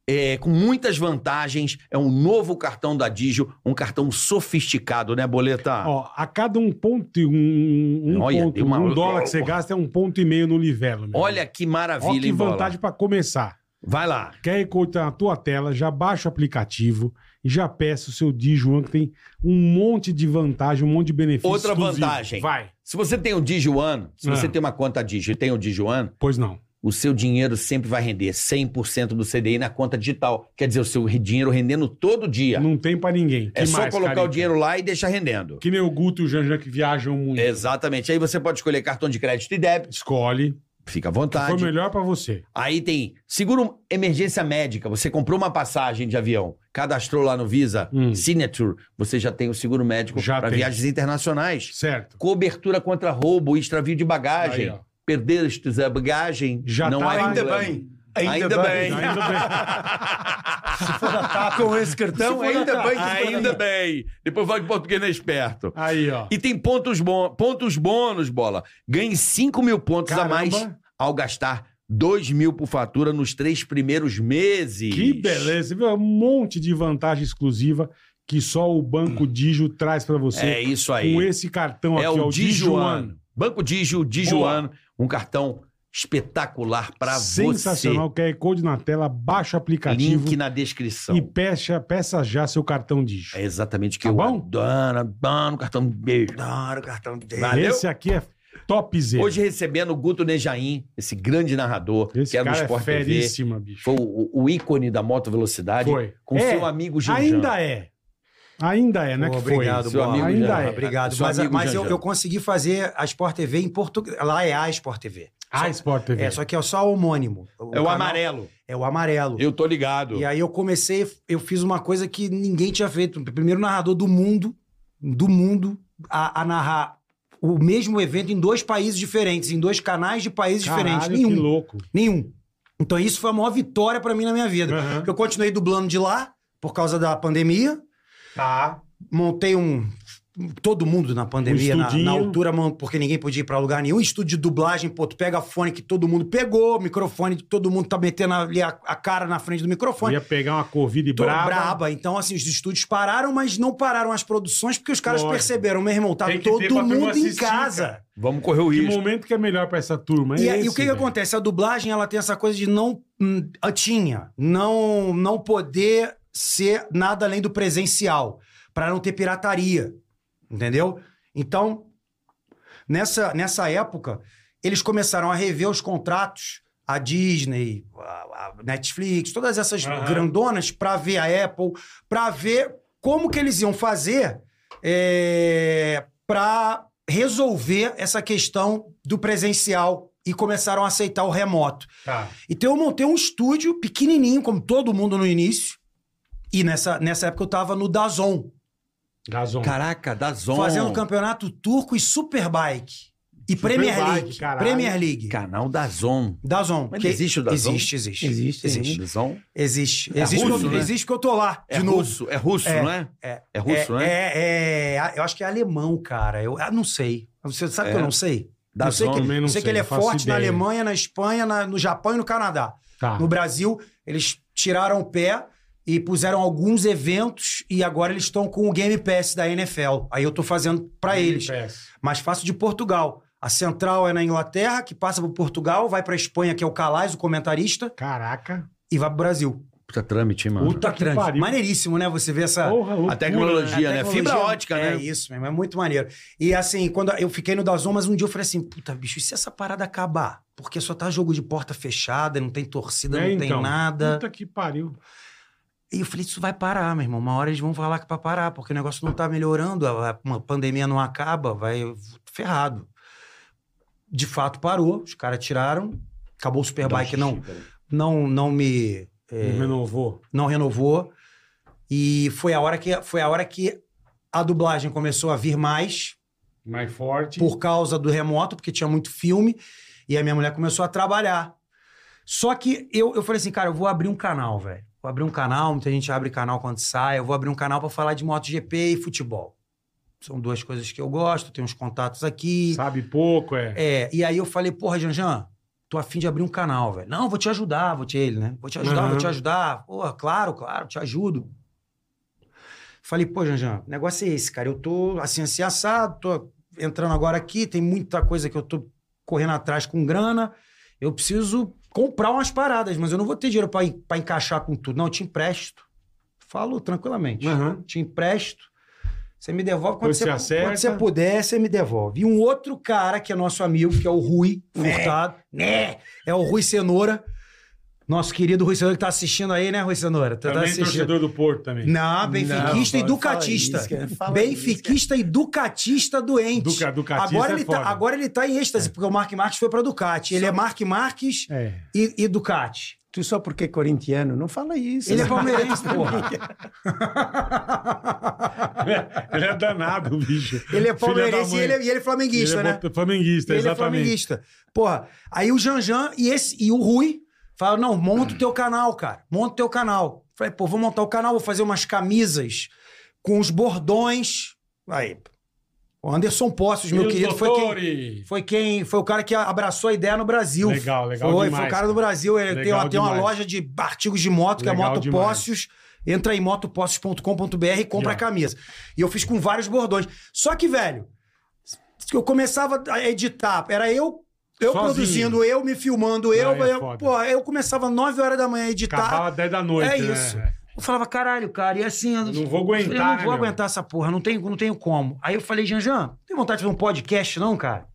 é, com muitas vantagens. É um novo cartão da Digio, um cartão sofisticado, né, Boleta? Ó, a cada um ponto, e um, um, Olha, ponto, tem uma- um dólar que você gasta é um ponto e meio no livelo. meu Olha que maravilha, Ó que hein, Bola? vantagem pra começar. Vai lá. Quer cortar tá na tua tela, já baixa o aplicativo e já peça o seu Dijuan, que tem um monte de vantagem, um monte de benefício. Outra vantagem. Vai. Se você tem o Dijuan, se Ah. você tem uma conta Digio e tem o Dijuan, Pois não. o seu dinheiro sempre vai render 100% do CDI na conta digital. Quer dizer, o seu dinheiro rendendo todo dia. Não tem pra ninguém. é Que só mais, colocar Carica? o dinheiro lá e deixar rendendo. É. Que nem o Guto e o Janjan que viajam muito. Exatamente. Aí você pode escolher cartão de crédito e débito. Escolhe. Fica à Foi vontade. melhor pra você. Aí tem seguro emergência médica. Você comprou uma passagem de avião, cadastrou lá no Visa, Hum. Signature, você já tem o seguro médico Já para tem. viagens internacionais. Certo. Cobertura contra roubo, extravio de bagagem. Aí, ó. Perdeste a bagagem. Já não tá há lá. Ainda problema. bem. Ainda, Ainda bem. Ainda bem. Com esse cartão, Se for ainda da- tá bem. que <laughs> Ainda Ainda bem. Depois vai que o português não é esperto. Aí, <laughs> ó. E tem pontos, bon- pontos bônus, bola. Ganhe 5 mil pontos Caramba. a mais ao gastar 2 mil por fatura nos três primeiros meses. Que beleza. Você viu? É Um monte de vantagem exclusiva que só o Banco Digio traz pra Hum. É você. isso com aí. esse cartão é aqui, ó, o o Digio Dijuan. Banco Digio, Dijuan, um cartão espetacular pra você. Sensacional. QR Code na tela, baixa o aplicativo Link na descrição. e peça, peça já seu cartão Digio. É exatamente o que Tá eu bom? adoro, adoro um cartão beijo. Adoro o cartão dele. valeu. Esse aqui é topzera. Hoje recebendo o Guto Nejaim, esse grande narrador, esse que era do cara é Sport TV. feríssima, bicho. Foi o, o ícone da moto velocidade. Foi. com É, seu amigo Jean. Ainda é. Ainda é, né? Pô, que obrigado, foi. Seu Bola. amigo Ainda Jean. é. Obrigado. Seu Mas, amigo mas Jean eu, Jean. eu consegui fazer a Sport TV em português. Lá é a Sport TV. Ah, Sport TV. É, só que é só homônimo. É o canal amarelo. É o amarelo. Eu tô ligado. E aí eu comecei, eu fiz uma coisa que ninguém tinha feito. O primeiro narrador do mundo, do mundo, a, a narrar o mesmo evento em dois países diferentes, em dois canais de países diferentes. Caralho, Que Nenhum. louco. É. Nenhum. Então isso foi a maior vitória pra mim na minha vida. Aham. Porque eu continuei dublando de lá, por causa da pandemia. Tá. Montei um. Todo mundo na pandemia, Um na, estudinho. na altura, mon- porque ninguém podia ir pra lugar nenhum. Estúdio de dublagem, pô, tu pega a fone que todo mundo pegou, microfone que todo mundo tá metendo ali a, a cara na frente do microfone. Ia pegar uma Covid Tô braba. braba. Então, assim, os estúdios pararam, mas não pararam as produções, porque os caras Lógico. perceberam, meu irmão, tá Tem que ter todo pra turma mundo em assistir, casa. cara. Vamos correr o Que risco. momento que é melhor pra essa turma? É E, aí, esse, o que, que velho. acontece? A dublagem, ela tem essa coisa de não... hum, ah, Tinha. Não, não poder ser nada além do presencial. pra não ter pirataria. Entendeu? Então, nessa, nessa época, eles começaram a rever os contratos. A Disney, a, a Netflix, todas essas Aham. grandonas pra ver a Apple, pra ver como que eles iam fazer é, para resolver essa questão do presencial e começaram a aceitar o remoto. Tá. Então eu montei um estúdio pequenininho, como todo mundo no início, e nessa, nessa época eu tava no Dazon, Gazon. Caraca, da zona. fazendo um campeonato turco e Superbike. E Premier Superbike, League. caralho. Premier League. Canal da Zon. Dazon. Mas que- existe o Dazon? Existe, existe. Existe, Existe. Zon? Existe. É existe, russo, porque eu, né? existe porque eu tô lá, É de novo. russo, é russo, É, não é? é. É russo, é, né? é, é- eu acho que é alemão, cara. Eu ah, não sei. Você sabe que É. eu não sei? Da não sei que, Zon. também não sei, que sei, ele é não faço forte na ideia. Alemanha, na Espanha, na- no Japão e no Canadá. Ah. Tá. No Brasil, eles tiraram o pé e puseram alguns eventos e agora eles estão com o Game Pass da NFL. Aí eu tô fazendo pra eles. Pass. Mas faço de Portugal. A central é na Inglaterra, que passa por Portugal, vai pra Espanha, que é o Calais, o comentarista, Caraca. e vai pro Brasil. Puta trâmite, mano. Puta que Trans- pariu. Maneiríssimo, né? Você vê essa Porra, loucura, A tecnologia, né? tecnologia Fibra ótica, é né? isso mesmo, é muito maneiro. E assim, quando eu fiquei no Dazon, mas um dia eu falei assim, puta, bicho, e se essa parada acabar? Porque só tá jogo de porta fechada, não tem torcida, É, não tem então. né? nada. Puta que pariu. E eu falei, isso vai parar, meu irmão. Uma hora eles vão falar que é pra parar, porque o negócio não tá melhorando, a, a- uma pandemia não acaba, vai ferrado. De fato, parou, os caras tiraram, acabou o Tá Superbike, não, não, não me... é, Não renovou. não renovou. E foi a hora que foi a hora que a dublagem começou a vir mais Mais forte. por causa do remoto, porque tinha muito filme, e a minha mulher começou a trabalhar. Só que eu, eu falei assim, cara, eu vou abrir um canal, velho. Vou abrir um canal, muita gente abre canal quando sai, eu vou abrir um canal pra falar de MotoGP e futebol. São duas coisas que eu gosto, tenho uns contatos aqui. Sabe pouco, é. É, e aí eu falei, porra, Janjan, tô afim de abrir um canal, velho. Não, vou te ajudar, vou te ele, né? Vou te ajudar, Aham. vou te ajudar. Porra, claro, claro, te ajudo. Falei, pô, Janjan, o negócio é esse, cara. Eu tô assim, assim, assado, tô entrando agora aqui, tem muita coisa que eu tô correndo atrás com grana. Eu preciso comprar umas paradas, mas eu não vou ter dinheiro pra en- pra encaixar com tudo. Não, eu te empresto. Falo tranquilamente Aham. te empresto. Você me devolve quando Depois você, você acerta. quando você puder, você me devolve. E um outro Né. cara que é nosso amigo, que é o Rui Furtado, né? É o Rui Cenoura. Nosso querido Rui Cenoura que tá assistindo aí, né, Rui Cenoura? Tá, tá Também assistindo. torcedor do Porto também. Não, benfiquista Não, e ducatista. fala isso, cara, fala benfiquista e ducatista doente. Duca- ducatista agora, é ele tá, foda. agora ele tá em êxtase, porque o Mark Marques foi pra Ducati. Ele é Mark Marques É. <laughs> e, e Ducati. Tu só porque é corintiano, não fala isso. Ele é né? <laughs> palmeirense, porra. Ele é danado, bicho. Ele Filha é da palmeirense e mãe. ele é, e ele é Ele flamenguista, é né? bota- Flamenguista, ele é exatamente. flamenguista. Porra, aí o Janjan e, esse- e o Rui falaram: não, monta o teu canal, cara. Monta o teu canal. Falei, pô, vou montar o canal, vou fazer umas camisas com os bordões. Aí. O Anderson Postos, meu E os querido, foi quem, doutores? foi quem. Foi o cara que abraçou a ideia no Brasil. Legal, legal Foi, demais, foi o cara cara. do Brasil. Ele tem, Legal uma- tem uma demais. loja de artigos de moto, que é Legal a Moto demais. Postos. Entra em motopostos.com.br e compra Já. a camisa. E eu fiz com vários bordões. Só que, velho, eu começava a editar. Era eu. Eu Sozinho. produzindo, eu me filmando, eu. Não, é eu foda. pô, eu começava 9 horas da manhã a editar. Tá. Acabava 10 da noite. É né? isso. Eu falava, caralho, cara, e assim. Eu Não vou eu aguentar. não né, vou meu? aguentar essa porra, não tenho, não tenho como. Aí eu falei, Janjan, não tem vontade de fazer um podcast, não, cara?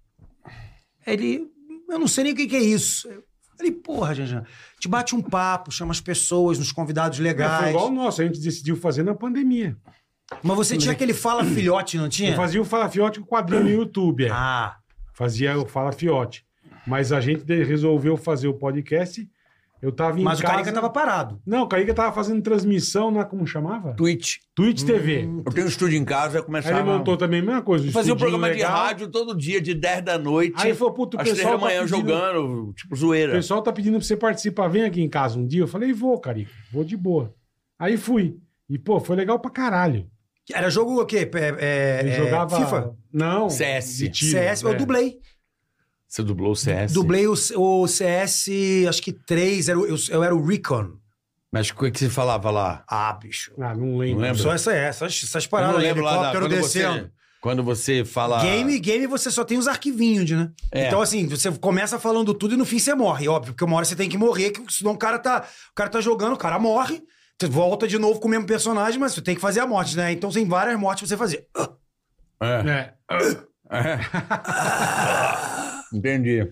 Ele, eu não sei nem o que, que é isso. Eu falei, porra, Janjan, te bate um papo, chama as pessoas, nos convidados É, legais. Foi igual o nosso, a gente decidiu fazer na pandemia. Mas você tinha aquele fala filhote, não É. tinha? Eu fazia o Fala Fiote com quadrinho <clears throat> no YouTube. é. Ah, Fazia o Fala Fiote. Mas a gente de- resolveu fazer o podcast. Eu tava em mas o casa... Carica tava parado. Não, o Carica tava fazendo transmissão na... Como chamava? Twitch. Twitch TV. Eu tenho um estúdio em casa, começar Aí ele montou também a mesma coisa. um Fazia um estudinho programa legal. de rádio todo dia, de 10 da noite. Aí ele falou, puto, o às 3 da pessoal tá manhã pedindo- jogando, tipo O zoeira. pessoal tá pedindo pra você participar. Vem aqui em casa um dia. Eu falei, vou, Carica. Vou de boa. Aí fui. E, pô, foi legal pra caralho. Era jogo o quê? É, é, Ele é, jogava... FIFA? Não. CS. de tiro, CS, é. eu dublei. Você dublou o CS? Dublei o, o CS, acho que 3, era, o- eu, eu era o Recon. Mas o que, que você falava lá? Ah, bicho. Ah, não lembro. Não lembro. Só essa, é, essas, essas Eu paradas, não aí, lembro lá da, helicóptero quando, descendo. você, quando você fala... Game, game você só tem os arquivinhos, né? É. Então, assim, você começa falando tudo e no fim você morre, óbvio, porque uma hora você tem que morrer, que senão o cara tá, o cara tá jogando, o cara morre, você volta de novo com o mesmo personagem, mas você tem que fazer a morte, né? Então tem várias mortes pra você fazer. É. É. Entendi. E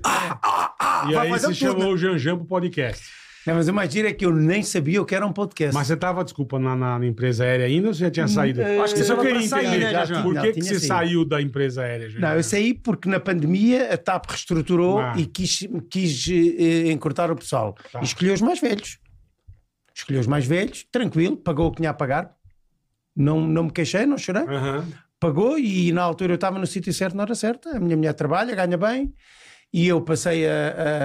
Ah, Vai aí fazer né? você tudo, chamou o Janjan pro podcast. Não, mas o mais giro é que eu nem sabia o que era um podcast. Mas você tava, desculpa, na, na- na empresa aérea ainda ou você já tinha saído? acho que você Isso eu tava queria Hum, é, pra sair, entender. né, Janjan? Por Não, que, que tinha você saído. saiu da empresa aérea, Janjan? Não, eu saí porque na pandemia a TAP reestruturou é Ah. e quis, quis eh, encurtar o pessoal. Tá. E escolheu os mais velhos. Escolheu os mais velhos, tranquilo, pagou o que tinha a pagar. Não, não me queixei, não chorei. Aham. Pagou e na altura eu estava no sítio certo, na hora certa. A minha mulher trabalha, ganha bem. E eu passei a,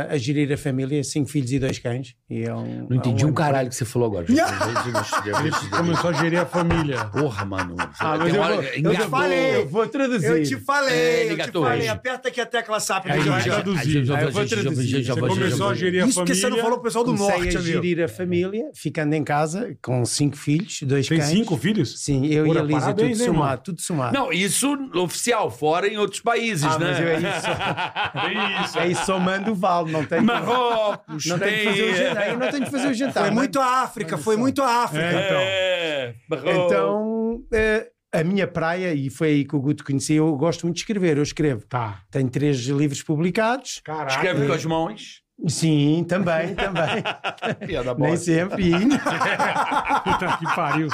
a- a gerir a família, cinco filhos e dois cães. E é um, Não entendi é um caralho que você falou agora. Ele começou a gerir a <laughs> família. Porra, mano. Você Ah, tem mas eu, hora- vou, eu te é enganou. falei, eu vou traduzir. Eu te falei, eu te Ligatou falei, É, hoje. aperta aqui a tecla SAP do Aí, Jorge. já- Aí, já- Aí eu já- vou já- já- traduzir. já- já- Você já- começou a já- gerir a Isso porque família. você não falou pro pessoal do Comecei norte, a amigo. gerir a família, ficando em casa com cinco filhos, dois Tem cães. cinco filhos? Sim, eu Ora, e a Lisa, parabéns, tudo hein, somado, irmão? tudo somado. Não, isso oficial, fora em outros países, Ah, né? mas eu é É isso. isso. Aí somando o Val, não tenho, não <laughs> Marrocos, tenho que tem... fazer um o jantar. Eu não tenho que fazer o jantar. né? né? Foi mas- muito a África, foi muito a África. É, então. É, Marrocos. Então, eh, a minha praia, e foi aí que o Guto conheci, eu gosto muito de escrever, eu escrevo. Tá. Tenho três livros publicados. Caraca. Escreve com as mãos. Sim, também, também. É. Piada boa. Nem sempre. E- Puta que pariu.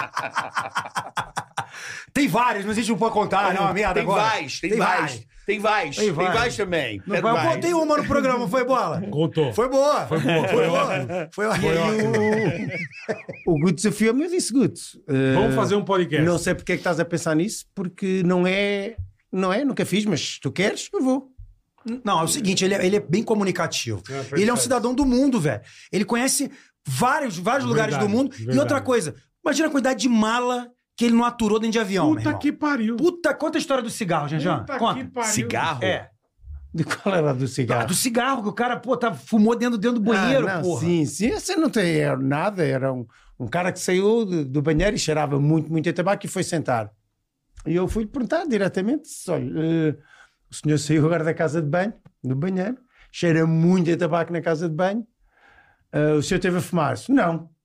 Tem vários, mas a gente não pode contar, não, é uma merda Tem agora. Vaz, tem Tem Vaz. Vaz. Tem Vaz. Tem Vaz. Vaz também. Não, É mas eu Vaz. botei uma no programa, foi bola. Contou. Foi boa. Foi boa. Foi boa. Foi <laughs> o Guto desafiou-me, eu disse, Guto... eh, Vamos fazer um podcast. Não sei porque é que estás a pensar nisso, porque não é. Não é, nunca fiz, mas se tu queres, eu vou. Não, é o seguinte, ele é, ele é bem comunicativo. É, ele é um verdade. cidadão do mundo, velho. Ele conhece vários, vários lugares do Verdade, mundo. verdade. E outra coisa, imagina a quantidade de mala que ele não aturou dentro de avião, meu Puta irmão. que pariu. Puta, conta a história do cigarro, Janjan. Puta Conta. que pariu. Cigarro? É, De qual era a do Ah, cigarro? do cigarro, que o cara, pô, tá, fumou dentro, dentro do banheiro, ah, não, porra. Sim, sim, essa não tem era nada. Era um, um cara que saiu do, do banheiro e cheirava muito, muito a tabaco e foi sentar. E eu fui-lhe perguntar diretamente: disse, olha, eh, o senhor saiu agora da casa de banho, do banheiro, cheira muito a tabaco na casa de banho. Eh, o senhor teve a fumar? Disse, Não. <laughs>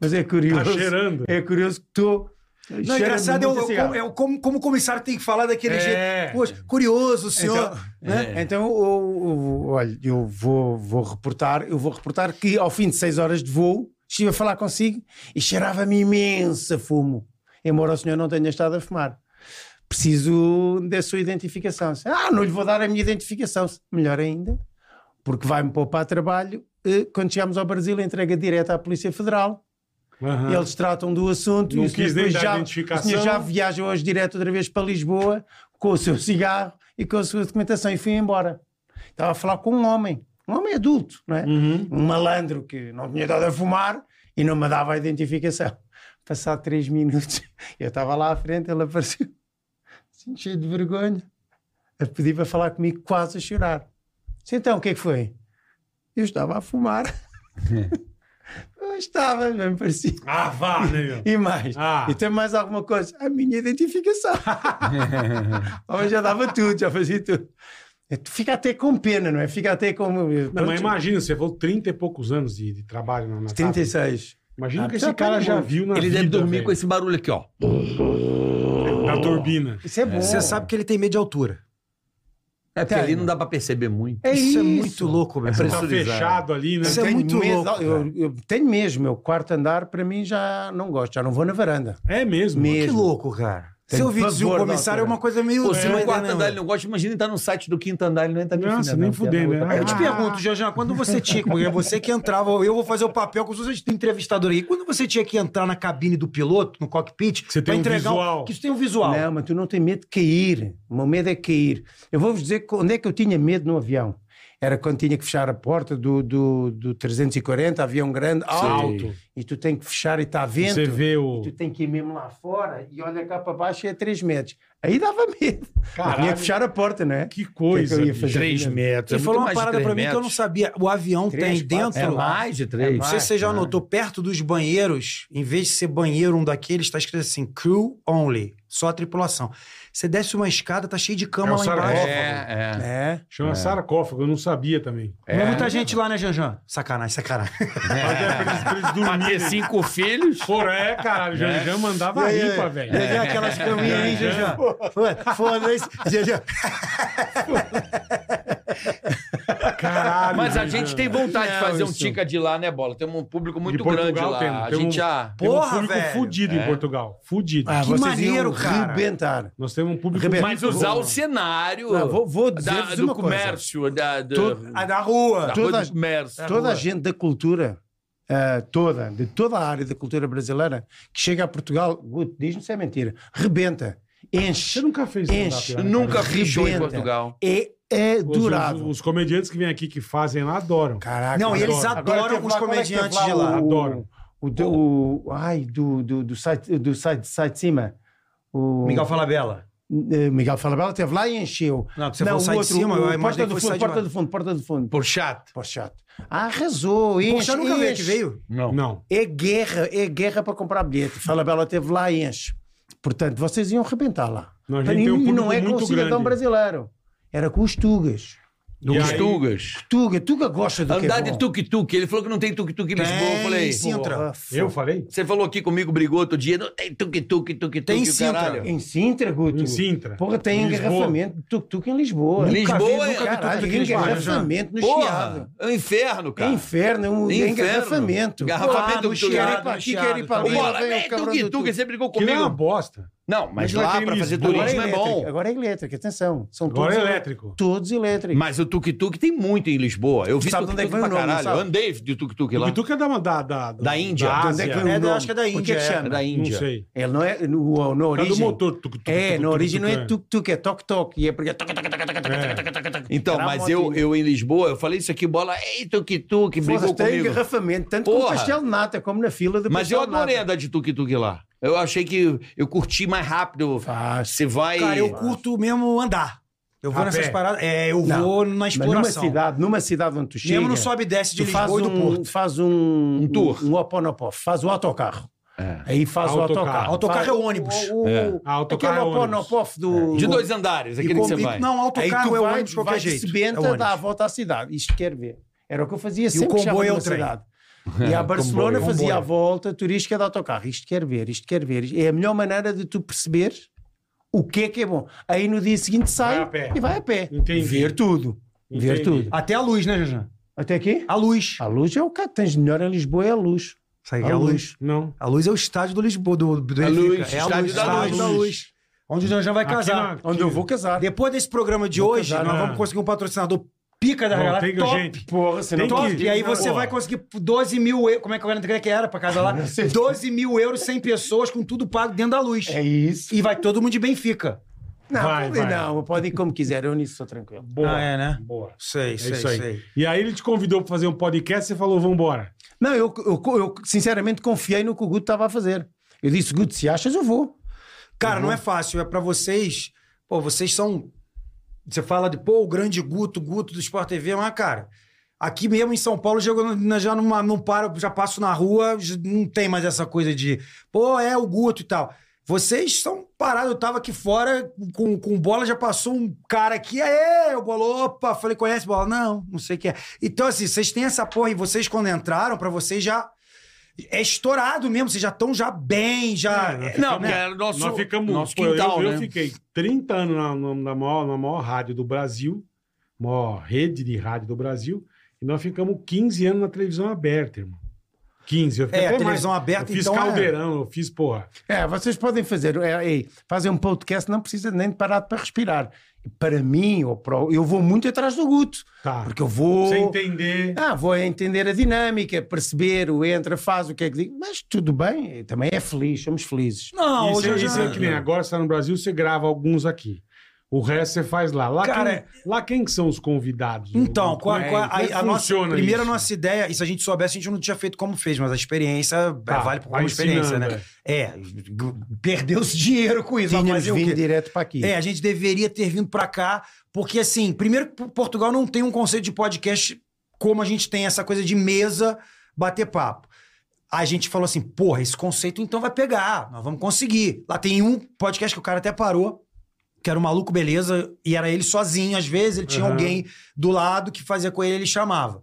Mas é Tá curioso. cheirando. É curioso que tu Não, engraçado é o, como- é o como, como o comissário tem que falar daquele É. jeito. Poxa, curioso, o senhor. Né? Então, eu, eu- olha, eu vou, vou reportar, eu vou reportar que ao fim de seis horas de voo, estive a falar consigo e cheirava-me imensa fumo. Embora o senhor não tenha estado a fumar. Preciso da sua identificação. Ah, não lhe vou dar a minha identificação. Melhor ainda, porque vai-me poupar trabalho. E, quando chegamos ao Brasil, entrega direta à Polícia Federal. Aham. Eles tratam do assunto. Ah. Não e o senhor quis nem depois dar já, identificação. O senhor já viaja hoje direto outra vez para Lisboa com o seu cigarro e com a sua documentação e fui embora. Estava a falar com um homem, um homem adulto, não é? Uhum. Um malandro que não tinha dado a fumar e não me dava a identificação. Passado três minutos, <laughs> eu estava lá à frente, ele apareceu, <laughs> assim, cheio de vergonha, a pedir para falar comigo, quase a chorar. Disse, então, o que é que foi? Eu estava a <laughs> fumar. <laughs> eu estava, me parecia. Ah, vá, né, meu? E mais. Ah. E tem mais alguma coisa? A <laughs> minha identificação. Mas já dava tudo, já fazia tudo. É, tu Fica até com pena, não é? Fica até com. Não, é mas imagina, você falou 30 e poucos anos de, de trabalho na Natal. 36. Imagina Ah, que esse já tem cara já muito. viu na Ele vida, deve dormir velho. com esse barulho aqui, ó. Na turbina. Isso é bom. Você sabe que ele tem medo de altura. É porque Tá. ali não dá pra perceber muito. É isso, isso. é muito louco, meu. Você irmão. tá pressurizado. fechado ali, né? Isso é tenho muito medo- louco, Eu, eu tenho mesmo. Meu quarto andar, para mim, já não gosto. Já não vou na varanda. É mesmo. Que Mesmo. louco, cara. Tem Se eu vi pavor dizer um da comissário é altura. uma coisa meio. Pô, se doida, no quarto né, andar mano? ele não um gosta, imagina entrar no site do quinto andar, ele não entra no Nossa, final, nem não, fudendo, piada, né? outra Eu te piada. pergunto, Janjan, quando você tinha que. Porque você que entrava, eu vou fazer o papel com os entrevistadores aqui. Quando você tinha que entrar na cabine do piloto, no cockpit, Você tem pra um entregar visual. Que isso tem um visual. Não, mas tu não tens medo de cair. O meu medo é cair. Eu vou-vos dizer que- onde é que eu tinha medo no avião. Era quando tinha que fechar a porta do, do, do 340, avião grande, alto. Alto. E tu tem que fechar e está é vento. Você vê o. Tu tem que ir mesmo lá fora e olha cá para baixo e é 3 metros. Aí dava medo. Caralho. Tinha que fechar a porta, não é? Que coisa. Que que eu ia bicho. fazer? Três metros. Ele é falou muito uma mais de parada três pra mim que eu não metros. sabia. O avião Três, tem quatro, dentro. É mais de três. Não sei se você já notou, perto dos banheiros, em vez de ser banheiro um daqueles, tá escrito assim, crew only, só a tripulação. Você desce uma escada, tá cheio de É cama o lá sarcófago. embaixo. É, é. É. Chama sarcófago, eu não sabia também. Não é muita gente lá, né, Janjan? Sacanagem, sacanagem. Até é pra eles, pra eles Pra ter dormirem. cinco filhos. Porra, é, caralho. Já, já mandava E aí, ripa, velho. Janjan, aquelas caminhas aí, Janjan. Foda-se, Janjan. Ah, Caralho. Mas a velho. gente tem vontade de Não, fazer um isso. tica de lá, né, Bola? Tem um público muito Portugal grande lá. tem- a tem um- gente ah, já. Tem um Porra, público velho. fudido em Portugal. Fudido. Ah, Que vocês maneiro, iam cara. rebentar. Nós temos um público Rebeto, Mas usar o cenário Não, Ah, vou, vou da, dizer-vos do uma coisa. comércio, da, da, A da ah, rua. da toda rua a- do comércio. Toda a gente da cultura, ah, toda, de toda a área da cultura brasileira, que chega a Portugal, Guto, diz-me se é mentira, rebenta, Você enche, nunca fez Enche, stand-up, né, Nunca cara? vi show em Rebenta. Portugal. é Os- Os, adorável. os comediantes que vêm aqui que fazem lá adoram. Caraca, Não, e adoro. eles Agora adoram teve os lá- qual é que teve comediantes de lá. o- Adoram. O, do- o- ai, do, do, do, site, do site, site de cima. O, Miguel Falabella. Eh, Miguel Falabella esteve lá e encheu. Não, você falou sai de cima, é eu o imaginei porta que do fosse fundo, sai de porta baixo. do fundo, porta do fundo. Por chato. Por chato. Arrasou, enche, Poxa, eu nunca vi que enche. veio. Não. Não. É guerra, é guerra para comprar bilhete. Falabella esteve lá e enche. Portanto, vocês iam arrebentar lá. Não, a gente e, tem um e público não é com muito o cidadão grande. brasileiro. Era com os tugas. E Dos aí- Tugas. Tuga, Tuga gosta do que é Andar de bom. tuk-tuk. Ele falou que não tem tuk-tuk em Lisboa. Eu falei. Tem Sintra. Eu falei? Você falou aqui comigo, brigou outro dia. Não tem tuk-tuk, tuk-tuk. Tem o Sintra. caralho. Em Sintra, Guto. Em Sintra. Porra, tem Em Lisboa. engarrafamento de tuk-tuk em Lisboa. Em Lisboa, Nunca vi, é- nunca vi Caralho, tuk-tuk que em Lisboa, engarrafamento no Chiado. Porra, é um inferno, É cara. inferno, é um Inferno. engarrafamento. Engarrafamento Pô, do no Chiado, Quer ir pra no aqui, Chiado quer ir pra Ô, ali. Bola, vem o é cabrão do tuk-tuk. tuk. Você brigou Que é uma comigo. bosta. Não, Mas mas lá aqui em pra fazer Lisboa- Agora é turismo é elétrico, bom. agora é elétrico, atenção. São Agora todos é elé- elétrico. Todos elétricos. Mas o tuk-tuk tem muito em Lisboa. Eu vi Sabe de onde é tuk-tuk pra que vem o nome, caralho. sabe? Eu andei de tuk-tuk lá. E tu que é da, da, da, Da Índia. Da De onde é que Ásia. vem É, o nome? acho que é da Por que Índia, que é. É chama? da Não Índia. sei. Ele não é, no, o- na Por causa origem... do motor. tuc, tuc, tuc, é, tuc, na tuc, origem tuc, não é tuk-tuk, é toc-toc. E é porque é toc-toc-toc-toc-toc-toc-toc-toc. Então, Era mas uma eu, motinha. eu em Lisboa, eu falei isso aqui, bola, ei, tuk-tuk, brigou Foda-se, tem comigo. engarrafamento, tanto Porra. como pastel de nata, como na fila de Mas eu pastel de nata. adorei andar de tuk-tuk lá. Eu achei que eu curti mais rápido. Faz. Você vai. Cara, eu curto mesmo andar. Eu vou A nessas pé. paradas. É, eu Não, vou na Mas numa exploração. cidade, numa cidade onde tu chega, Mesmo no sobe e desce de tu faz Lisboa e do um, Porto. tu faz um, Um tour. um, oponopof, faz o autocarro. É. Aí faz Autocarro. o autocarro. Autocarro Faz é o ônibus. O, o, É. Ah, autocarro aquele é ônibus. oponopof do... De dois andares, aquele E que você com- vai. Não, Aí tu autocarro é o vai, ônibus de qualquer vai de jeito. Sebenta, É o ônibus. dá a volta à cidade. Isto quer ver. Era o que eu fazia sempre comboio que chegava é o numa trem. cidade. E a Barcelona Comboio. fazia a Comboio. volta turística de autocarro. Isto quer ver, isto quer ver. É a melhor maneira de tu perceber o que é que é bom. Aí no dia seguinte sai a pé. e vai a pé. Entendi. Ver tudo. Ver Entendi. tudo. Até a luz, né, Janjan? Até aqui? A luz. A luz é o que tens de melhor em Lisboa, é a luz. Isso aí A é a luz. luz. Não. A luz é o estádio do Lisboa, do, do A Benfica. luz, é a estádio luz, da estádio luz. da luz. Onde o Janjan vai Aqui casar. na- Onde eu vou casar. Depois desse programa de Vou hoje, casar, nós né? vamos conseguir um patrocinador pica da Não, galera. tem que- top, gente, Porra, se tem não top. que- E aí você Porra. vai conseguir 12 mil euros. Como é que eu que era pra casar lá? <laughs> 12 mil euros, 100 pessoas, com tudo pago dentro da luz. É isso. E vai todo mundo de Benfica. Não, Vai, pode, vai. não, pode ir como quiser, eu nisso sou tranquilo. Boa. Ah, é, né? Boa. Sei, É sei, isso aí. sei. E aí ele te convidou pra fazer um podcast e você falou, vambora. Não, eu, eu, eu sinceramente confiei no que o Guto estava a fazer. Eu disse, Guto, se achas, eu vou. Cara, não é fácil. É pra vocês. Pô, vocês são. Você fala de, pô, o grande Guto, Guto do Sport TV, mas, cara, aqui mesmo em São Paulo, já, já não, não paro, já passo na rua, já não tem mais essa coisa de, pô, é o Guto e tal. Vocês são parados, eu tava aqui fora com, com bola, já passou um cara aqui, aê, o bola, opa, falei, conhece bola? Não, não sei o que é. Então, assim, vocês têm essa porra e vocês quando entraram, pra vocês já. É estourado mesmo, vocês já estão já bem, já. é, Não, né? porque era nosso, Nós ficamos. nosso pô, eu- quintal, eu, né? fiquei 30 anos na, na- na maior, na maior rádio do Brasil, maior rede de rádio do Brasil, e nós ficamos 15 anos na televisão aberta, irmão. 15. Eu fiquei É, a até televisão mais. aberta, Eu fiz então. é... caldeirão, eu fiz, porra. É, vocês podem fazer, é, é, fazer um podcast, não precisa nem de parar para respirar. Para mim, ou para, o- eu vou muito atrás do Guto, Tá. porque eu vou. Sem entender. Ah, vou entender a dinâmica, perceber o entra, faz, o que é que digo. Mas tudo bem, também é feliz, somos felizes. Não, isso, hoje eu é- isso já- é que nem agora você tá no Brasil, você grava alguns aqui. O resto você faz lá. Lá, Cara, quem, lá quem que são os convidados? Então, Como qual- é- qual- como é que a, a nossa, funciona primeiro a isso? nossa ideia, e se a gente soubesse, a gente não tinha feito como fez, mas a experiência Tá, é, vale por vai como experiência, ensinando, né? É, g- perdeu-se dinheiro com isso. vai Tínhamos fazer o vindo quê? direto para aqui. É, a gente deveria ter vindo pra cá, porque assim, primeiro que P- Portugal não tem um conceito de podcast como a gente tem essa coisa de mesa, bater papo. A gente falou assim, porra, esse conceito então vai pegar, nós vamos conseguir. Lá tem um podcast que o cara até parou, que era o Maluco Beleza, e era ele sozinho, às vezes ele tinha Aham. alguém do lado que fazia com ele, ele chamava.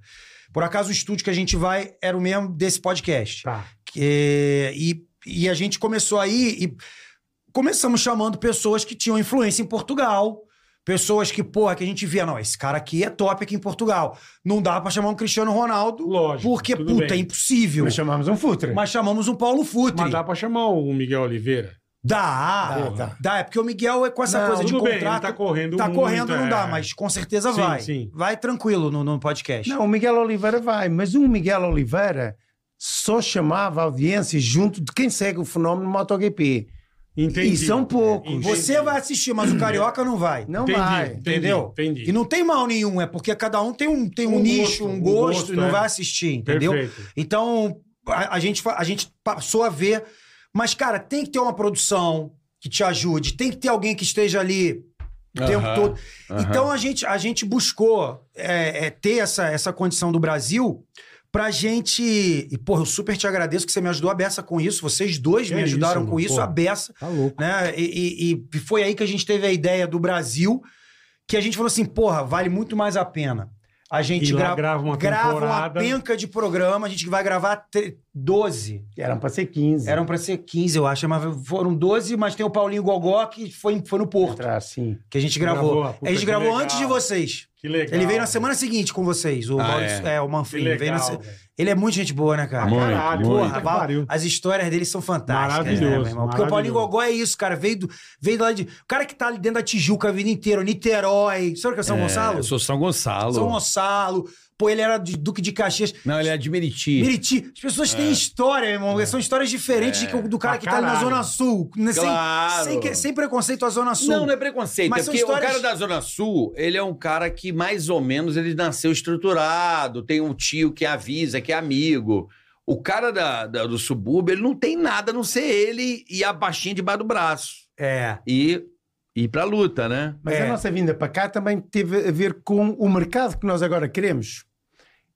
Por acaso o estúdio que a gente vai era o mesmo desse podcast. Tá. É, e, e a gente começou aí e começamos chamando pessoas que tinham influência em Portugal. Pessoas que, porra, que a gente via, não, esse cara aqui é top aqui em Portugal. Não dá pra chamar um Cristiano Ronaldo, Lógico. porque, tudo puta, é bem. impossível. Mas Mas, chamámos um futre. chamamos um Paulo Futre. Mas dá pra chamar o Miguel Oliveira? Dá, Dá, dá, dá. É porque o Miguel, é com essa Não, coisa de Tudo bem, ele contrato, tá correndo tá muito, correndo, não é. dá, mas com certeza Sim, vai. sim. Vai tranquilo no, no podcast. Não, o Miguel Oliveira vai, mas um Miguel Oliveira só chamava a audiência junto de quem segue o fenómeno MotoGP. Entendi. E são poucos. Entendi. Você vai assistir, mas o Carioca não vai. Não Entendi, vai. entendi, entendeu? Entendi. E não tem mal nenhum, é porque cada um tem um, tem um, Um gosto, nicho, um um gosto, gosto, e não é. vai assistir, entendeu? Perfeito. Então, a, a gente, fa- a gente passou a ver. Mas, cara, tem que ter uma produção que te ajude, tem que ter alguém que esteja ali o tempo Aham, todo. aham. Então, a gente, a gente buscou é, é, ter essa, essa condição do Brasil pra gente. E, porra, eu super te agradeço que você me ajudou a beça com isso. Vocês dois Que é me isso, ajudaram mano, com isso porra. a beça Tá louco. né? E, e- e foi aí que a gente teve a ideia do Brasil, que a gente falou assim, porra, vale muito mais a pena. A gente E lá gra- grava uma grava um uma temporada. penca de programa, a gente vai gravar tre- 12. Eram para ser 15. Eram pra ser 15, eu acho, mas foram 12, mas tem o Paulinho Gogó que foi, foi no Porto, Entrar, sim. que a gente gravou. Gravou, puta, a gente que gravou legal. antes de vocês. Que legal. Ele veio na semana seguinte com vocês, o Ah, Maurício- é. o Que Manfrim. veio na legal. se- velho. Ele é muito gente boa, né, cara? Muito, Caralho, muito. Porra, puta que Val, pariu. as histórias dele são fantásticas. Maravilhoso, né, meu irmão? Porque o Paulinho maravilhoso. Gogó é isso, cara. Veio, do, veio lá de. O cara que tá ali dentro da Tijuca a vida inteira, Niterói. Sabe o que é São Gonçalo? Eu sou São Gonçalo. São Gonçalo. Pô, ele era de Duque de Caxias. Não, ele é de Meriti. Meriti. As pessoas têm história, meu irmão. São histórias diferentes de que- do cara É. Pra que tá ali na caralho. Zona Sul. né, sem- Claro. Sem, que- sem preconceito à Zona Sul. né? Não, não é preconceito. Mas é são porque histórias- o cara da Zona Sul, ele é um cara que mais ou menos ele nasceu estruturado, tem um tio que avisa, que é amigo. O cara da- da- do subúrbio, ele não tem nada a não ser ele e a baixinha debaixo do braço. É. E ir pra luta, né? Mas É. a nossa vinda para cá também teve a ver com o mercado que nós agora queremos.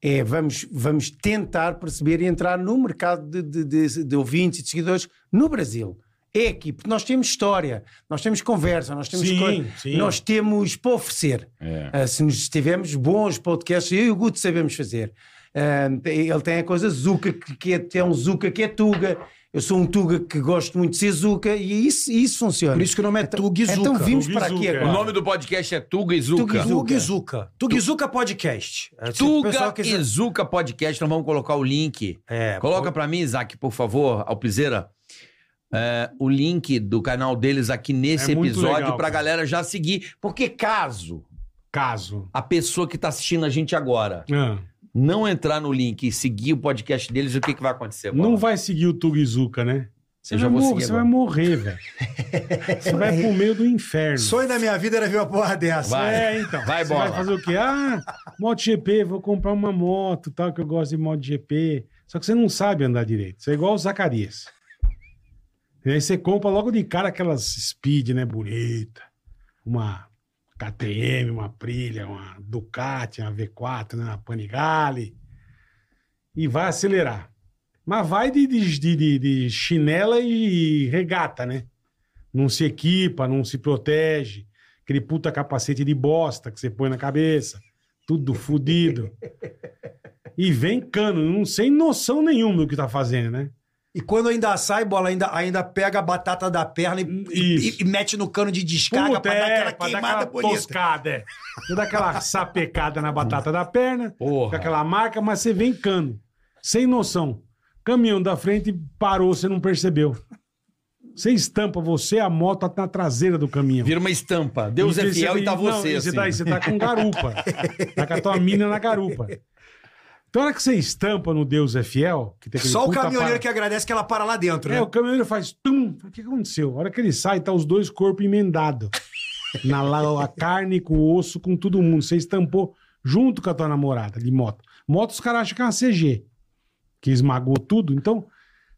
É, vamos, vamos tentar perceber e entrar no mercado de, de- de- de ouvintes e de seguidores no Brasil. É aqui, porque nós temos história, nós temos conversa, nós temos, co- Sim, sim. É. nós temos para oferecer. Ah, se nos tivermos bons podcasts, eu e o Guto sabemos fazer. Ah, tem- ele tem a coisa Zuca, que, que é, tem um Zuca que é Tuga. Eu sou um Tuga que gosto muito de ser Zuca e isso, isso funciona. Por isso que o nome é Tugizuka. então vimos Tuga e para aqui Zuca, agora. O nome do podcast é Tuga e Zuca. Tuga Tugizuka. Tugizuka Podcast. Assim, É, se o Tuga pessoal quiser- e Zuca Podcast, nós vamos colocar o link. É, Coloca pra mim, Isaac, por favor, Alpizeira, é, o link do canal deles aqui nesse É muito episódio legal, pra cara. galera já seguir. Porque caso Caso. a pessoa que tá assistindo a gente agora Ah, não entrar no link e seguir o podcast deles, o que, que vai acontecer? Bola? Ah, não vai seguir o Tugizuka, né? Você, Eu já vai, vou mor- seguir você é vai agora. morrer, velho. <laughs> Você vai pro meio do inferno. Sonho da minha vida era ver uma porra dessa. Vai. É, então. Vai, Você bola. Vai fazer o quê? Ah, MotoGP, vou comprar uma moto, tal, que eu gosto de MotoGP. Só que você não sabe andar direito. Você é igual o Zacarias. E aí você compra logo de cara aquelas Speed, né, bonita. Uma KTM, uma Prilha, uma Ducati, uma V4, né, uma Panigale. E vai acelerar. Mas vai de, de- de- de- de chinela e regata, né? Não se equipa, não se protege aquele puta capacete de bosta que você põe na cabeça, tudo fudido. E vem cano, não sem noção nenhuma do que tá fazendo, né? E quando ainda sai, bola, ainda, ainda pega a batata da perna e, Isso. e- e mete no cano de descarga pra dar é, aquela pra dar queimada aquela bonita. toscada, é. Você dá aquela sapecada na batata da perna, com Porra. aquela marca, mas você vem cano, sem noção. Caminhão da frente parou, você não percebeu. Você estampa você, a moto tá na traseira do caminhão. Vira uma estampa. Deus é você fiel tem- e tá não, você, e assim. tá, e você tá com garupa. tá com a tua mina na garupa. Então, na hora que você estampa no Deus é fiel, que tem aquele Só o puta caminhoneiro para- que agradece que ela para lá dentro, né? É, o caminhoneiro faz tum. Fala, O que aconteceu? A hora que ele sai, tá os dois corpos emendados. Na la- a carne, com o osso, com todo mundo. Você estampou junto com a tua namorada de moto. Moto, os caras acham que é uma CG, que esmagou tudo. Então,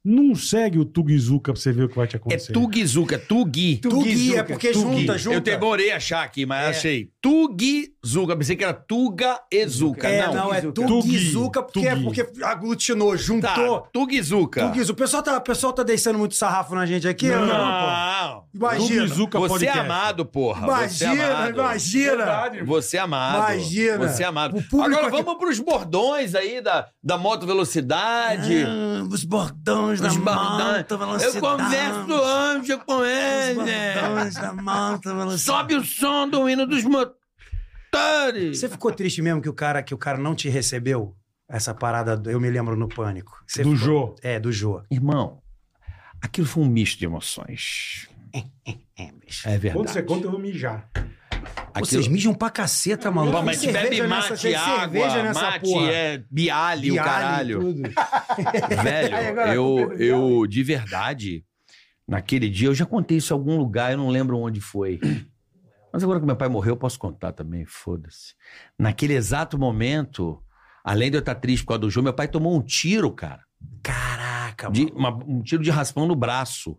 não segue o Tugizuka pra você ver o que vai te É acontecer. Tugi Zuca, Tugi. Tugi, Tugizuka, é porque Tugi. junta, junta. É. Eu demorei a achar aqui, mas achei. Tugi Zuca. Pensei que era Tuga e Zuca. É, não. não, é Tugizuka. Tugizuka, Tugi. porque, é porque aglutinou, Tá, juntou. Tugi Zuca. Tugizu, o pessoal tá, o pessoal tá deixando muito sarrafo na gente aqui? Não. pô. Não. Imagina. Tugizuka Você é podcast. amado, porra. Você é Imagina, amado. imagina. Você é amado. Imagina. Você é amado. O público Agora aqui- vamos pros bordões aí da, da moto velocidade. Ah, os bordões os da bordões. malta, Eu velocidade. converso é. anjo com Os ele. bordões da malta, velocidade. Sobe o som do hino dos motores. Você ficou triste mesmo que o cara, que o cara não te recebeu? Essa parada, do- eu me lembro no Pânico. Você Do ficou- Jô. É, do Jô. Irmão, aquilo foi um misto de emoções. É, bicho. É verdade. Quando você conta, eu vou mijar. Aquilo... Vocês mijam pra caceta, maluco. Bom, mas Tem bebe cerveja nessa- mate, tem cerveja água, nessa mate, porra. é bialho, o Bialho, caralho. Tudo. Aí <laughs> Velho, agora a eu, culpa é do eu de verdade, naquele dia, eu já contei isso em algum lugar, eu não lembro onde foi. <clears throat> Mas agora que meu pai morreu, eu posso contar também, foda-se. Naquele exato momento, além de eu estar triste por causa do João, meu pai tomou um tiro, cara. Caraca, De- mano. uma- um tiro de raspão no braço.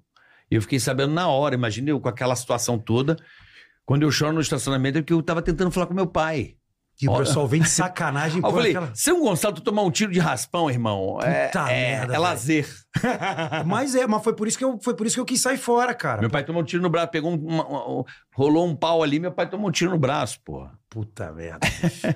E eu fiquei sabendo na hora, imagina eu com aquela situação toda. Quando eu choro no estacionamento, é porque eu tava tentando falar com meu pai. E o Olha. pessoal vem <laughs> de sacanagem. Aí eu pô, falei, aquela- São Gonçalo, tu tomar um tiro de raspão, irmão, é, Puta é- merda, é velho. lazer. <laughs> Mas é, mas foi por isso que eu, foi por isso que eu quis sair fora, cara. Meu pai tomou um tiro no braço, pegou um, uma- uma- um- rolou um pau ali, meu pai tomou um tiro no braço, pô. Puta merda. bicho.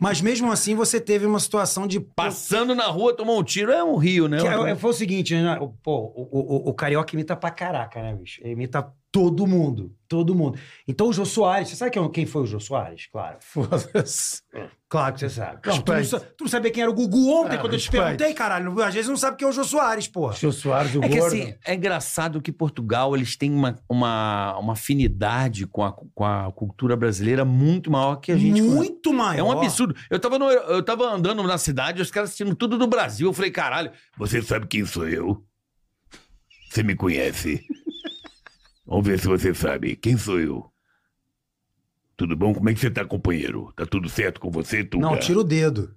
mas mesmo assim você teve uma situação de Passando na rua, tomou um tiro, é um rio, né? Que é- é- foi o seguinte, né? o- Pô, o, o- o carioca imita pra caraca, né, bicho? Ele imita todo mundo. Todo mundo. Então o Jô Soares, você sabe quem, quem foi o Jô Soares? Claro. É. Foda-se. Claro que você sabe. Não, tu, não, Respeito. sa- tu não sabia quem era o Gugu ontem, Ah, quando eu te respeito. perguntei, caralho. Às vezes não sabe quem é o Jô Soares, porra. Jô Soares, o É que gordo. assim, é engraçado que Portugal, eles têm uma, uma, uma afinidade com a, com a cultura brasileira muito maior que a é gente. Muito maior. É um absurdo. Eu tava, no- eu tava andando na cidade, os caras assistindo tudo do Brasil. Eu falei, caralho, Você sabe quem sou eu? Você me conhece? Vamos ver se você sabe. Quem sou eu? Tudo bom? Como é que você tá, companheiro? Tá tudo certo com você, Tuga? Não, tira o <laughs> dedo.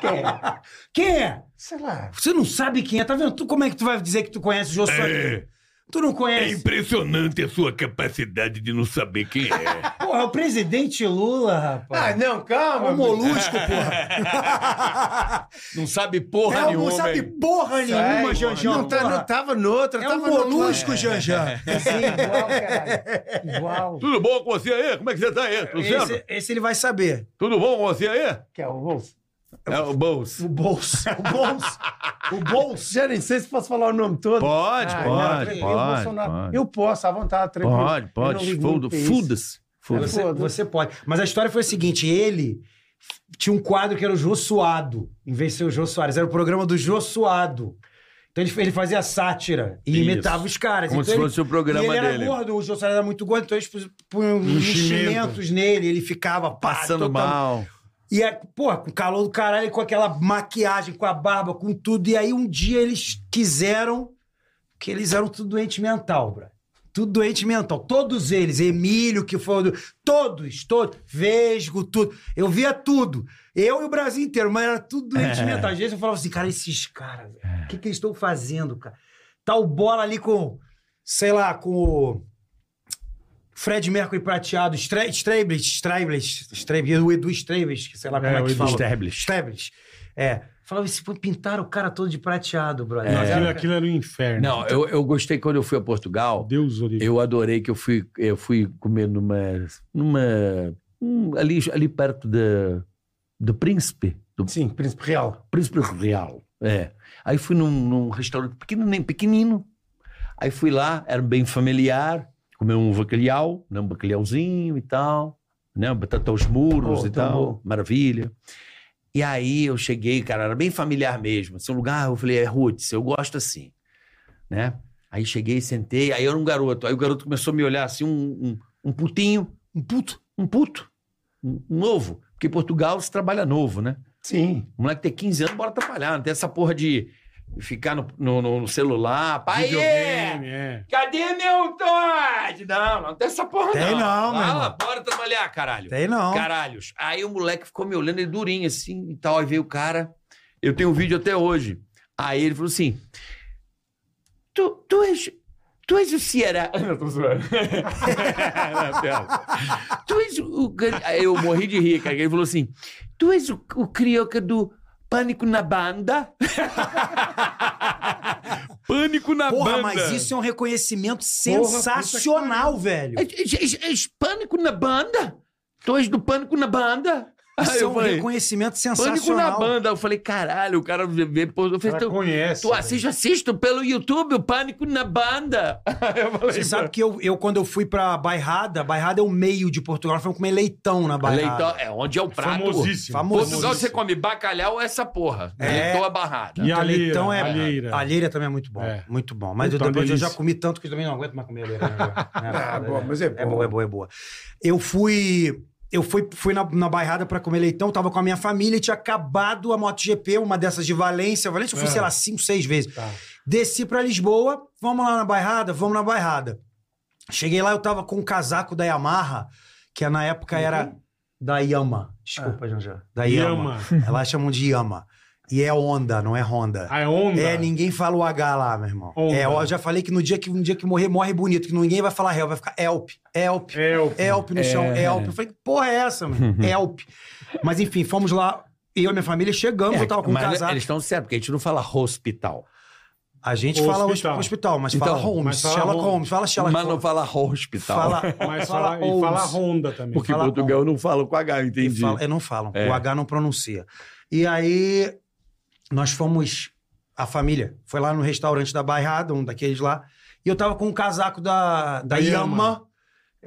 quem é? Quem é? Sei lá. é, Você não sabe quem é, tá vendo? Tu, como é que tu vai dizer que tu conhece o Jô Soares? Tu não É conhece? impressionante a sua capacidade de não saber quem <laughs> é. Porra, é o presidente Lula, rapaz. não, calma. É um molusco, porra. Não sabe porra É, nenhuma. não sabe hein? porra nenhuma, Janjão. Não, tá, não tava noutra, É um tava <laughs> noutra. molusco, Janjão. Sim, igual, caralho. Igual. Tudo bom com você aí? Como é que você tá aí? Tudo certo? Esse, esse ele vai saber. Tudo bom com você aí? Que é o bolso. É o bolso. O bolso. O bolso. o bolso. Já nem sei se posso falar o nome todo. Pode, Ah, não, pode, tranquilo, pode, Bolsonaro. pode. Eu posso, à vontade, tranquilo. Pode, Eu não pode. ligo muito pra Foda- isso. Foda-se. Foda-se. Você, foda. você pode. Mas a história foi a seguinte: ele tinha um quadro que era o Jô Suado, em vez de ser o Jô Soares, era o programa do Jô Suado. Então ele, ele fazia sátira e Isso. imitava os caras. Como então se ele- fosse o e programa ele dele. era gordo, o Jô Soares era muito gordo, então eles pus- punham Enchimento. enchimentos nele, ele ficava pá, Passando totalmente- mal. E, é, porra, com o calor do caralho, com aquela maquiagem, com a barba, com tudo. E aí um dia eles quiseram que eles eram tudo doente mental, bro. Tudo doente mental. Todos eles. Emílio, que foi o... do- Todos, todos. Vesgo, tudo. Eu via tudo. Eu e o Brasil inteiro. Mas era tudo doente mental. Às vezes eu falava assim, cara, esses caras... velho, O que que eles estão fazendo, cara? Tá o Bola ali com... Sei lá, com o... Fred Mercury prateado, Stra- Straiblich, Straiblich, Straiblich, o Edu Straiblich, sei lá como é, É, o que Edu fala. Straiblich. Straiblich. É. Falava assim, pô, pintaram o cara todo de prateado, brother. Não, Mas aquilo, era- aquilo era um inferno. Não, eu, eu gostei quando eu fui a Portugal. Deus o livre. Eu adorei que eu fui, eu fui comer numa. numa hum, ali, ali perto da, do Príncipe. Do Sim, Príncipe Real. Príncipe Real. É. Aí fui num, num restaurante pequeno, nem pequenino. Aí fui lá, era bem familiar, comer um bacalhau, né, um bacalhauzinho e tal, né, batata aos muros Oh, e tão tal, bom. maravilha. E aí eu cheguei, cara, era bem familiar mesmo. Assim, um lugar, eu falei, é Ruth, eu gosto assim, né? Aí cheguei, sentei, aí era um garoto. Aí o garoto começou a me olhar assim, um, um, um putinho, um puto, um puto, um, um novo. Porque em Portugal se trabalha novo, né? Sim. O moleque tem 15 anos, bora atrapalhar. Não tem essa porra de ficar no, no- no- no celular. Pai, é! Videogame, é. cadê meu Todd? Não, não tem essa porra Tem não, meu Fala, irmão. bora trabalhar, caralho. Tem não. Caralhos. Aí o moleque ficou me olhando, ele durinho assim e tal. Aí veio o cara. Eu tenho um vídeo até hoje. Aí ele falou assim: Tu, tu és. Tu és o Ceará. <laughs> Não, tô zoando. Não, piada. tu és o. gan- Aí eu morri de rir, cara. Ele falou assim: Tu és o, o crioca do Pânico na Banda? <laughs> Pânico na Porra, Banda. mas isso é um reconhecimento sensacional, velho. És, és- és- és é, Pânico na Banda? Tu és do Pânico na Banda? Isso Aí é Ah, eu um falei, reconhecimento Pânico na sensacional. banda. Eu falei, caralho, o cara vê. pô, Eu falei, Ela tu, conhece. tu velho. assiste, assisto pelo YouTube o Pânico na banda. Eu falei, Você sabe que eu, eu, quando eu fui pra Bairrada, Bairrada é o meio de Portugal, nós fomos comer leitão na Bairrada. leitão, é onde é o prato. Famosíssimo. Famoso. Portugal você come bacalhau ou essa porra. É. Leitão a barrada. E Então, alheira, leitão é. alheira. Alheira também é muito bom. É. Muito bom. Mas eu, Puta, depois eu delícia. já comi tanto que eu também não aguento mais comer alheira. né? <laughs> Ah, bom, mas é É bom. boa, é boa, é boa. Eu fui. Eu fui, fui na, na bairrada pra comer leitão, tava com a minha família e tinha acabado a MotoGP, uma dessas de Valência. Valência eu fui, É. sei lá, cinco, seis vezes. Tá. Desci pra Lisboa, vamos lá na bairrada, vamos na bairrada. Cheguei lá, eu tava com um casaco da Yamaha, que na época era da Yama. Desculpa, Uhum. ah. Da Yama. Elas chamam de Yama. E é Honda, não é Honda. A onda. É, ninguém fala o H lá, meu irmão. Honda. É, ó, eu já falei que no dia que, um dia que morrer, morre bonito, que ninguém vai falar help, vai ficar help, help. É <laughs> o... Help no chão, help. Eu falei, que porra é essa, mano? help. Mas enfim, fomos lá, eu e minha família chegamos, eu tava com um É, Mas casaco. eles estão certos, porque a gente não fala hospital. A gente Hospital. fala hospital, hospital mas Então, fala Holmes, mas fala Sherlock Holmes. Holmes, fala Sherlock mas não Holmes. fala hospital. Mas fala, e fala Honda também. porque fala Portugal não fala com H, eu E entendi. fala, é, não falam. É. O H não pronuncia. E aí, nós fomos. A família foi lá no restaurante da Bairrada, um daqueles lá. E eu tava com um casaco da, Da da Yama. Yama,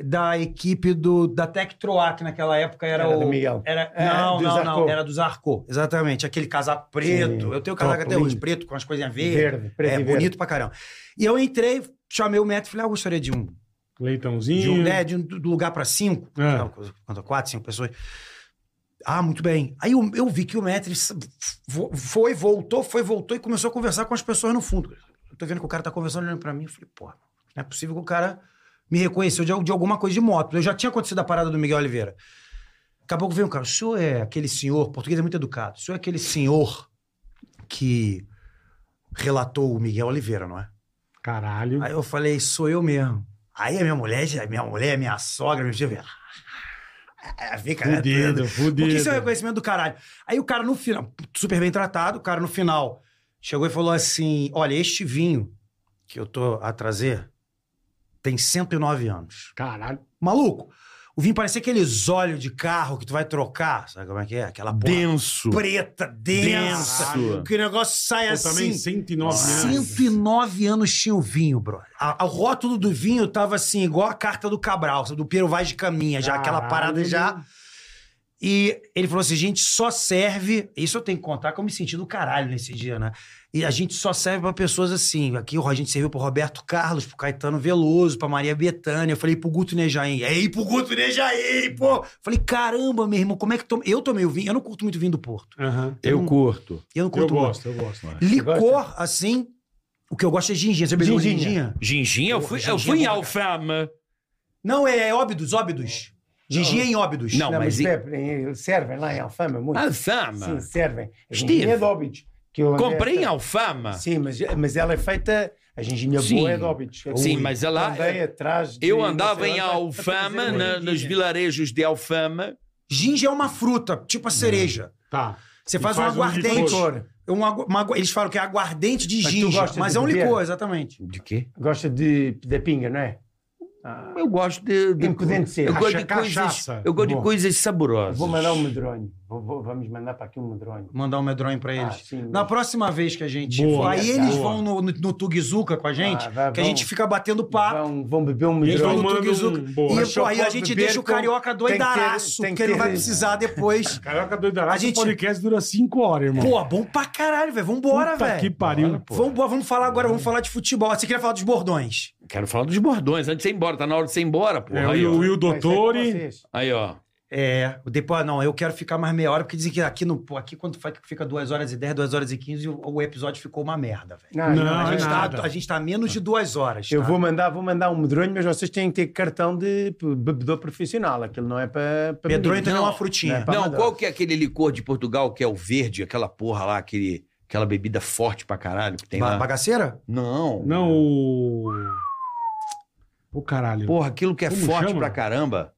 da equipe do, da Tec Troa, que naquela época era, Era o. do Miguel. Era, É, não, do não, não. Zarco. Era do Zarco. Exatamente. Aquele casaco preto. Sim. Eu tenho o casaco Top, até hoje, lindo. preto, com as coisinhas verdes. Verde, preto é, e verde. bonito pra caramba. E eu entrei, chamei o médico e falei, ah, eu gostaria de um Leitãozinho. de um, né, de um do lugar pra cinco, É. né, coisa- quanto, quatro, cinco pessoas. Ah, muito bem. Aí eu, eu vi que o Metri s- vo- foi, voltou, foi, voltou e começou a conversar com as pessoas no fundo. Eu tô vendo que o cara tá conversando olhando pra mim. Eu falei, pô, não é possível que o cara me reconheceu de, al- de alguma coisa de moto. Eu já tinha acontecido a parada do Miguel Oliveira. Daqui a pouco veio um cara, o senhor é aquele senhor, português é muito educado, o senhor é aquele senhor que relatou o Miguel Oliveira, não é? Caralho. Aí eu falei, sou eu mesmo. Aí a minha mulher, já- minha mulher, minha sogra, meu tio, fica né, Fudido, fudido. Porque isso é um reconhecimento do caralho. Aí o cara no final, super bem tratado, o cara no final chegou e falou assim: Olha, este vinho que eu tô a trazer tem 109 anos. Caralho. Maluco, o vinho parecia aqueles óleo de carro que tu vai trocar, sabe como é que é? Aquela porra Denso. preta, densa, Denso. que o negócio sai Eu também assim. 109 anos. 109 anos tinha o vinho, brother. A- a- o rótulo do vinho tava assim, igual a carta do Cabral, sabe? do Piero Vaz de Caminha, já aquela Caralho. parada já. E ele falou assim, gente, só serve... Isso eu tenho que contar que eu me senti do caralho nesse dia, né? E a gente só serve pra pessoas assim. Aqui o- a gente serviu pro Roberto Carlos, pro Caetano Veloso, pra Maria Bethânia. Eu falei pro Guto Nejaim. Ei, pro Guto Nejaim, pô! Falei, caramba, meu irmão, como é que... Toma? Eu tomei o vinho, eu não curto muito vinho do Porto. Aham. Eu curto. Eu Eu não curto muito. gosto, eu gosto. Licor, assim, o que eu gosto é ginginha. Você bebeu Ginginha. ginginha? Ginginha, eu Porra, fui, eu ginginha fui é em bom, cara. Alfama. Não, é, é óbidos, óbidos. Ginginha em óbidos. Não, Não, mas... mas é e- servem- servem lá em Alfama é muito. Sim, Alfama. servem. A Steve. genginha de Óbidos. que eu andei Comprei em até- Alfama. Sim, mas, mas ela é feita... A genginha Sim. boa é de Óbidos. É Sim, que mas ela- Andei atrás de- Eu não sei andava em onde, é tá Alfama, pra fazer na- uma nos genginha. vilarejos de Alfama. Ginge é uma fruta, tipo a cereja. Tá. Você E faz, faz um um aguardente. Licor. Um agu- uma agu- eles falam que é aguardente de Mas tu ginge, gosta mas de é um beber? licor, exatamente. De quê? Gosta de, de pinga, não é? Eu gosto de... de- Impudente ser. Eu gosto Cacha- de coisas, cachaça. eu gosto de Bom. coisas saborosas. Vou mandar um medronho. Vou- vou- vamos mandar para aqui um medronho. Mandar um medronho pra Ah, eles. sim, Na mas- próxima vez que a gente Boa, for, aí cara. eles Boa. vão no, no, no Tugizuka com a gente, Ah, vai, que a vão. gente fica batendo papo. Vão, vão beber um Eles medronho. vão Vão, mandar no um... Tugizuka. Boa. Mas e só pô, aí a pode gente beber deixa o com- carioca que ter- doidaraço, tem porque que ele não vai ter- precisar depois. <laughs> Carioca doidaraço, A gente- o podcast dura 5 horas, irmão. Pô, bom pra caralho, velho. Vambora, Puta que velho. pariu. Vambora, vamos falar agora, vamos falar de futebol. Ah, Você queria falar dos bordões. Quero falar dos bordões. Antes de você ir embora, tá na hora de você ir embora, porra. É, aí, o ó. Will Mas é com Dottore... vocês. Aí, ó. É, depois, não, eu quero ficar mais meia hora, porque dizem que aqui, no, pô, aqui quando fa- fica 2 horas e 10, 2 horas e 15, o, o episódio ficou uma merda, velho. Não, não, Não, A, a é gente- gente nada. tá- a gente tá a menos de 2 horas. Eu tá? vou mandar, vou mandar um medronho, mas vocês têm que ter cartão de p- bebedor profissional. Aquilo não é para. Pedronho também é uma Não, frutinha. Pá, Não, mandar. qual que é aquele licor de Portugal que é o verde, aquela porra lá, aquele, aquela bebida forte é pra caralho que tem Ba- lá? Bagaceira? Não. Não, o... O caralho. Porra, aquilo que é Como forte chama? pra caramba.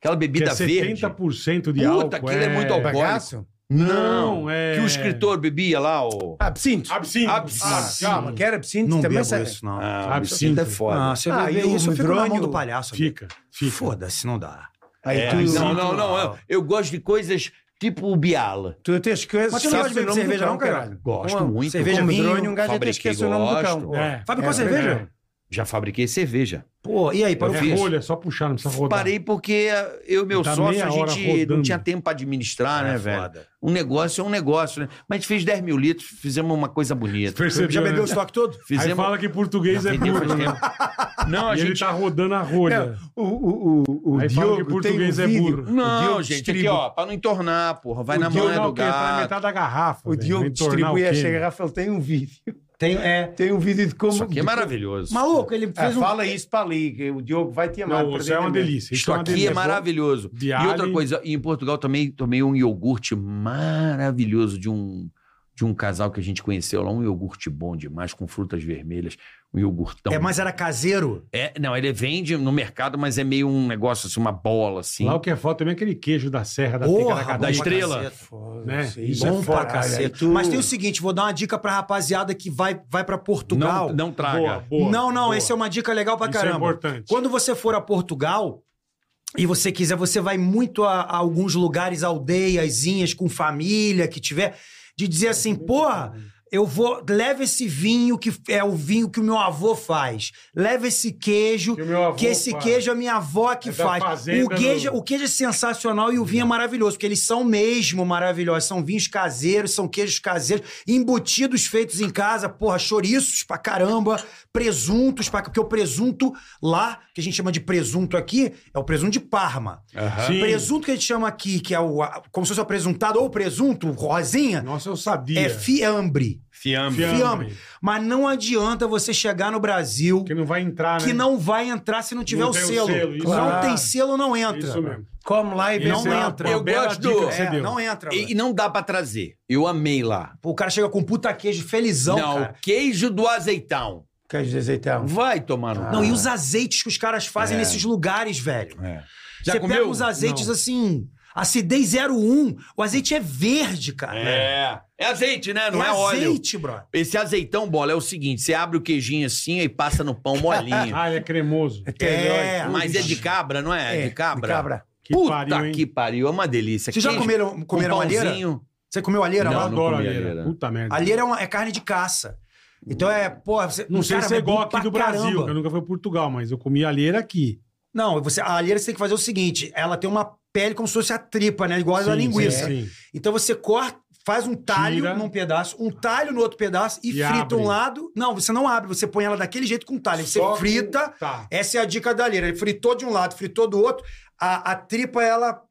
Aquela Que bebida é verde. 70% de álcool. Puta, aquilo é, muito alcoólico. bagaço? Não, Não, é- Que o escritor bebia lá, o... Absinto. Absinto. Absinto. Ah, Calma, que era absinto Não também bebo serve. isso, não. Ah, absinto. absinto é foda. Ah, se eu Ah, beber e o isso, eu fico na mão medronho do palhaço. amigo. Fica, fica. Foda-se, não dá. Aí É, tu, não, não, não. é. Eu, eu gosto de coisas tipo o Biala. tu até esqueces. Mas tu não gosta de beber cerveja não, cara? Gosto Como- muito. cerveja Com vinho, medronho, um gajo até fabriquei, esquece o nome do gosto. cão. É. Sabe qual É, cerveja? é. Já fabriquei cerveja. Pô, e aí, Eu para o fiz. fim? Rolha, só puxar, não precisa rodar. Parei porque eu e meu Tá sócio, meia a hora gente rodando. não tinha tempo pra administrar, né, velho? Foda. Um negócio é um negócio, né? Mas a gente fez 10 mil litros, fizemos uma coisa bonita. Percebeu, Já bebeu o né? estoque todo? Aí Fizemos... fala que português Já é vendeu burro, faz né? tempo. Não, a E ele gente... tá rodando a rolha. O, o, o, o Aí fala Diogo que português tem é um vídeo. burro. o Não, Diogo gente, aqui, distribui- ó, pra não entornar, porra. Vai O na Diogo manha Não, do que ele tá na gato. metade da garrafa. O velho. Diogo Vai entornar o distribui quê, essa né? garrafa, ele tem um vídeo. Tem, é. Tem um vídeo de como. Isso aqui é maravilhoso. Maluco, ele Ah, fez um. Fala isso para ali, que o Diogo vai te amar. Não, isso é uma perdidamente. delícia. Isso uma aqui delícia. é maravilhoso. De E outra alho. coisa, em Portugal também tomei um iogurte maravilhoso de um de um casal que a gente conheceu lá, um iogurte bom demais, com frutas vermelhas, um iogurtão. É, mas era caseiro? É, não, ele vende no mercado, mas é meio um negócio assim, uma bola assim. Lá o que é foda também é aquele queijo da serra, da Porra, Ticaracati, bom da pra estrela. caceta. né? Foda-se, Isso bom é pra foda. caralho. Cacete. Tu- Mas tem o seguinte, vou dar uma dica pra rapaziada que vai, vai pra Portugal. Não, não traga. Boa, boa, não, não, boa. essa é uma dica legal pra Isso é caramba. importante. Quando você for a Portugal e você quiser, você vai muito a, a alguns lugares, aldeiazinhas com família que tiver, de dizer assim, porra, eu vou, leva esse vinho que é o vinho que o meu avô faz. Leva esse queijo Que o meu avô que esse faz. queijo a minha avó que É da faz. fazenda O queijo, do- Uhum. o queijo é sensacional e o vinho é maravilhoso, porque eles são mesmo maravilhosos. São vinhos caseiros, são queijos caseiros, embutidos feitos em casa, porra, chouriços pra caramba, presuntos pra... Porque o presunto lá, que a gente chama de presunto aqui, é o presunto de Parma. É. Sim. O presunto que a gente chama aqui, que é o... a- Como se fosse o apresentado ou o presunto, rosinha, Nossa, eu sabia. é fiambre. Fiambre. Fiambre. Fiambre. Mas não adianta você chegar no Brasil Que não vai entrar, que né? não vai entrar se não tiver Não o tem o selo. selo, isso não mesmo. tem selo, não entra. Isso mesmo. Come lá e vê Não se- Isso é uma- entra. uma Eu bela gosto dica do- que você É, deu. não entra. E, velho. e não dá pra trazer. Eu amei lá. Pô, O cara chega com puta queijo felizão, não, cara. queijo do azeitão. Queijo de azeitão. Vai tomar no. Ah. Não, cu. e os azeites que os caras fazem nesses lugares, velho. É. Já Você pega comeu? uns azeites assim, acidez 01, o azeite é verde, cara. É. É azeite, né? Não é, óleo. azeite, brother. Esse azeitão, bola, é o seguinte: você abre o queijinho assim e passa no pão <laughs> molinho. Ah, ele é cremoso. Ah, É. Mas é de cabra, não é? É, de cabra. de cabra. Que Puta pariu, hein? que pariu, é uma delícia. Vocês já Queijo comeram, com comeram alheira? pãozinho. Você comeu alheira Não, lá? Eu adoro comi alheira. alheira. Puta merda. Alheira é, uma- é carne de caça. Então é, porra, você, Não sei cara, se é bom igual aqui pra do Brasil, caramba. que eu nunca fui a Portugal, mas eu comi alheira aqui. Não, você, a alheira você tem que fazer o seguinte: ela tem uma pele como se fosse a tripa, né? Igual a da Sim, linguiça. sim, sim. Então você corta, faz um talho Tira. num pedaço, um talho no outro pedaço e, E frita abre. um lado. Não, você não abre, você põe ela daquele jeito com talho. Você Só com- frita. Tá. Essa é a dica da alheira. Ele fritou de um lado, fritou do outro. A, a tripa, ela.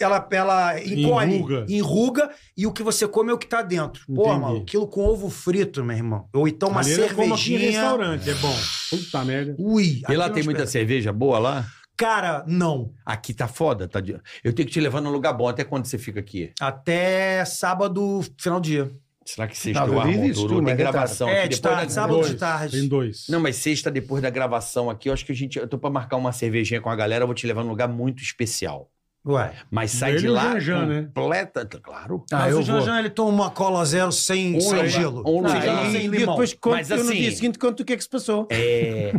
Ela, ela encolhe, Enruga. enruga. e o que você come é o que tá dentro. Pô, Entendi. mano, aquilo com ovo frito, meu irmão. Ou então uma Alheira eu como aqui em cervejinha. restaurante, é bom. Puta merda. Ui, E lá aquilo tem não muita espera. cerveja boa lá? Cara, não. Aqui tá foda, tá? de- Eu tenho que te levar num lugar bom até quando você fica aqui. Até sábado, final do dia. Será que sexta Não, eu eu armo vivo isso tudo? tudo, Tem mas é tarde. gravação É, aqui de depois tarde, da... sábado Dois. de tarde. Tem dois. Não, mas sexta depois da gravação aqui, eu acho que a gente. Eu tô pra marcar uma cervejinha com a galera, eu vou te levar num lugar muito especial. Ué. Mas sai Ele de e o lá. Janjan, né? completa. Claro. Ah, mas eu o vou. Janjan, ele toma uma cola zero sem, Tá, Um sem lugar- gelo. um lugar- Sem gelo, e, sem e limão. depois conto, Mas eu no assim- dia seguinte conto o que é que se passou. É.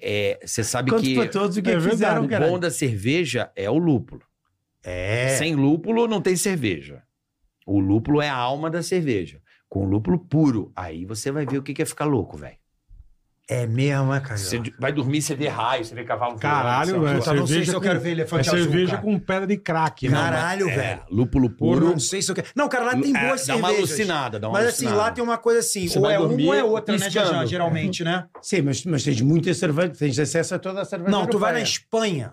é, Você sabe Conto que para todos o que é, É que verdade. fizeram, o cara. bom da cerveja é o lúpulo. É. Sem lúpulo não tem cerveja. O lúpulo é a alma da cerveja. Com lúpulo puro, aí você vai ver o que que é ficar louco, velho. É mesmo, é, cara? Você vai dormir, você vê raio, você vê cavalo. Caralho, voando, velho. Puta, não sei cerveja se eu com- quero ver elefante É azul, cerveja cara. com pedra de craque, né? Caralho, sabe? velho. É, lúpulo Porra, puro. não sei se eu quero. Não, cara, lá tem é, boas dá uma cervejas. alucinada, dá uma Mas assim, lá alucinada. tem uma coisa assim, Você ou vai é uma dormir ou é outra, né, piscando. Janjan? Geralmente, né? Sim, mas, mas tens muita cerveja, tens acesso a toda a cerveja. Não, tu vai na europeia. Espanha.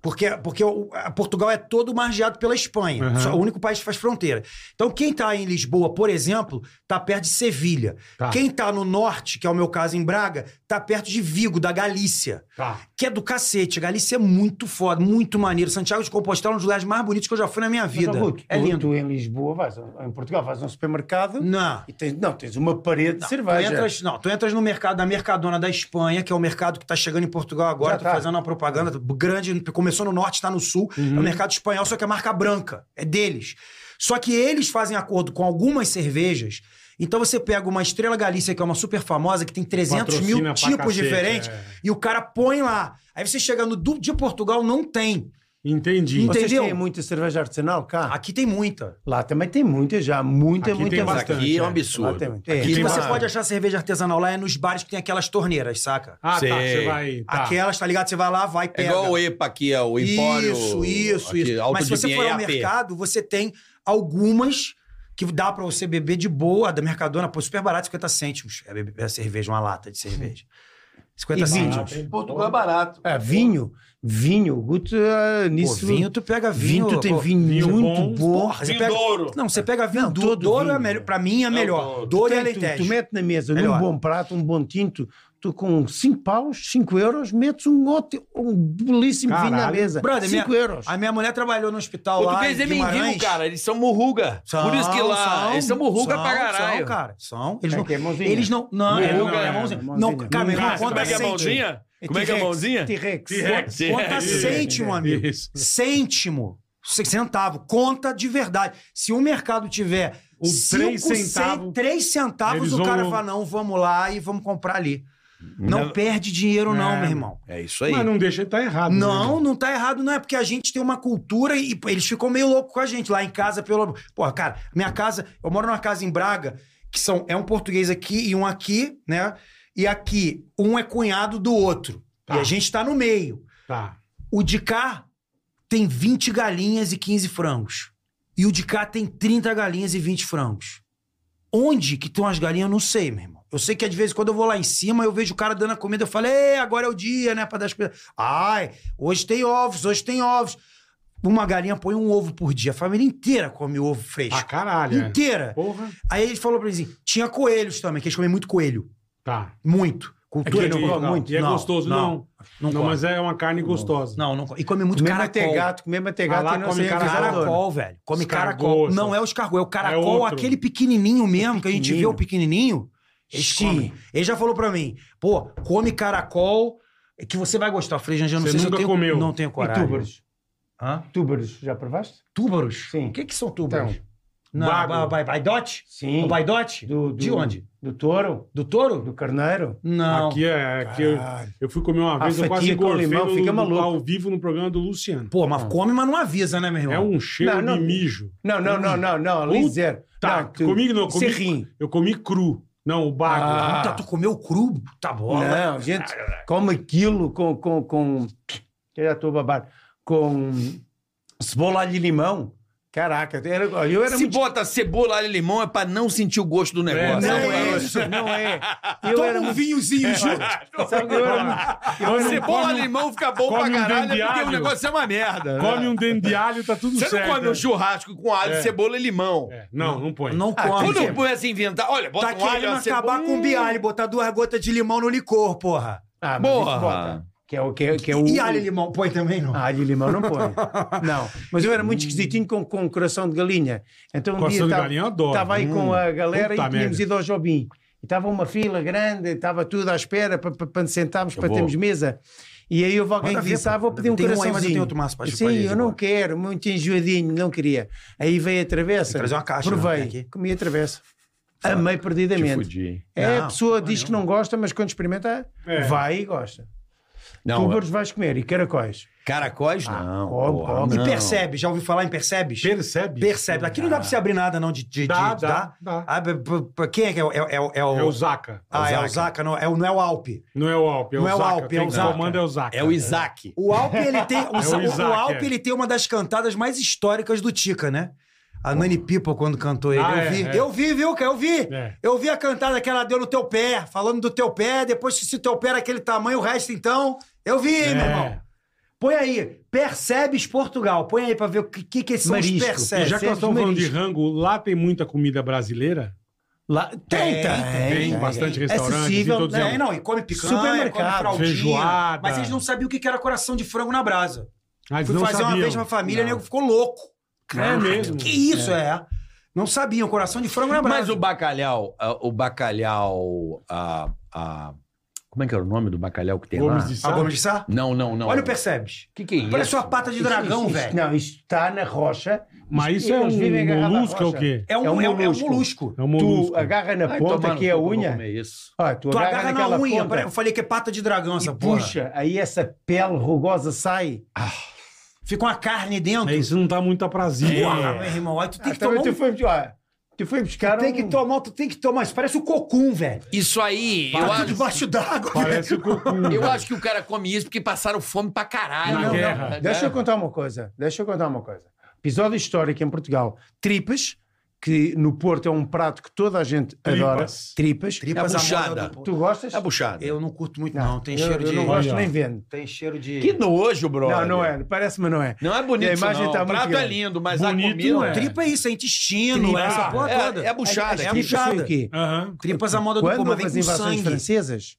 Porque, porque o- a Portugal é todo margeado pela Espanha. Uhum. Só- o único país que faz fronteira. Então, quem tá em Lisboa, por exemplo, tá perto de Sevilha. Tá. Quem tá no norte, que é o meu caso em Braga, tá perto de Vigo, da Galícia. Tá. Que é do cacete. A Galícia é muito foda, muito maneiro. Santiago de Compostela é um dos lugares mais bonitos que eu já fui na minha vida. Mas, ó, Ruth, é tu- lindo. Tu em Lisboa, vais, a- em Portugal, vais a um supermercado Não. e tens, não, tens uma parede de Tu é. cerveja. entras, não, tu entras no mercado da Mercadona da Espanha, que é o mercado que tá chegando em Portugal agora, Já tô tá. fazendo uma propaganda grande, começou no norte, tá no sul. Uhum. É o mercado espanhol, só que é marca branca, é deles. Só que eles fazem acordo com algumas cervejas. Então você pega uma Estrela Galícia, que é uma super famosa, que tem 300 Patrocina mil pra tipos cacete, diferentes, é. e o cara põe lá. Aí você chegando do, de Portugal, não tem. Entendi. Ent- Vocês entendeu? têm muita cerveja artesanal cá? Aqui tem muita. Lá também tem muita já, muita, Aqui muita. tem muita. Mas bastante, aqui é um é. Lá absurdo. tem muito. É. E Aqui você uma- pode achar cerveja artesanal lá é nos bares que tem aquelas torneiras, saca? Ah, Sei. tá. Você vai. Tá. Aquelas, tá ligado? Você vai lá, vai, É pega. igual o EPA aqui, é o Empório. Isso, isso, aqui, isso. Alto Mas se de é você Pinheiros, for ao AP. mercado, você tem algumas que dá pra você beber de boa, da Mercadona, pô, super barato, 50 cêntimos. É, be- é cerveja, uma lata de cerveja. 50 E vinho? cêntimos. Em Portugal é barato. Ah, vinho, vinho, o Guto, ah, Pô, nisso. vinho, tu pega vinho. tu tem pô, vinho, vinho muito bom. bom. Porra, você Vinho pega... Douro. Não, você pega vinho. do todo Douro vinho, é melhor. né? Pra mim é melhor. Douro. Douro e Tem, tu, tu Alentejo. mete na mesa Melhor. num bom prato, um bom tinto, tu com 5 paus, 5 euros, metes um ótimo, um belíssimo vinho na Caralho. mesa. Brother, 5 minha- euros. A minha mulher trabalhou no hospital lá. Português em é mendigo, Guimarães. cara. Eles são murruga. Por isso que lá. eles são murruga são, pra caralho. São, cara. São. Eles É não. que é mãozinha. Eles não. Não, Murruga é, não, é é mãozinha. mãozinha. Não, cara, meu irmão, Murruga. conta Como é que é a cêntimos. Como é que é a T-Rex, mãozinha? T-Rex. T-Rex. Conta cêntimo, amigo. Isso. Cêntimo. C- Centavo. Conta de verdade. Se o mercado tiver O três centavo- 3 centavos, Eles o cara vão- fala: não, vamos lá e vamos comprar ali. Não, perde dinheiro, não, É, meu irmão. É isso aí. Mas não deixa ele tá errado. né? Não, não tá errado, não é porque a gente tem uma cultura e pô, eles ficam meio loucos com a gente lá em casa pelo. Pô, cara, minha casa, eu moro numa casa em Braga que são é um português aqui e um aqui, né? E aqui um é cunhado do outro. Tá. E a gente tá no meio. Tá. O de cá tem 20 galinhas e 15 frangos. E o de cá tem 30 galinhas e 20 frangos. Onde que estão as galinhas, eu não sei, meu irmão. Eu sei que às vezes quando eu vou lá em cima, eu vejo o cara dando a comida, eu falo, Ei, agora é o dia, né, pra dar as coisas. Ai, hoje tem ovos, hoje tem ovos. Uma galinha põe um ovo por dia. A família inteira come ovo Pra fresco. caralho. é. inteira. Porra. Aí ele falou pra mim assim, tinha coelhos também, que eles comem muito coelho. Tá. Muito. Cultura Aqui de não Portugal. come muito. E é Não, gostoso, não. não. Não, come. mas é uma carne gostosa. Não, não come. E come muito Comer caracol. gato, comer Ah, lá manteigato e não come sei é caracol. caracol. Caracol, velho. Come Escargot, caracol. essas- Não é o escargot, é o caracol, outro. aquele pequenininho mesmo, que a gente vê o pequenininho. pequenininho. Eles Xi. comem. Ele já falou pra mim, pô, come caracol é que você vai gostar. Eu falei, Janjão, não Você sei se eu nunca tenho... comeu. Não tenho E coragem. túbaros? Hã? Túbaros, já provaste? Túbaros? Sim. O que que são túbaros? Então, não, bago. ba- ba- baidote? Sim. O baidote? Do- do- De onde? Do touro? Do touro? Do carneiro? Não. Ah, Aqui é. Aqui eu, Caralho. eu fui comer uma A vez, eu quase fatia com engordei limão no- fica no- maluco. ao vivo no programa do Luciano. Pô, mas come, mas não avisa, né, meu irmão? É um cheiro Não, não. de mijo. Não, não, não, não, não. Ali Puta, zero. Tá, Não, é tu- comigo não, é comi, Serrinho. eu comi cru. Não, o bago. Ah. Puta, tu comeu cru? Tá bom. Não, gente, come aquilo com. com, com eu já estou a babar. Com cebola alho e limão. Caraca, era, olha, eu era Se muito. bota cebola, alho e limão é pra não sentir o gosto do negócio. Não não, é eu- isso, não é. Eu era muito. vinhozinho junto. Sabe, eu era muito. Eu um- era muito- Cebola, alho e limão fica bom come pra um caralho, dente de porque o alho. negócio é uma Ah, merda. Come um dente de alho, tá tudo Você não certo. é. come um churrasco com alho, É. cebola e limão. Ah, É, Não, não põe. Não come. Quando começa a inventar, olha, bota Ah, é Tá um alho, querendo uma acabar cebola... com o bialho, botar duas gotas de limão no licor, porra. Ah, mas Porra. isso bota. Que é o. Que é, que é o E alho e limão, põe também, não? Ah, alho e limão não <laughs> põe. Não. Mas eu era muito esquisitinho com, com um coração de galinha. Então um Coração dia de tava- galinha eu adoro. Estava aí Hum, com a galera puta e tínhamos merda. ido ao Jobim. E estava uma fila grande, estava tudo à espera para, para, para nos sentarmos, para termos mesa. E aí houve alguém Manda que ver, disse, pô. ah, vou pedir um Tem um aí, mas eu coraçãozinho. tenho outro maço para Eu, chupar Sim, ali, eu não agora. quero, muito enjoadinho, não queria. Aí veio a travessa. Tem que trazer uma caixa, Provei, não, tem aqui. comi a travessa. Amei perdidamente. É, a Não, pessoa pô, diz que não gosta, mas quando experimenta, É. vai e gosta. Não, Túbaros vais comer e caracóis. caracóis Ah, não. come, porra, come. E não. percebe, já ouviu falar em percebes? Percebe? Percebe. Aqui não dá pra você abrir nada, não, de... de, Dá, de- dá, dá. Ah, b- b- b- quem é que é o... É, é o- é o- É o Zaca. Ah, é o Zaca, não é o, não é o Alpe. Não é o Alpe, é o Não é o Zaca. Alpe, é Quem o Zaca. comanda é o Zaca. É o Isaac. O Alpe, ele tem... O, É o Sa- o- o Isaac, Alpe, é. ele tem uma das cantadas mais históricas do Tica, né? A Nani Pipa, quando cantou ele. Ah, eu é, vi, é. eu vi, viu, cara? Eu vi. É. Eu vi a cantada que ela deu no teu pé, falando do teu pé, depois que se o teu pé era aquele tamanho, o resto, então... Eu vi, É. hein, meu irmão. Põe aí, percebes Portugal. Põe aí pra ver o que, que, que são Marisco. os E percebes. já que nós estamos falando de rango, lá tem muita comida brasileira? Lá, tem, tem, Tem tem. bastante É restaurante. assim, acessível, Não, é, não, e come picanha, Supermercado, come fraldinha, feijoada. Mas eles não sabiam o que que era coração de frango na brasa. Mas Fui não fazer uma sabiam. vez pra família, o Não. nego ficou louco. É mesmo. Que isso é? Não sabiam, coração de frango na brasa. Mas o bacalhau, ah, o bacalhau... ah, ah, como é que era o nome do bacalhau que tem lá? Gomes de Sá. Ah, Gomes de Sá? Não, não, não. Olha o percebes. que, que é isso? Olha a sua pata de Isso, dragão, isso, velho. Não, isso está na rocha. Mas Isto- isso é eles vivem um agarrado à molusco, é o rocha. quê? É um, É é um um, é um molusco. molusco. É um molusco. Tu agarra na Ai, ponta, tomar no que é a cu, eu vou unha. comer isso. Ó, tu, Tu agarra agarra naquela na unha. ponta Eu falei que é pata de dragão essa e porra. puxa. Aí essa pele rugosa sai. Ah, Fica uma carne dentro. É, isso não tá muito aprazível. Porra, meu irmão. Aí tu tem Ah, que também tomar um... tu, foi, ó, tu foi buscar Tem um- que tomar, tu tem que tomar. Isso parece o cocum, velho. Isso aí, eu Tá acho, debaixo d'água, velho. Parece o <laughs> cocum. eu acho que o cara come isso porque passaram fome pra caralho. Na guerra. Deixa eu contar uma coisa. Deixa eu contar uma coisa. Episódio histórico em Portugal. Tripas, que no Porto é um prato que toda a gente adora. Tripas. Tripas É a à moda buchada. do- Tu gostas? É buchada. Eu não curto muito, não. Não, Tem eu- cheiro Eu de. não Aí, gosto ó. nem vendo. Tem cheiro de. Que nojo, brother. Não, não é. Parece-me não é. Não é bonito A isso, imagem não. tá o prato muito é grande. lindo, mas a Bonito comida... não Não, é. tripa é isso, é intestino, Tripa. é essa porra toda. É, é buchada. É a As tripas buchada. foi o quê? Aham. Tripas à moda do Quando povo, mas houve vem as com invasões sangue. francesas,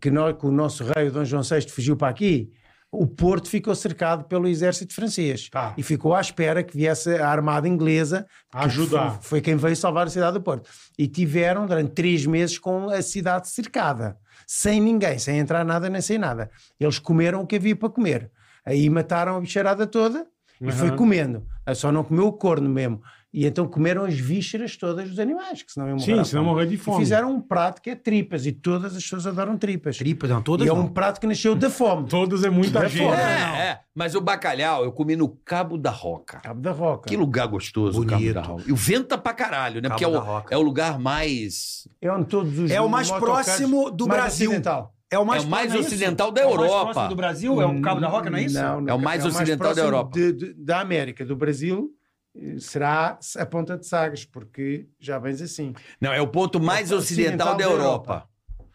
que, nós, que o nosso rei, o Dom João VI, fugiu para aqui, o Porto ficou cercado pelo exército francês. Tá. E ficou à espera que viesse a armada inglesa. que Ajudar. Foi, foi quem veio salvar a cidade do Porto. E tiveram durante três meses com a cidade cercada. Sem ninguém, sem entrar nada, nem sem nada. Eles comeram o que havia para comer. Aí mataram a bicharada toda e foi Aham. comendo. Ah, Só não comeu o corno mesmo. E então comeram as vísceras todas dos animais, que senão iam morrer. Sim, à senão fome. morrer de E fome. fizeram um prato que é tripas e todas as pessoas adoram tripas. Tripas, não, todas E é não. um prato que nasceu da fome. Todas é muita É gente. foda. É, é. Mas o bacalhau eu comi no Cabo da Roca. Cabo da Roca. Que lugar gostoso, o Cabo Bonito. da Roca. E o venta pra caralho, né? Cabo Porque é da o, Roca. é o lugar mais... É onde todos os É o mais motocarros- próximo do mais Brasil. ocidental. É o É o mais não isso? ocidental da É o mais Europa. próximo do Brasil? É o Cabo da Roca, não é isso? não, É o mais ocidental da próximo Europa. de- de- da América, do Brasil, eh, será a Ponta de Sagres, porque já vens assim. Não, é o ponto mais É o ocidental, ocidental da da Europa.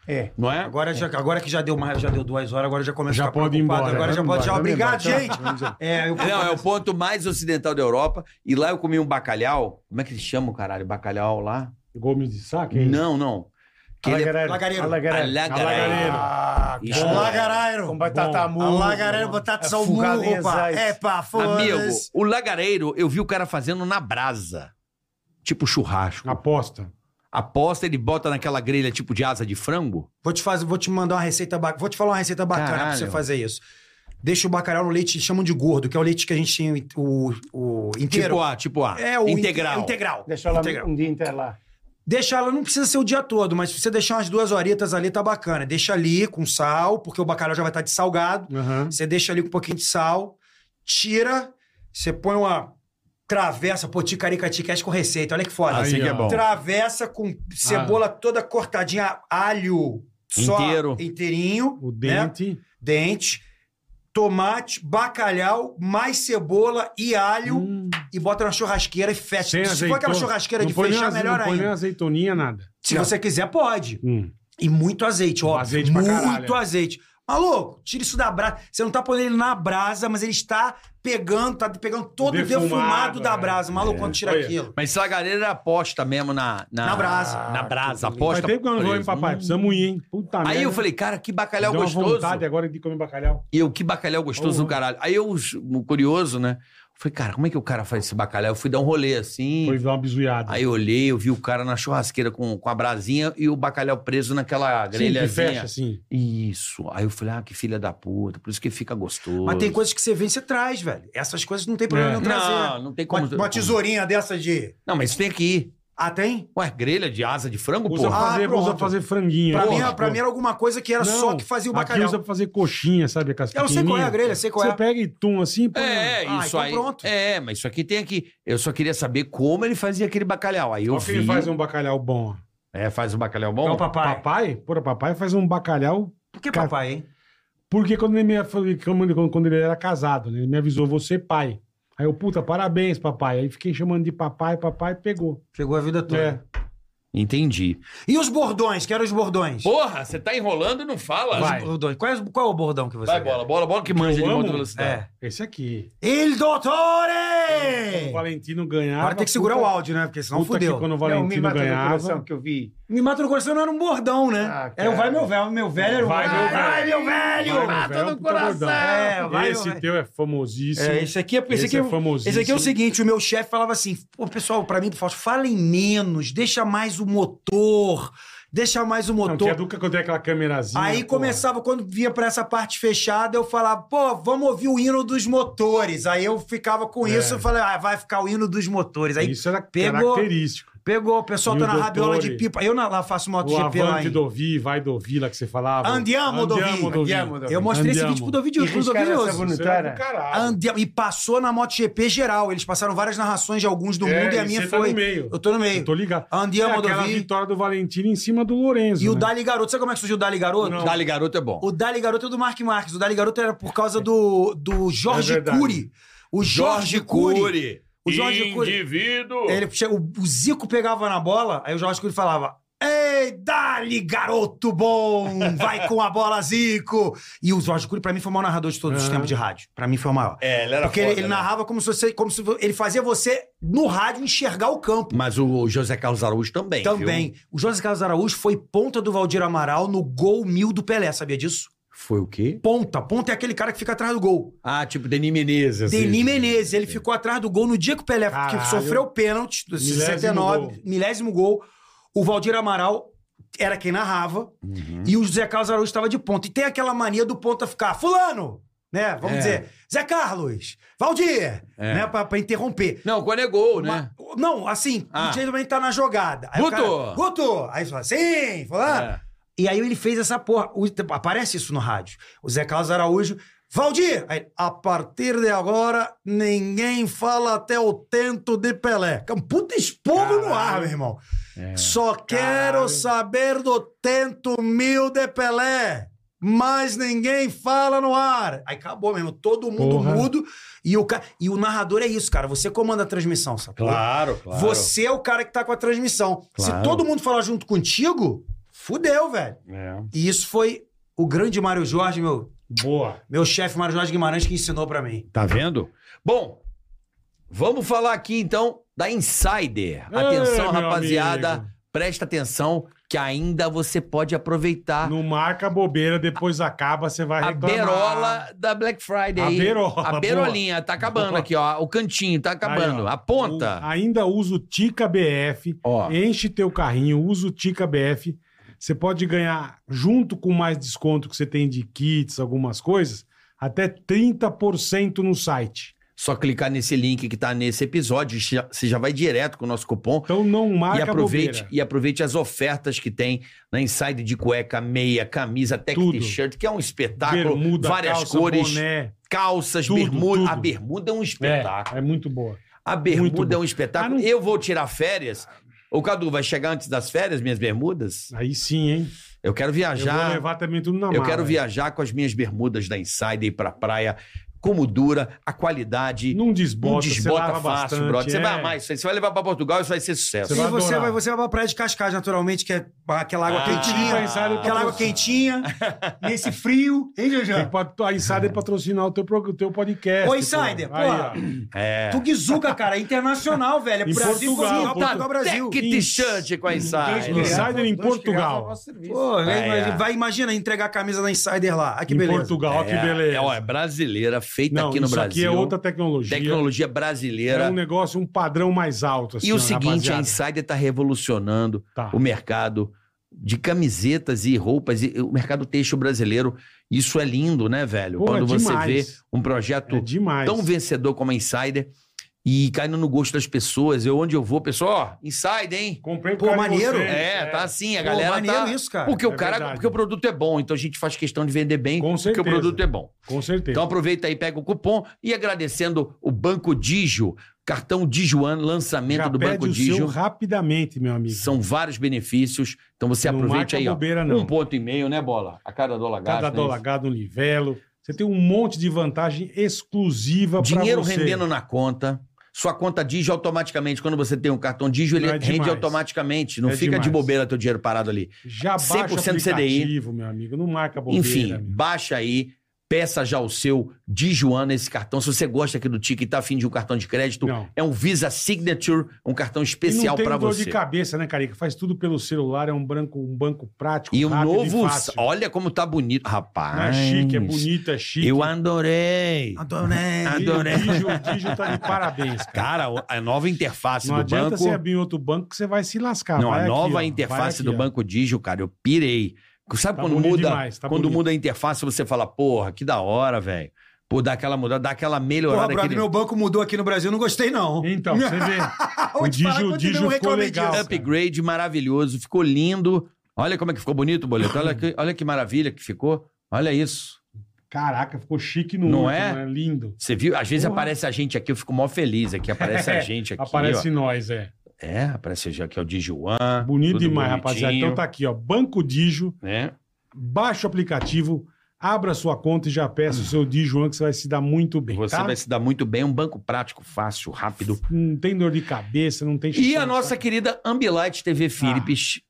É. Não é? Agora, já, agora que já deu, mais, já deu duas horas, agora já começa Já a ficar pode ir preocupado. embora. Agora já Vamos pode. Já. embora, né? Obrigado, vamos embora. gente. Vamos embora. É, eu Não, é o ponto mais ocidental da Europa. E lá eu comi um bacalhau. Como é que eles chamam, caralho? Bacalhau lá? Gomes de Sá? que é isso? Não, não. Que ele é Alagareiro. Alagareiro. Alagareiro. alagareiro. Ah, Isso. cara. Olá, Garairo. Com batata Bom. murro. Olá, Garairo, batatas ao Afogado né? É em murro, pá. azeite. É, pá, Amigo, foda-se. o lagareiro, eu vi o cara fazendo na brasa. Tipo churrasco. Aposta. aposta, ele bota naquela grelha tipo de asa de frango? Vou te, fazer, vou te mandar uma receita bacana. Vou te falar uma receita bacana pra Caralho. você fazer isso. Deixa o bacalhau no leite, chamam de gordo, que é o leite que a gente tinha o, o inteiro. Tipo A, tipo A. é o inte- integral. integral. Deixa lá Integral. um dia inteiro lá. Deixa ela, não precisa ser o dia todo, mas se você deixar umas duas horitas ali, tá bacana. Deixa ali com sal, porque o bacalhau já vai estar de salgado. Aham. Você deixa ali com um pouquinho de sal, tira, você põe uma travessa, pô, ticaricatiquete com receita, olha que foda. Aí, Assim que é ó. Ah. bom. Travessa com cebola toda cortadinha, alho só Inteiro. inteirinho, O né? dente. dente, tomate, bacalhau, mais cebola e alho Hum. e bota na churrasqueira e fecha. Sem Se for aquela azeitona. churrasqueira Não de põe nem fechar, aze- melhor não põe nem ainda. azeitoninha, nada. Se você quiser, pode. Hum. E muito azeite, óbvio. Um Azeite pra muito caralho. azeite. Maluco, tira isso da brasa. Você não tá pondo ele na brasa, mas ele está pegando, tá pegando todo Defumado, o defumado da é. brasa. Maluco, quando tira Olha. aquilo. Mas essa galera aposta mesmo na... Na, Na brasa. Ah, Na brasa, Faz aposta. tempo que eu não vou, preso. hein, Hum. papai? Precisamos ir, hein? Puta merda. Aí eu falei, cara, que é bacalhau Deu uma gostoso. vontade agora de comer bacalhau. E eu, que bacalhau gostoso Porra. do caralho. Aí eu, curioso, né? Falei, cara, como é que o cara faz esse bacalhau? Eu fui dar um rolê assim. Foi dar uma bizuiada. Aí eu olhei, eu vi o cara na churrasqueira com, com a brasinha e o bacalhau preso naquela Sim, que grelhazinha. fecha, assim. Isso. Aí eu falei, ah, que filha da puta, por isso que fica gostoso. Mas tem coisas que você vem e você traz, velho. Essas coisas não tem problema É. não trazer. né? Não, não tem como. Uma, uma tesourinha dessa de. Não, mas isso tem que ir. Ah, tem? Ué, grelha de asa de frango, Usa, porra. Ah, fazer, pronto. usa fazer franguinho. Pra, porra, mim, é- pra porra. mim era alguma coisa que era Não, só que fazia o Aqui bacalhau. usa pra fazer coxinha, sabe? Aquelas Eu sei qual é a pequenininhas. grelha, sei qual Você é. pega e tum assim, põe. É, Ah, isso então aí. pronto. É, mas isso aqui tem aqui. Eu só queria saber como ele fazia aquele bacalhau. Aí eu Olha que ele vi. faz um bacalhau bom. É, faz o bacalhau bom. É o papai. Papai, porra, papai faz um bacalhau. Por que papai, hein? Porque quando ele, me, foi- quando ele- quando ele era casado, né, ele me avisou, você pai. Aí eu, puta, parabéns, papai. Aí fiquei chamando de papai, papai pegou. Pegou a vida toda. É, Entendi. E os bordões? Quero os bordões. Porra, você tá enrolando e não fala. Os vai. bordões. Qual é, os- qual é o bordão que você Vai, quer? bola, bola, bola que manja Eu de amo. muita velocidade. É. Esse aqui. Il Quando o Dottore! Valentino ganhava. É. Agora tem que segurar o áudio, né? Porque senão Puta que fudeu. quando É o Não, me Valentino mata no coração ganhava. que eu vi. Me mata no coração não era um bordão, né? Ah, era o vai meu velho, meu velho era o Vai, meu vai, velho. meu velho! Vai, meu velho, é um puta gordão. É, vai, esse meu velho. teu é famosíssimo. É, esse aqui é, esse Esse aqui é é, famosíssimo. Esse aqui é o seguinte, o meu chefe falava assim, pô, pessoal, pra mim, por favor, falem menos, deixa mais o motor, deixa mais o Não, que é motor. Duca quando tem aquela câmerazinha. Aí porra. começava, quando via pra essa parte fechada, eu falava, pô, vamos ouvir o hino dos motores. Aí eu ficava com É. isso, eu falei, ah, vai ficar o hino dos motores. Aí Isso era pegou. característico. Pegou, o pessoal E o tá na rabiola de Dottore. pipa. Eu na, lá faço O MotoGP lá Avante em... do Vi, vai do Vi lá que você falava. Andiamo, Dovi. Andiamo, Tá Dovi. Eu mostrei esse Andiamo. vídeo pro Dovi de E YouTube, riscaram essa Dovi bonita. Isso era do caralho. Andiamo. E passou na MotoGP geral. Eles passaram várias narrações de alguns do É, mundo e a e minha você tá foi... no meio. Eu tô no meio. Eu tô ligado. é Andiamo, aquela Dovi. vitória do Valentino em cima do Lorenzo. E o né? Dali Garoto. Sabe como é que surgiu o Dali Garoto? Não. Dali garoto é bom. O Dali Garoto é do Mark Marques. O Dali Garoto era por causa do, do Jorge É verdade. Cury. O Jorge Cury. O Jorge Cury. Indivíduo. Ele, che- o, o Zico pegava na bola, aí o Jorge Cury falava. Ei, dali, garoto bom! Vai com a bola, Zico! E o Jorge Cury, pra mim, foi o maior narrador de todos os Aham. tempos de rádio. Pra mim, foi o maior. É, ele era Porque ele, ele narrava como se você. Como se, ele fazia você, no rádio, enxergar o campo. Mas o José Carlos Araújo também. Também. O José Carlos Araújo foi ponta do Valdir Amaral no gol mil do Pelé, sabia disso? Foi o quê? Ponta. Ponta é aquele cara que fica atrás do gol. Ah, tipo Denis Menezes. assim. Denis Menezes, ele ficou atrás do gol no dia que o Pelé Caralho. que sofreu o pênalti, do Milésimo 69, gol. milésimo gol. O Valdir Amaral era quem narrava Uhum. e o Zé Carlos Araújo estava de ponta. E tem aquela mania do ponta ficar, fulano, né? Vamos É. dizer, Zé Carlos, Valdir, É. né? Pra, pra interromper. Não, quando é gol, né? Ma- Não, assim, Ah. o time tá na jogada. Aí o Guto! cara, Guto! Aí fala, sim, fulano. É. E aí ele fez essa porra. O- aparece isso no rádio. O Zé Carlos Araújo. Valdir! Aí, a partir de agora, ninguém fala até o tento de Pelé. É um Puta esporro no ar, meu irmão. Só quero saber do tento mil de Pelé. Mas ninguém fala no ar. Aí acabou mesmo. Todo mundo Porra. mudo. E o, ca- e o narrador é isso, cara. Você comanda a transmissão, sacou? Claro, claro. Você é o cara que tá com a transmissão. Claro. Se todo mundo falar junto contigo, fudeu, velho. É. E isso foi o grande Mário Jorge, meu, Boa. meu chefe Mário Jorge Guimarães, que ensinou pra mim. Tá vendo? Bom, vamos falar aqui então da Insider. Atenção, Ei, meu rapaziada. amigo. Presta atenção que ainda você pode aproveitar Não marca bobeira, depois acaba, você vai a reclamar. berola da Black Friday A aí. berola, A berolinha, tá acabando Boa. aqui, ó. O cantinho tá acabando. Aí, ó. a ponta. O- ainda usa o Tica BF. Ó. Enche teu carrinho, usa o Tica BF. Você pode ganhar, junto com mais desconto que você tem de kits, algumas coisas, até 30% no site. Só clicar nesse link que tá nesse episódio. já- Você já vai direto com o nosso cupom. Então não E marca aproveite, bobeira. e aproveite as ofertas que tem na Inside de cueca, meia, camisa, tech Tudo. t-shirt, que é um espetáculo, Bermuda, várias calça, cores, É. boné. calças, Tudo, bermuda. tudo. A bermuda é um espetáculo. É, é muito boa. A Muito bermuda bom. é um espetáculo. Ah, não- Eu vou tirar férias. O Cadu vai chegar antes das férias, minhas bermudas? Aí sim, hein? Eu quero Eu vou viajar. levar é. também tudo na mão. Eu quero viajar com as minhas bermudas da Insider e ir pra praia. Como dura, a qualidade. Não Não desbota, desbota, você lava fácil, bastante, brother. Você é. vai amar isso aí. Você vai levar pra Portugal, isso vai ser sucesso. Você Você vai e você adorar. vai, você vai pra praia de Cascais, naturalmente, que é aquela água Ah. quentinha. Aquela <laughs> água quentinha, nesse frio. Tem Hein, que Jojo? pat- A Insider patrocinar o teu, pro- o teu podcast. Ô, pô. Insider, Aí, ó. É. Tuguizuca, cara, é internacional, velho. É Em Brasil, Portugal, Portugal, Portugal, Portu- Brasil. Tech tá, t-shirt com a Insider. Insider em Portugal. Pô, É, vai- é. vai, imagina, entregar a camisa da Insider lá. Ah, que em beleza. Portugal, que beleza. É, ó, é brasileira, feita Não, aqui no isso Brasil. aqui é outra tecnologia. Tecnologia É brasileira. um negócio, um padrão mais alto. Assim, e o ó, seguinte, rapaziada. a Insider está revolucionando Tá. o mercado de camisetas e roupas, e o mercado têxtil brasileiro. Isso é lindo, né, velho? Pô, Quando é você demais. vê um projeto É demais. tão vencedor como a Insider e caindo no gosto das pessoas. Eu, onde eu vou, pessoal, ó, Insider, hein? Comprei por Pô, causa de maneiro. vocês, É, tá assim, a Pô, galera maneiro tá... isso, cara. Porque o é cara, verdade. porque o produto é bom, então a gente faz questão de vender bem, Com porque o certeza. produto é bom. Com certeza. Então aproveita aí, pega o cupom e agradecendo o Banco Digio, cartão Dijuan, lançamento Já do pede Banco o seu Digio. rapidamente, meu amigo. São vários benefícios. Então você Não aproveite marca aí, ó. bobeira, Ah, não. Um ponto e meio, né, Bola? A cada dólar gasto. Cada né? dólar gado no livelo. Você tem um monte de vantagem exclusiva Dinheiro pra você. rendendo na conta. Sua conta Digio automaticamente, quando você tem um cartão Digio, ele Não é rende demais. automaticamente. Não É fica de demais. bobeira teu dinheiro parado ali. Já baixa o 100% aplicativo, CDI. meu amigo. Não marca bobeira. Enfim, amigo. baixa aí, peça já o seu Dijuana, esse cartão. Se você gosta aqui do Tique e tá afim de um cartão de crédito, Não. é um Visa Signature, um E cartão não especial tem para dor você. de cabeça, né, Carica? Faz tudo pelo celular, é um, branco, um banco prático, E o rápido novo. fácil. Olha como tá bonito. Rapaz. Não é chique, é bonito, Ah, é chique. Eu né? adorei. Adonai. E adorei. O Digio, o Digio tá de <laughs> parabéns, cara. Cara, a nova interface Não do adianta banco. você abrir em outro banco que você vai se lascar. Não, Vai a aqui, nova ó. Vai interface aqui, do ó. Banco Digio, cara, eu pirei. Sabe Tá quando bonito muda? demais, tá quando bonito. muda a interface, você fala, porra, que da hora, velho. Pô, dá aquela mudada, dá aquela Porra, melhorada. brother, aquele- meu banco mudou aqui no Brasil, não gostei, não. Ah, Então, <laughs> você vê. Vou te falar Digio- quanto Digio eu ficou reclamei legal. disso. upgrade maravilhoso, ficou lindo. Olha como é que ficou bonito o boleto. Olha que, olha que maravilha que ficou. Olha isso. Caraca, ficou chique no Não último, é? né? Lindo. Você viu? Às vezes Porra. É, aparece a gente aqui, eu fico mó feliz <laughs> aqui. Aparece a gente aqui. Aparece nós, é. ó. É, aparece já aqui ó, o Dijuan. Bonito tudo demais, bonitinho, rapaziada. Então tá aqui, ó. Banco Digio, né? baixa o aplicativo, abra sua conta e já peça o seu Digio que você vai se dar muito bem, Você tá? vai se dar muito bem. Um banco prático, fácil, rápido. Não tem dor de cabeça, não tem... E chance, a nossa querida Ambilight TV Ah, Philips.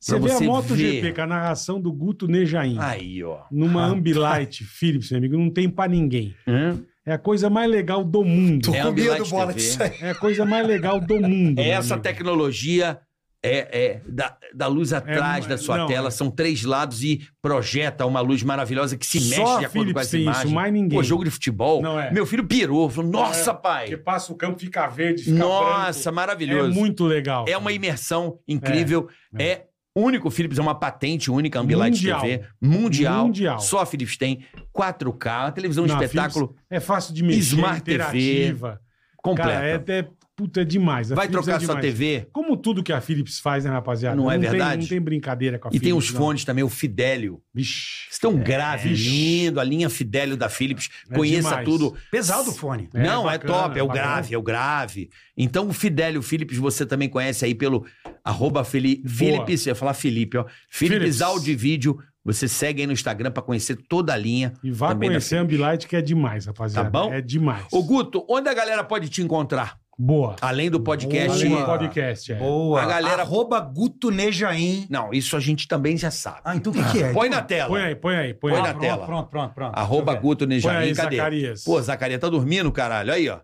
Você pra vê a você MotoGP ver. com a narração do Guto Nejaim. Aí, ó. Numa Ambilight, Philips, meu amigo, não tem pra ninguém. Hã? É a coisa mais legal do mundo. Tô É com medo, Ambilight bola, TV. disso aí. É a coisa mais legal do mundo. meu É Essa amigo. tecnologia é, é da, da luz atrás É, da sua não, tela. é. São três lados e projeta uma luz maravilhosa que se Só mexe de a acordo com Philips as tem imagens. isso, mais ninguém. Pô, jogo de futebol. Não é. Meu filho pirou. Falou, nossa, É, Porque pai. passa o campo, fica verde, fica Nossa, branco. É maravilhoso. É, muito legal. uma imersão incrível. É, É, único, Philips, é uma patente única, Ambilight Mundial. TV. Mundial. Mundial. Só a Philips tem 4K, uma televisão Não, a espetáculo É fácil de mexer, Smart interativa. completa. Cara, é até... Puta, é demais. A Vai Philips trocar é sua demais. TV. Como tudo que a Philips faz, né, rapaziada? Não é tem- verdade? não tem brincadeira com a E Philips. tem os não. fones também, o Fidelio. Vixe. Estão grave, lindo, a linha Fidelio da Philips. É Conheça demais. tudo. Pesado o fone. É, Não, é bacana, top, é o bacana. grave, é o grave. Então, o Fidelio Philips, você também conhece aí pelo arroba Fili- Philips, eu ia falar Felipe, ó. Philips, Philips. Áudio e Vídeo. Você segue aí no Instagram pra conhecer toda a linha. E vá Também da conhecer a Philips. Ambilight, que é demais, rapaziada. Tá bom? É demais. Ô, Guto, onde a galera pode te encontrar? Boa. Além do podcast. Além do podcast, é. Boa. A galera- Arroba Guto Nejaim. Não, isso a gente também já sabe. Ah, então o que, que é? Põe na tela. Põe aí, põe aí, põe Põe aí. na tela. Pronto, pronto, pronto. Arroba Guto Põe aí, Nejamin, cadê? Zacarias. Pô, Zacaria tá dormindo, caralho. Aí, ó.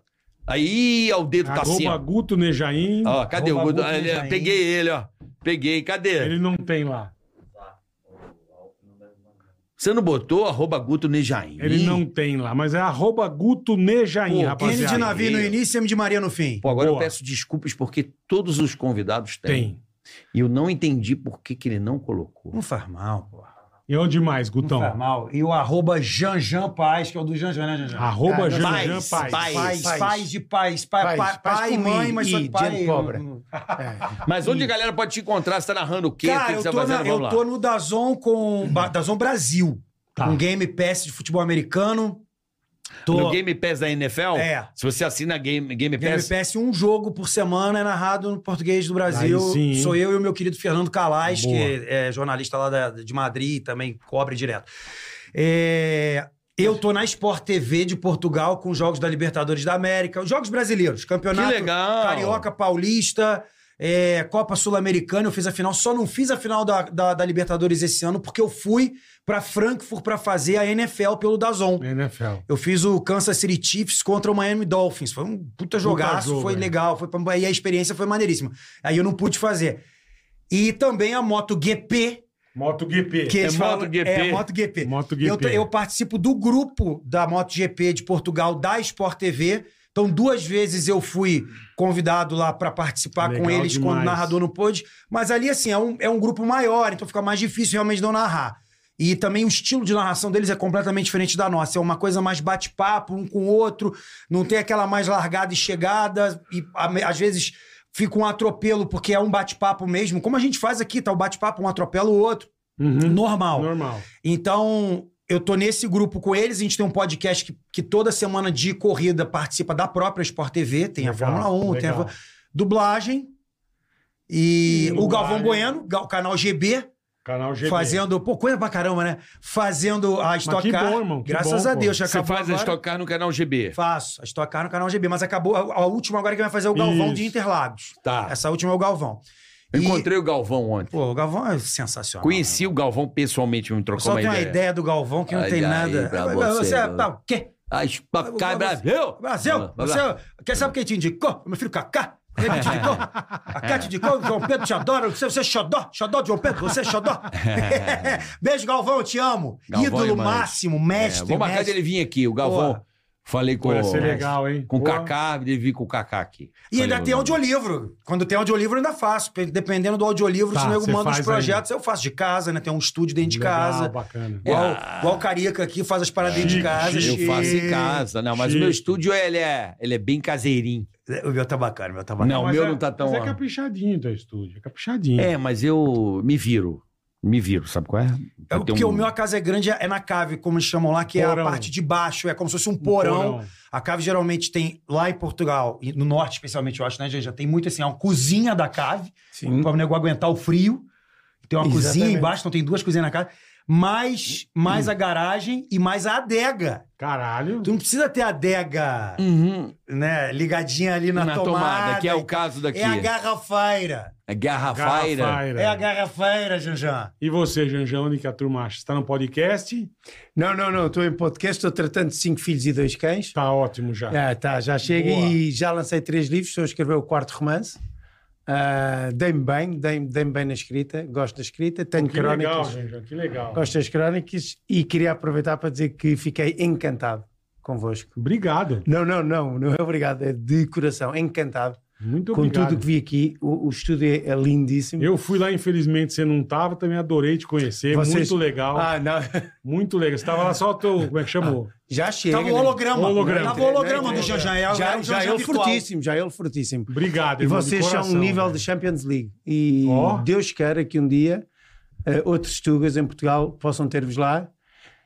Aí, ó, o dedo tá assim. Arroba Ó, Guto Nejaim. Ó, cadê o Arroba Guto? Guto Ele- Nejaim. peguei ele, ó. Peguei, cadê? Ele não tem lá. Você não botou arroba Guto Nejaim? Ele não tem lá, mas é arroba Guto Nejaim, Pô, N rapaziada. de navio no início e M de Maria no fim. Pô, agora Boa. eu peço desculpas porque todos os convidados têm. Tem. E eu não entendi por que, que ele não colocou. Não faz mal, pô. E onde mais, Não faz Gutão? mal. E o arroba Janjan Paz, que é o do Janjan, né, Janjan? Arroba Ah, Janjan Paz. Paz. Paz, Paz. paz de paz. Pai, Paz, pai, paz pai e com mãe, I, mas só I, que pai. de cobra. Mas onde a galera pode te encontrar? Você tá narrando o é quê? o que Cara, que eu você tá tô, fazendo? na, Vamos eu lá. tô no Dazon com. Ba- Dazon Brasil. Tá. Um Game Pass de futebol americano. Tô, No Game Pass da NFL? É. Se você assina Game, Game Game Pass... Pass, um jogo por semana é narrado no português do Brasil. Aí sim, hein? Sou eu e o meu querido Fernando Calais, Boa. que é jornalista lá da- de Madrid e também cobre direto. É, Eu tô na Sport TV de Portugal com os jogos da Libertadores da América, os jogos brasileiros, campeonato Que legal! carioca paulista, é, Copa Sul-Americana. Eu fiz a final, só não fiz a final da, da- da Libertadores esse ano porque eu fui pra Frankfurt pra fazer a NFL pelo É. Dazon. NFL. Eu fiz o Kansas City Chiefs contra o Miami Dolphins. Foi um puta jogaço, jogo, foi é. legal. Foi pra... E a experiência foi maneiríssima. Aí eu não pude fazer. E também a MotoGP. MotoGP. Que eles falam- MotoGP. É, MotoGP. MotoGP. Eu, eu participo do grupo da MotoGP de Portugal, da Sport TV. Então, duas vezes eu fui convidado lá pra participar com Legal eles quando demais. o narrador não pôde. Mas ali, assim, é um, é um grupo maior, então fica mais difícil realmente não narrar. E também o estilo de narração deles é completamente diferente da nossa. É uma coisa mais bate-papo um com o outro, não tem aquela mais largada e chegada, e a- às vezes fica um atropelo, porque é um bate-papo mesmo. Como a gente faz aqui, tá? O bate-papo, um atropela o outro. Uhum. Normal. Normal. Então, eu tô nesse grupo com eles. A gente tem um podcast que, que toda semana de corrida participa da própria Sport TV. Tem Legal, a Fórmula 1, tem a legal. Fó- dublagem. E E o Galvão dublagem. Bueno, ga- o canal GB, Canal GB. fazendo. Pô, coisa pra caramba, né? Fazendo a Stock que Car. bom, irmão, que Graças bom, a pô. Deus, já Você acabou faz a agora. Stock Car no canal GB. Faço, a Stock Car no canal GB. Mas acabou. A, a última agora que vai fazer é o Galvão Isso. Ah. de Interlagos. Tá. Essa última é o Galvão. Eu E- encontrei o Galvão ontem. Pô, o Galvão é sensacional. né? Conheci o Galvão pessoalmente, me Eu trocou Só uma tem uma ideia. ideia do Galvão que não Olha tem aí nada. pra Ah, você, você é né? tá, o quê? A Stock Car Eu- Brasil! Brasil, Vai lá. você é quer saber quem te indicou? Meu filho Cacá. Ele te <laughs> indicou? A Cá te indicou? João Pedro te adora. Você, você é xodó. Xodó de João Pedro, você é <laughs> xodó. Beijo, Galvão, eu te amo. Galvão Ídolo Imanez. máximo, É, mestre. vou marcar mestre. dele vir aqui, o Galvão. Boa. Falei com Pô, ia é ser legal, hein? Com o Boa. Kaká, ele vir com o Kaká aqui. E ainda Falei, tem o- audiolivro. Quando tem audiolivro, eu ainda faço. Dependendo do audiolivro, Tá, se o nego você manda os faz projetos, eu faço de casa, né? Tem um estúdio dentro de Legal, casa. Bacana. Igual, Ah. igual o Carica aqui faz as paradas dentro de Chique, casa. chique. Eu faço em casa. Não, mas o meu Chique. estúdio, ele é, ele é bem caseirinho. O meu tá bacana, o meu tá bacana. Não, o Mas meu é- não tá tão- Mas é caprichadinho teu estúdio. É caprichadinho. É, mas eu me viro. Me viro, sabe qual é? É, Eu tenho porque um- o meu, a casa é grande, é na cave, como eles chamam lá, que é Porão. a parte de baixo, é como se fosse um porão. A cave geralmente tem, lá em Portugal, e no norte especialmente, eu acho, né, gente? Já tem muito assim, é uma cozinha da cave, Sim. para o nego aguentar o frio. Tem uma cozinha Exatamente. embaixo, então tem duas cozinhas na casa. Mais, mais a garagem e mais a adega. Caralho. Tu não precisa ter a adega, Uhum, né, ligadinha ali é na, na tomada, que é o caso daqui. É a garrafeira. É garrafaira. É a garrafeira, Janjan. E você, Janjão, onde que a turma acha? Você tá no podcast? Não, não, não. Estou em podcast, estou tratando de cinco filhos e dois cães. Tá ótimo já. Ah, tá, já chega Boa. e já lancei três livros, estou a escrever o quarto romance. Ah, dei-me bem, dei-me dei-me bem na escrita, gosto da escrita, tenho Que legal, crónicas, Janjão, que legal. gosto das crónicas e queria aproveitar para dizer que fiquei encantado convosco. Obrigado. Não, não, não, não é obrigado, é de coração, encantado Muito com obrigado. tudo que vi aqui. O, o estúdio é, é lindíssimo. Eu fui lá, infelizmente você não tava, também adorei te conhecer. Vocês- Muito legal. Ah, não, Muito legal. Você tava lá só teu. Como é que chamou? já chega. Tava o holograma. Holograma. Tava o holograma do Já, Janjan. já, era- era um já, o já Janjan ele virtual. fortíssimo, já ele fortíssimo. Obrigado, E irmão, vocês de coração, são um nível velho. de Champions League. E Ó. Deus queira que um dia eh, outros Tugas em Portugal possam ter-vos lá.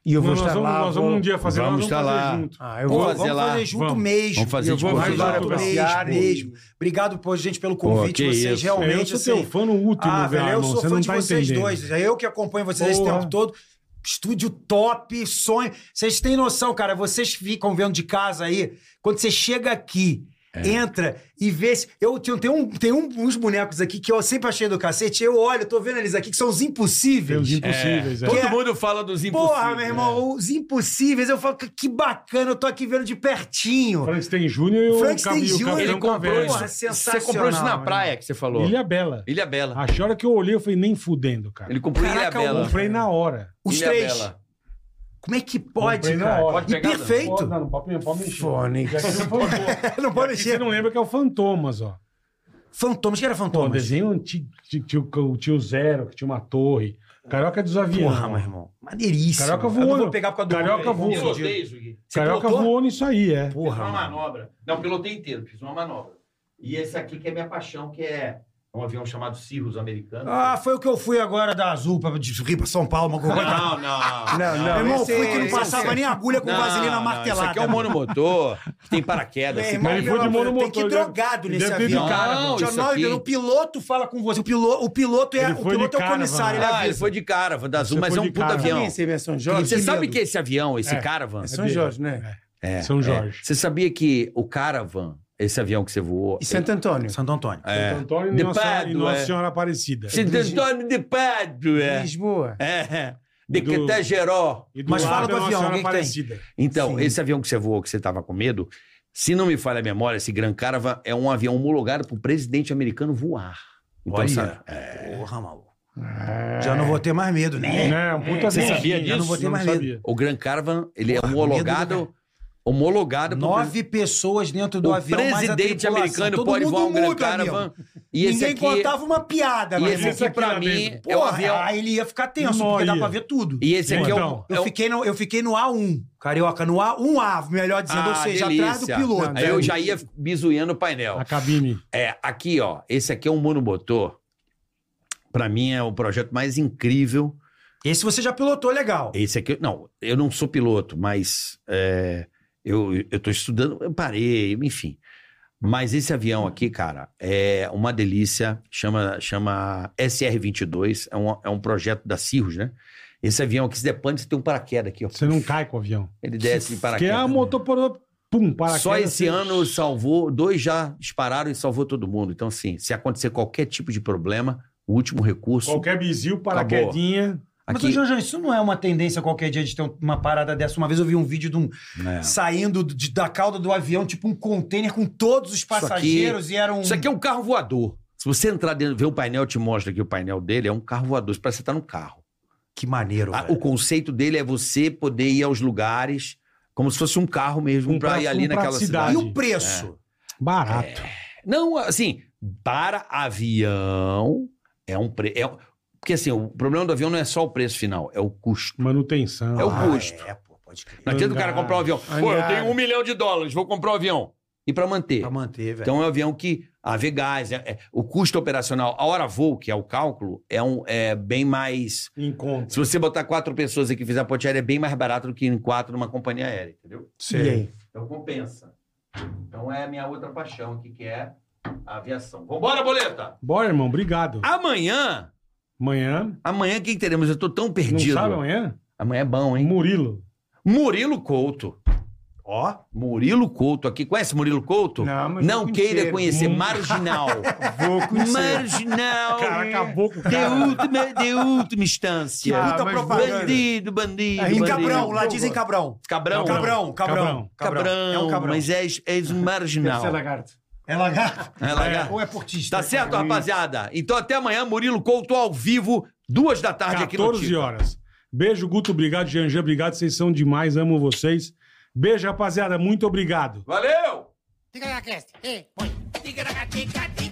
E eu vou Não, nós estar vamos, lá. nós vou- vamos um dia fazer, Vamos nós estar vamos fazer lá. junto. Ah, eu Pô, vou. fazer vamos lá. fazer junto Vamos. mesmo. Vamos fazer Eu vou de Vamos lá lá pro junto passear mesmo, e- mesmo. Obrigado, pô, gente, pelo Pô, convite. que vocês isso. Eu realmente. sou teu assim- fã no último, ah, velho. velho, eu irmão. sou Você fã não de tá vocês entendendo. dois. É eu que acompanho vocês esse Porra. tempo todo. Estúdio top, sonho. Vocês têm noção, cara? Vocês ficam vendo de casa aí. Quando você chega aqui É. Entra e vê se. Eu tenho, tem um, tem um- uns bonecos aqui que eu sempre achei do cacete. Eu olho, eu tô vendo eles aqui que são os Tem os impossíveis. impossíveis. é. Todo Todo mundo fala dos impossíveis. Porra, meu né? irmão, os impossíveis. Eu falo, que bacana, eu tô aqui vendo de O pertinho. Frankenstein Júnior e o Frankenstein Cavi- o Júnior, Capitão Ele comprou Caverna. Porra, isso. é é Você comprou isso sensacional, na né? praia que você falou. Ilha, Ilha Bela. Bela. A hora que eu olhei, eu falei, nem fudendo, cara. Ele comprou Ilha Caraca, Bela. Comprei na hora. Os Ilha três. Bela. Como é que pode, Comprei na cara? hora. Pode E pegar, não? perfeito. Não, não pode, não pode mexer. Fone. Já que <laughs> não pode mexer. Não pode Você mexer. não lembra que é o Fantomas, ó. Fantomas, que era Pô, um Fantomas? desenho antigo, tio, tio, tio Zero, que tinha uma torre. Caroca dos aviões. Porra, meu irmão. Maneiríssimo. Caroca Eu não voou, vou não. pegar por causa do Caroca um Hulk, voou. eu Eu confundi. isso aqui. Você Caroca pilotou? voou nisso aí, é. Porra, mano. manobra. Não, pilotei inteiro, fiz uma manobra. E esse aqui que é minha paixão, que é um avião chamado Cirrus americano. Ah, foi o que eu fui agora da Azul pra de Rio pra São Paulo, mas não, não. é Não, não. Meu irmão, esse- fui que não esse- passava nem agulha com vaselina martelada. Isso aqui é um monomotor, que tem paraquedas. Meu tem- irmão, Mas ele foi de pelo amor, monomotor, Tem que ir ele- drogado ele nesse deve ter avião. ido de cara, Não, pô. isso aqui- o piloto fala com você. O piloto, o piloto, é, Ele o foi de piloto é o cara, comissário, ele mano. Ah, ele avisa. foi de cara, da Azul, Você mas é foi um de puta cara. avião. Também sei, é São Jorge. Você sabe medo. que esse avião, esse É. Caravan... É São Jorge, não é? É, São Jorge. é. Você sabia que o Caravan, esse avião que você voou... é E Santo António. Santo Antônio. É. Santo Antônio De e Nossa, Senhora- e Pádua, Nossa é. Senhora Aparecida. Santo Antônio de Pádua. Lisboa. É. De Do- Catageró. E do Mas lado fala do é Nossa avião, Senhora o que que tem? Aparecida. Então, esse avião que você voou, que você tava com medo, se não me falha a memória, esse Gran Caravan é um avião homologado pro presidente americano voar. Então, Olha. sabe, é, Porra, maluco. Já não vou ter mais medo, né? Né, um puta Você avião. sabia Eu disso? Não, vou ter mais medo. sabia. o Gran Caravan, ele é Porra, medo homologado, homologado pro Nove pessoas dentro do O avião, mais a presidente tripulação. americano Todo pode mundo voar um Gran muda, amigo. Caravan. E esse Ninguém aqui, contava uma piada, e mas esse esse aqui aqui pra lá mim dentro. é o Porra, avião. Aí ele ia ficar tenso, porque Noia. dá pra ver tudo. E esse aqui Então, é o. Eu, fiquei no, eu fiquei no A1, carioca, no A1A, melhor dizendo, ou Ah, seja, atrás do delícia. piloto. né? Aí eu já ia bizuiando o painel. A cabine. É, aqui, ó. Esse aqui é um monomotor. Pra mim é o projeto mais incrível. Esse você já pilotou legal. Esse aqui, não, eu não sou piloto, mas é, eu estou estudando, eu parei, enfim. Mas esse avião aqui, cara, é uma delícia, chama, chama SR-22, é um, é um projeto da Cirrus, né? Esse avião aqui, se depande, você tem um paraquedas aqui, ó. Você não cai com o avião. Ele desce de Porque paraquedas. a motoporô... Pum, paraquedas. Só esse você- ano salvou, dois já dispararam e salvou todo mundo. Então, assim, se acontecer qualquer tipo de problema, o último recurso. Qualquer bizil, paraquedinha. Mas, Aqui, ô, Jojo, isso não é uma tendência qualquer dia de ter um, uma parada dessa. Uma vez eu vi um vídeo de um né? saindo de- da cauda do avião, tipo um container com todos os aqui- passageiros e era um... Isso aqui é um carro voador. Se você entrar dentro, ver o painel, te mostra aqui o painel dele, é um carro voador. Isso parece que você tá num carro. Que maneiro, A- velho. o conceito dele é você poder ir aos lugares como se fosse um carro mesmo Um pra pra- ir um ali pra naquela cidade. cidade. E o preço? Barato. É. Não, assim, para avião é um preço. porque assim, o problema do avião não é só o preço final, é o custo. Manutenção. É o Ah, custo. É, pô, pode crer. Não adianta o cara Hangar. comprar um avião. Pô, eu Hangar. tenho um milhão de dólares, vou comprar um avião. E pra manter? Pra manter, velho. Então é um avião que a gás, é, é- o custo operacional, a hora voo, que é o cálculo, é, um, é bem mais. Se Encontro. você botar quatro pessoas aqui e fizer a ponte aérea, é bem mais barato do que em quatro numa companhia aérea, entendeu? E aí? Então compensa. Então é a minha outra paixão aqui, que é a aviação. Vambora, boleta! Bora, irmão. Obrigado. Amanhã, Amanhã. amanhã quem teremos? Eu tô tão Não perdido. sabe amanhã? Amanhã é bom, hein? Murilo. Murilo Couto. Ó, Murilo Couto aqui. Conhece Murilo Couto? Não, mas Não vou queira conhecer. conhecer. Marginal. <laughs> Vou conhecer. Marginal. Cara, acabou com o De cara. última, de última instância. Ah, puta mas É propaganda. um bandido, bandido. Aí, Em bandido. Cabrão, lá dizem Cabrão. É um Cabrão. Cabrão, Cabrão. Cabrão. Cabrão. É um Cabrão. Mas és, és um Deve ser marginal. lagarto. É lagarto? É lagarto. Ou é portista? Tá certo, rapaziada? Então até amanhã, Murilo Couto ao vivo, duas da tarde aqui no 14 Tico. horas. Beijo, Guto. Obrigado, Janjê. Obrigado. Vocês são demais. Amo vocês. Beijo, rapaziada. Muito obrigado. Valeu! Tica na cresta. Ei, põe. Tica na tica, tica.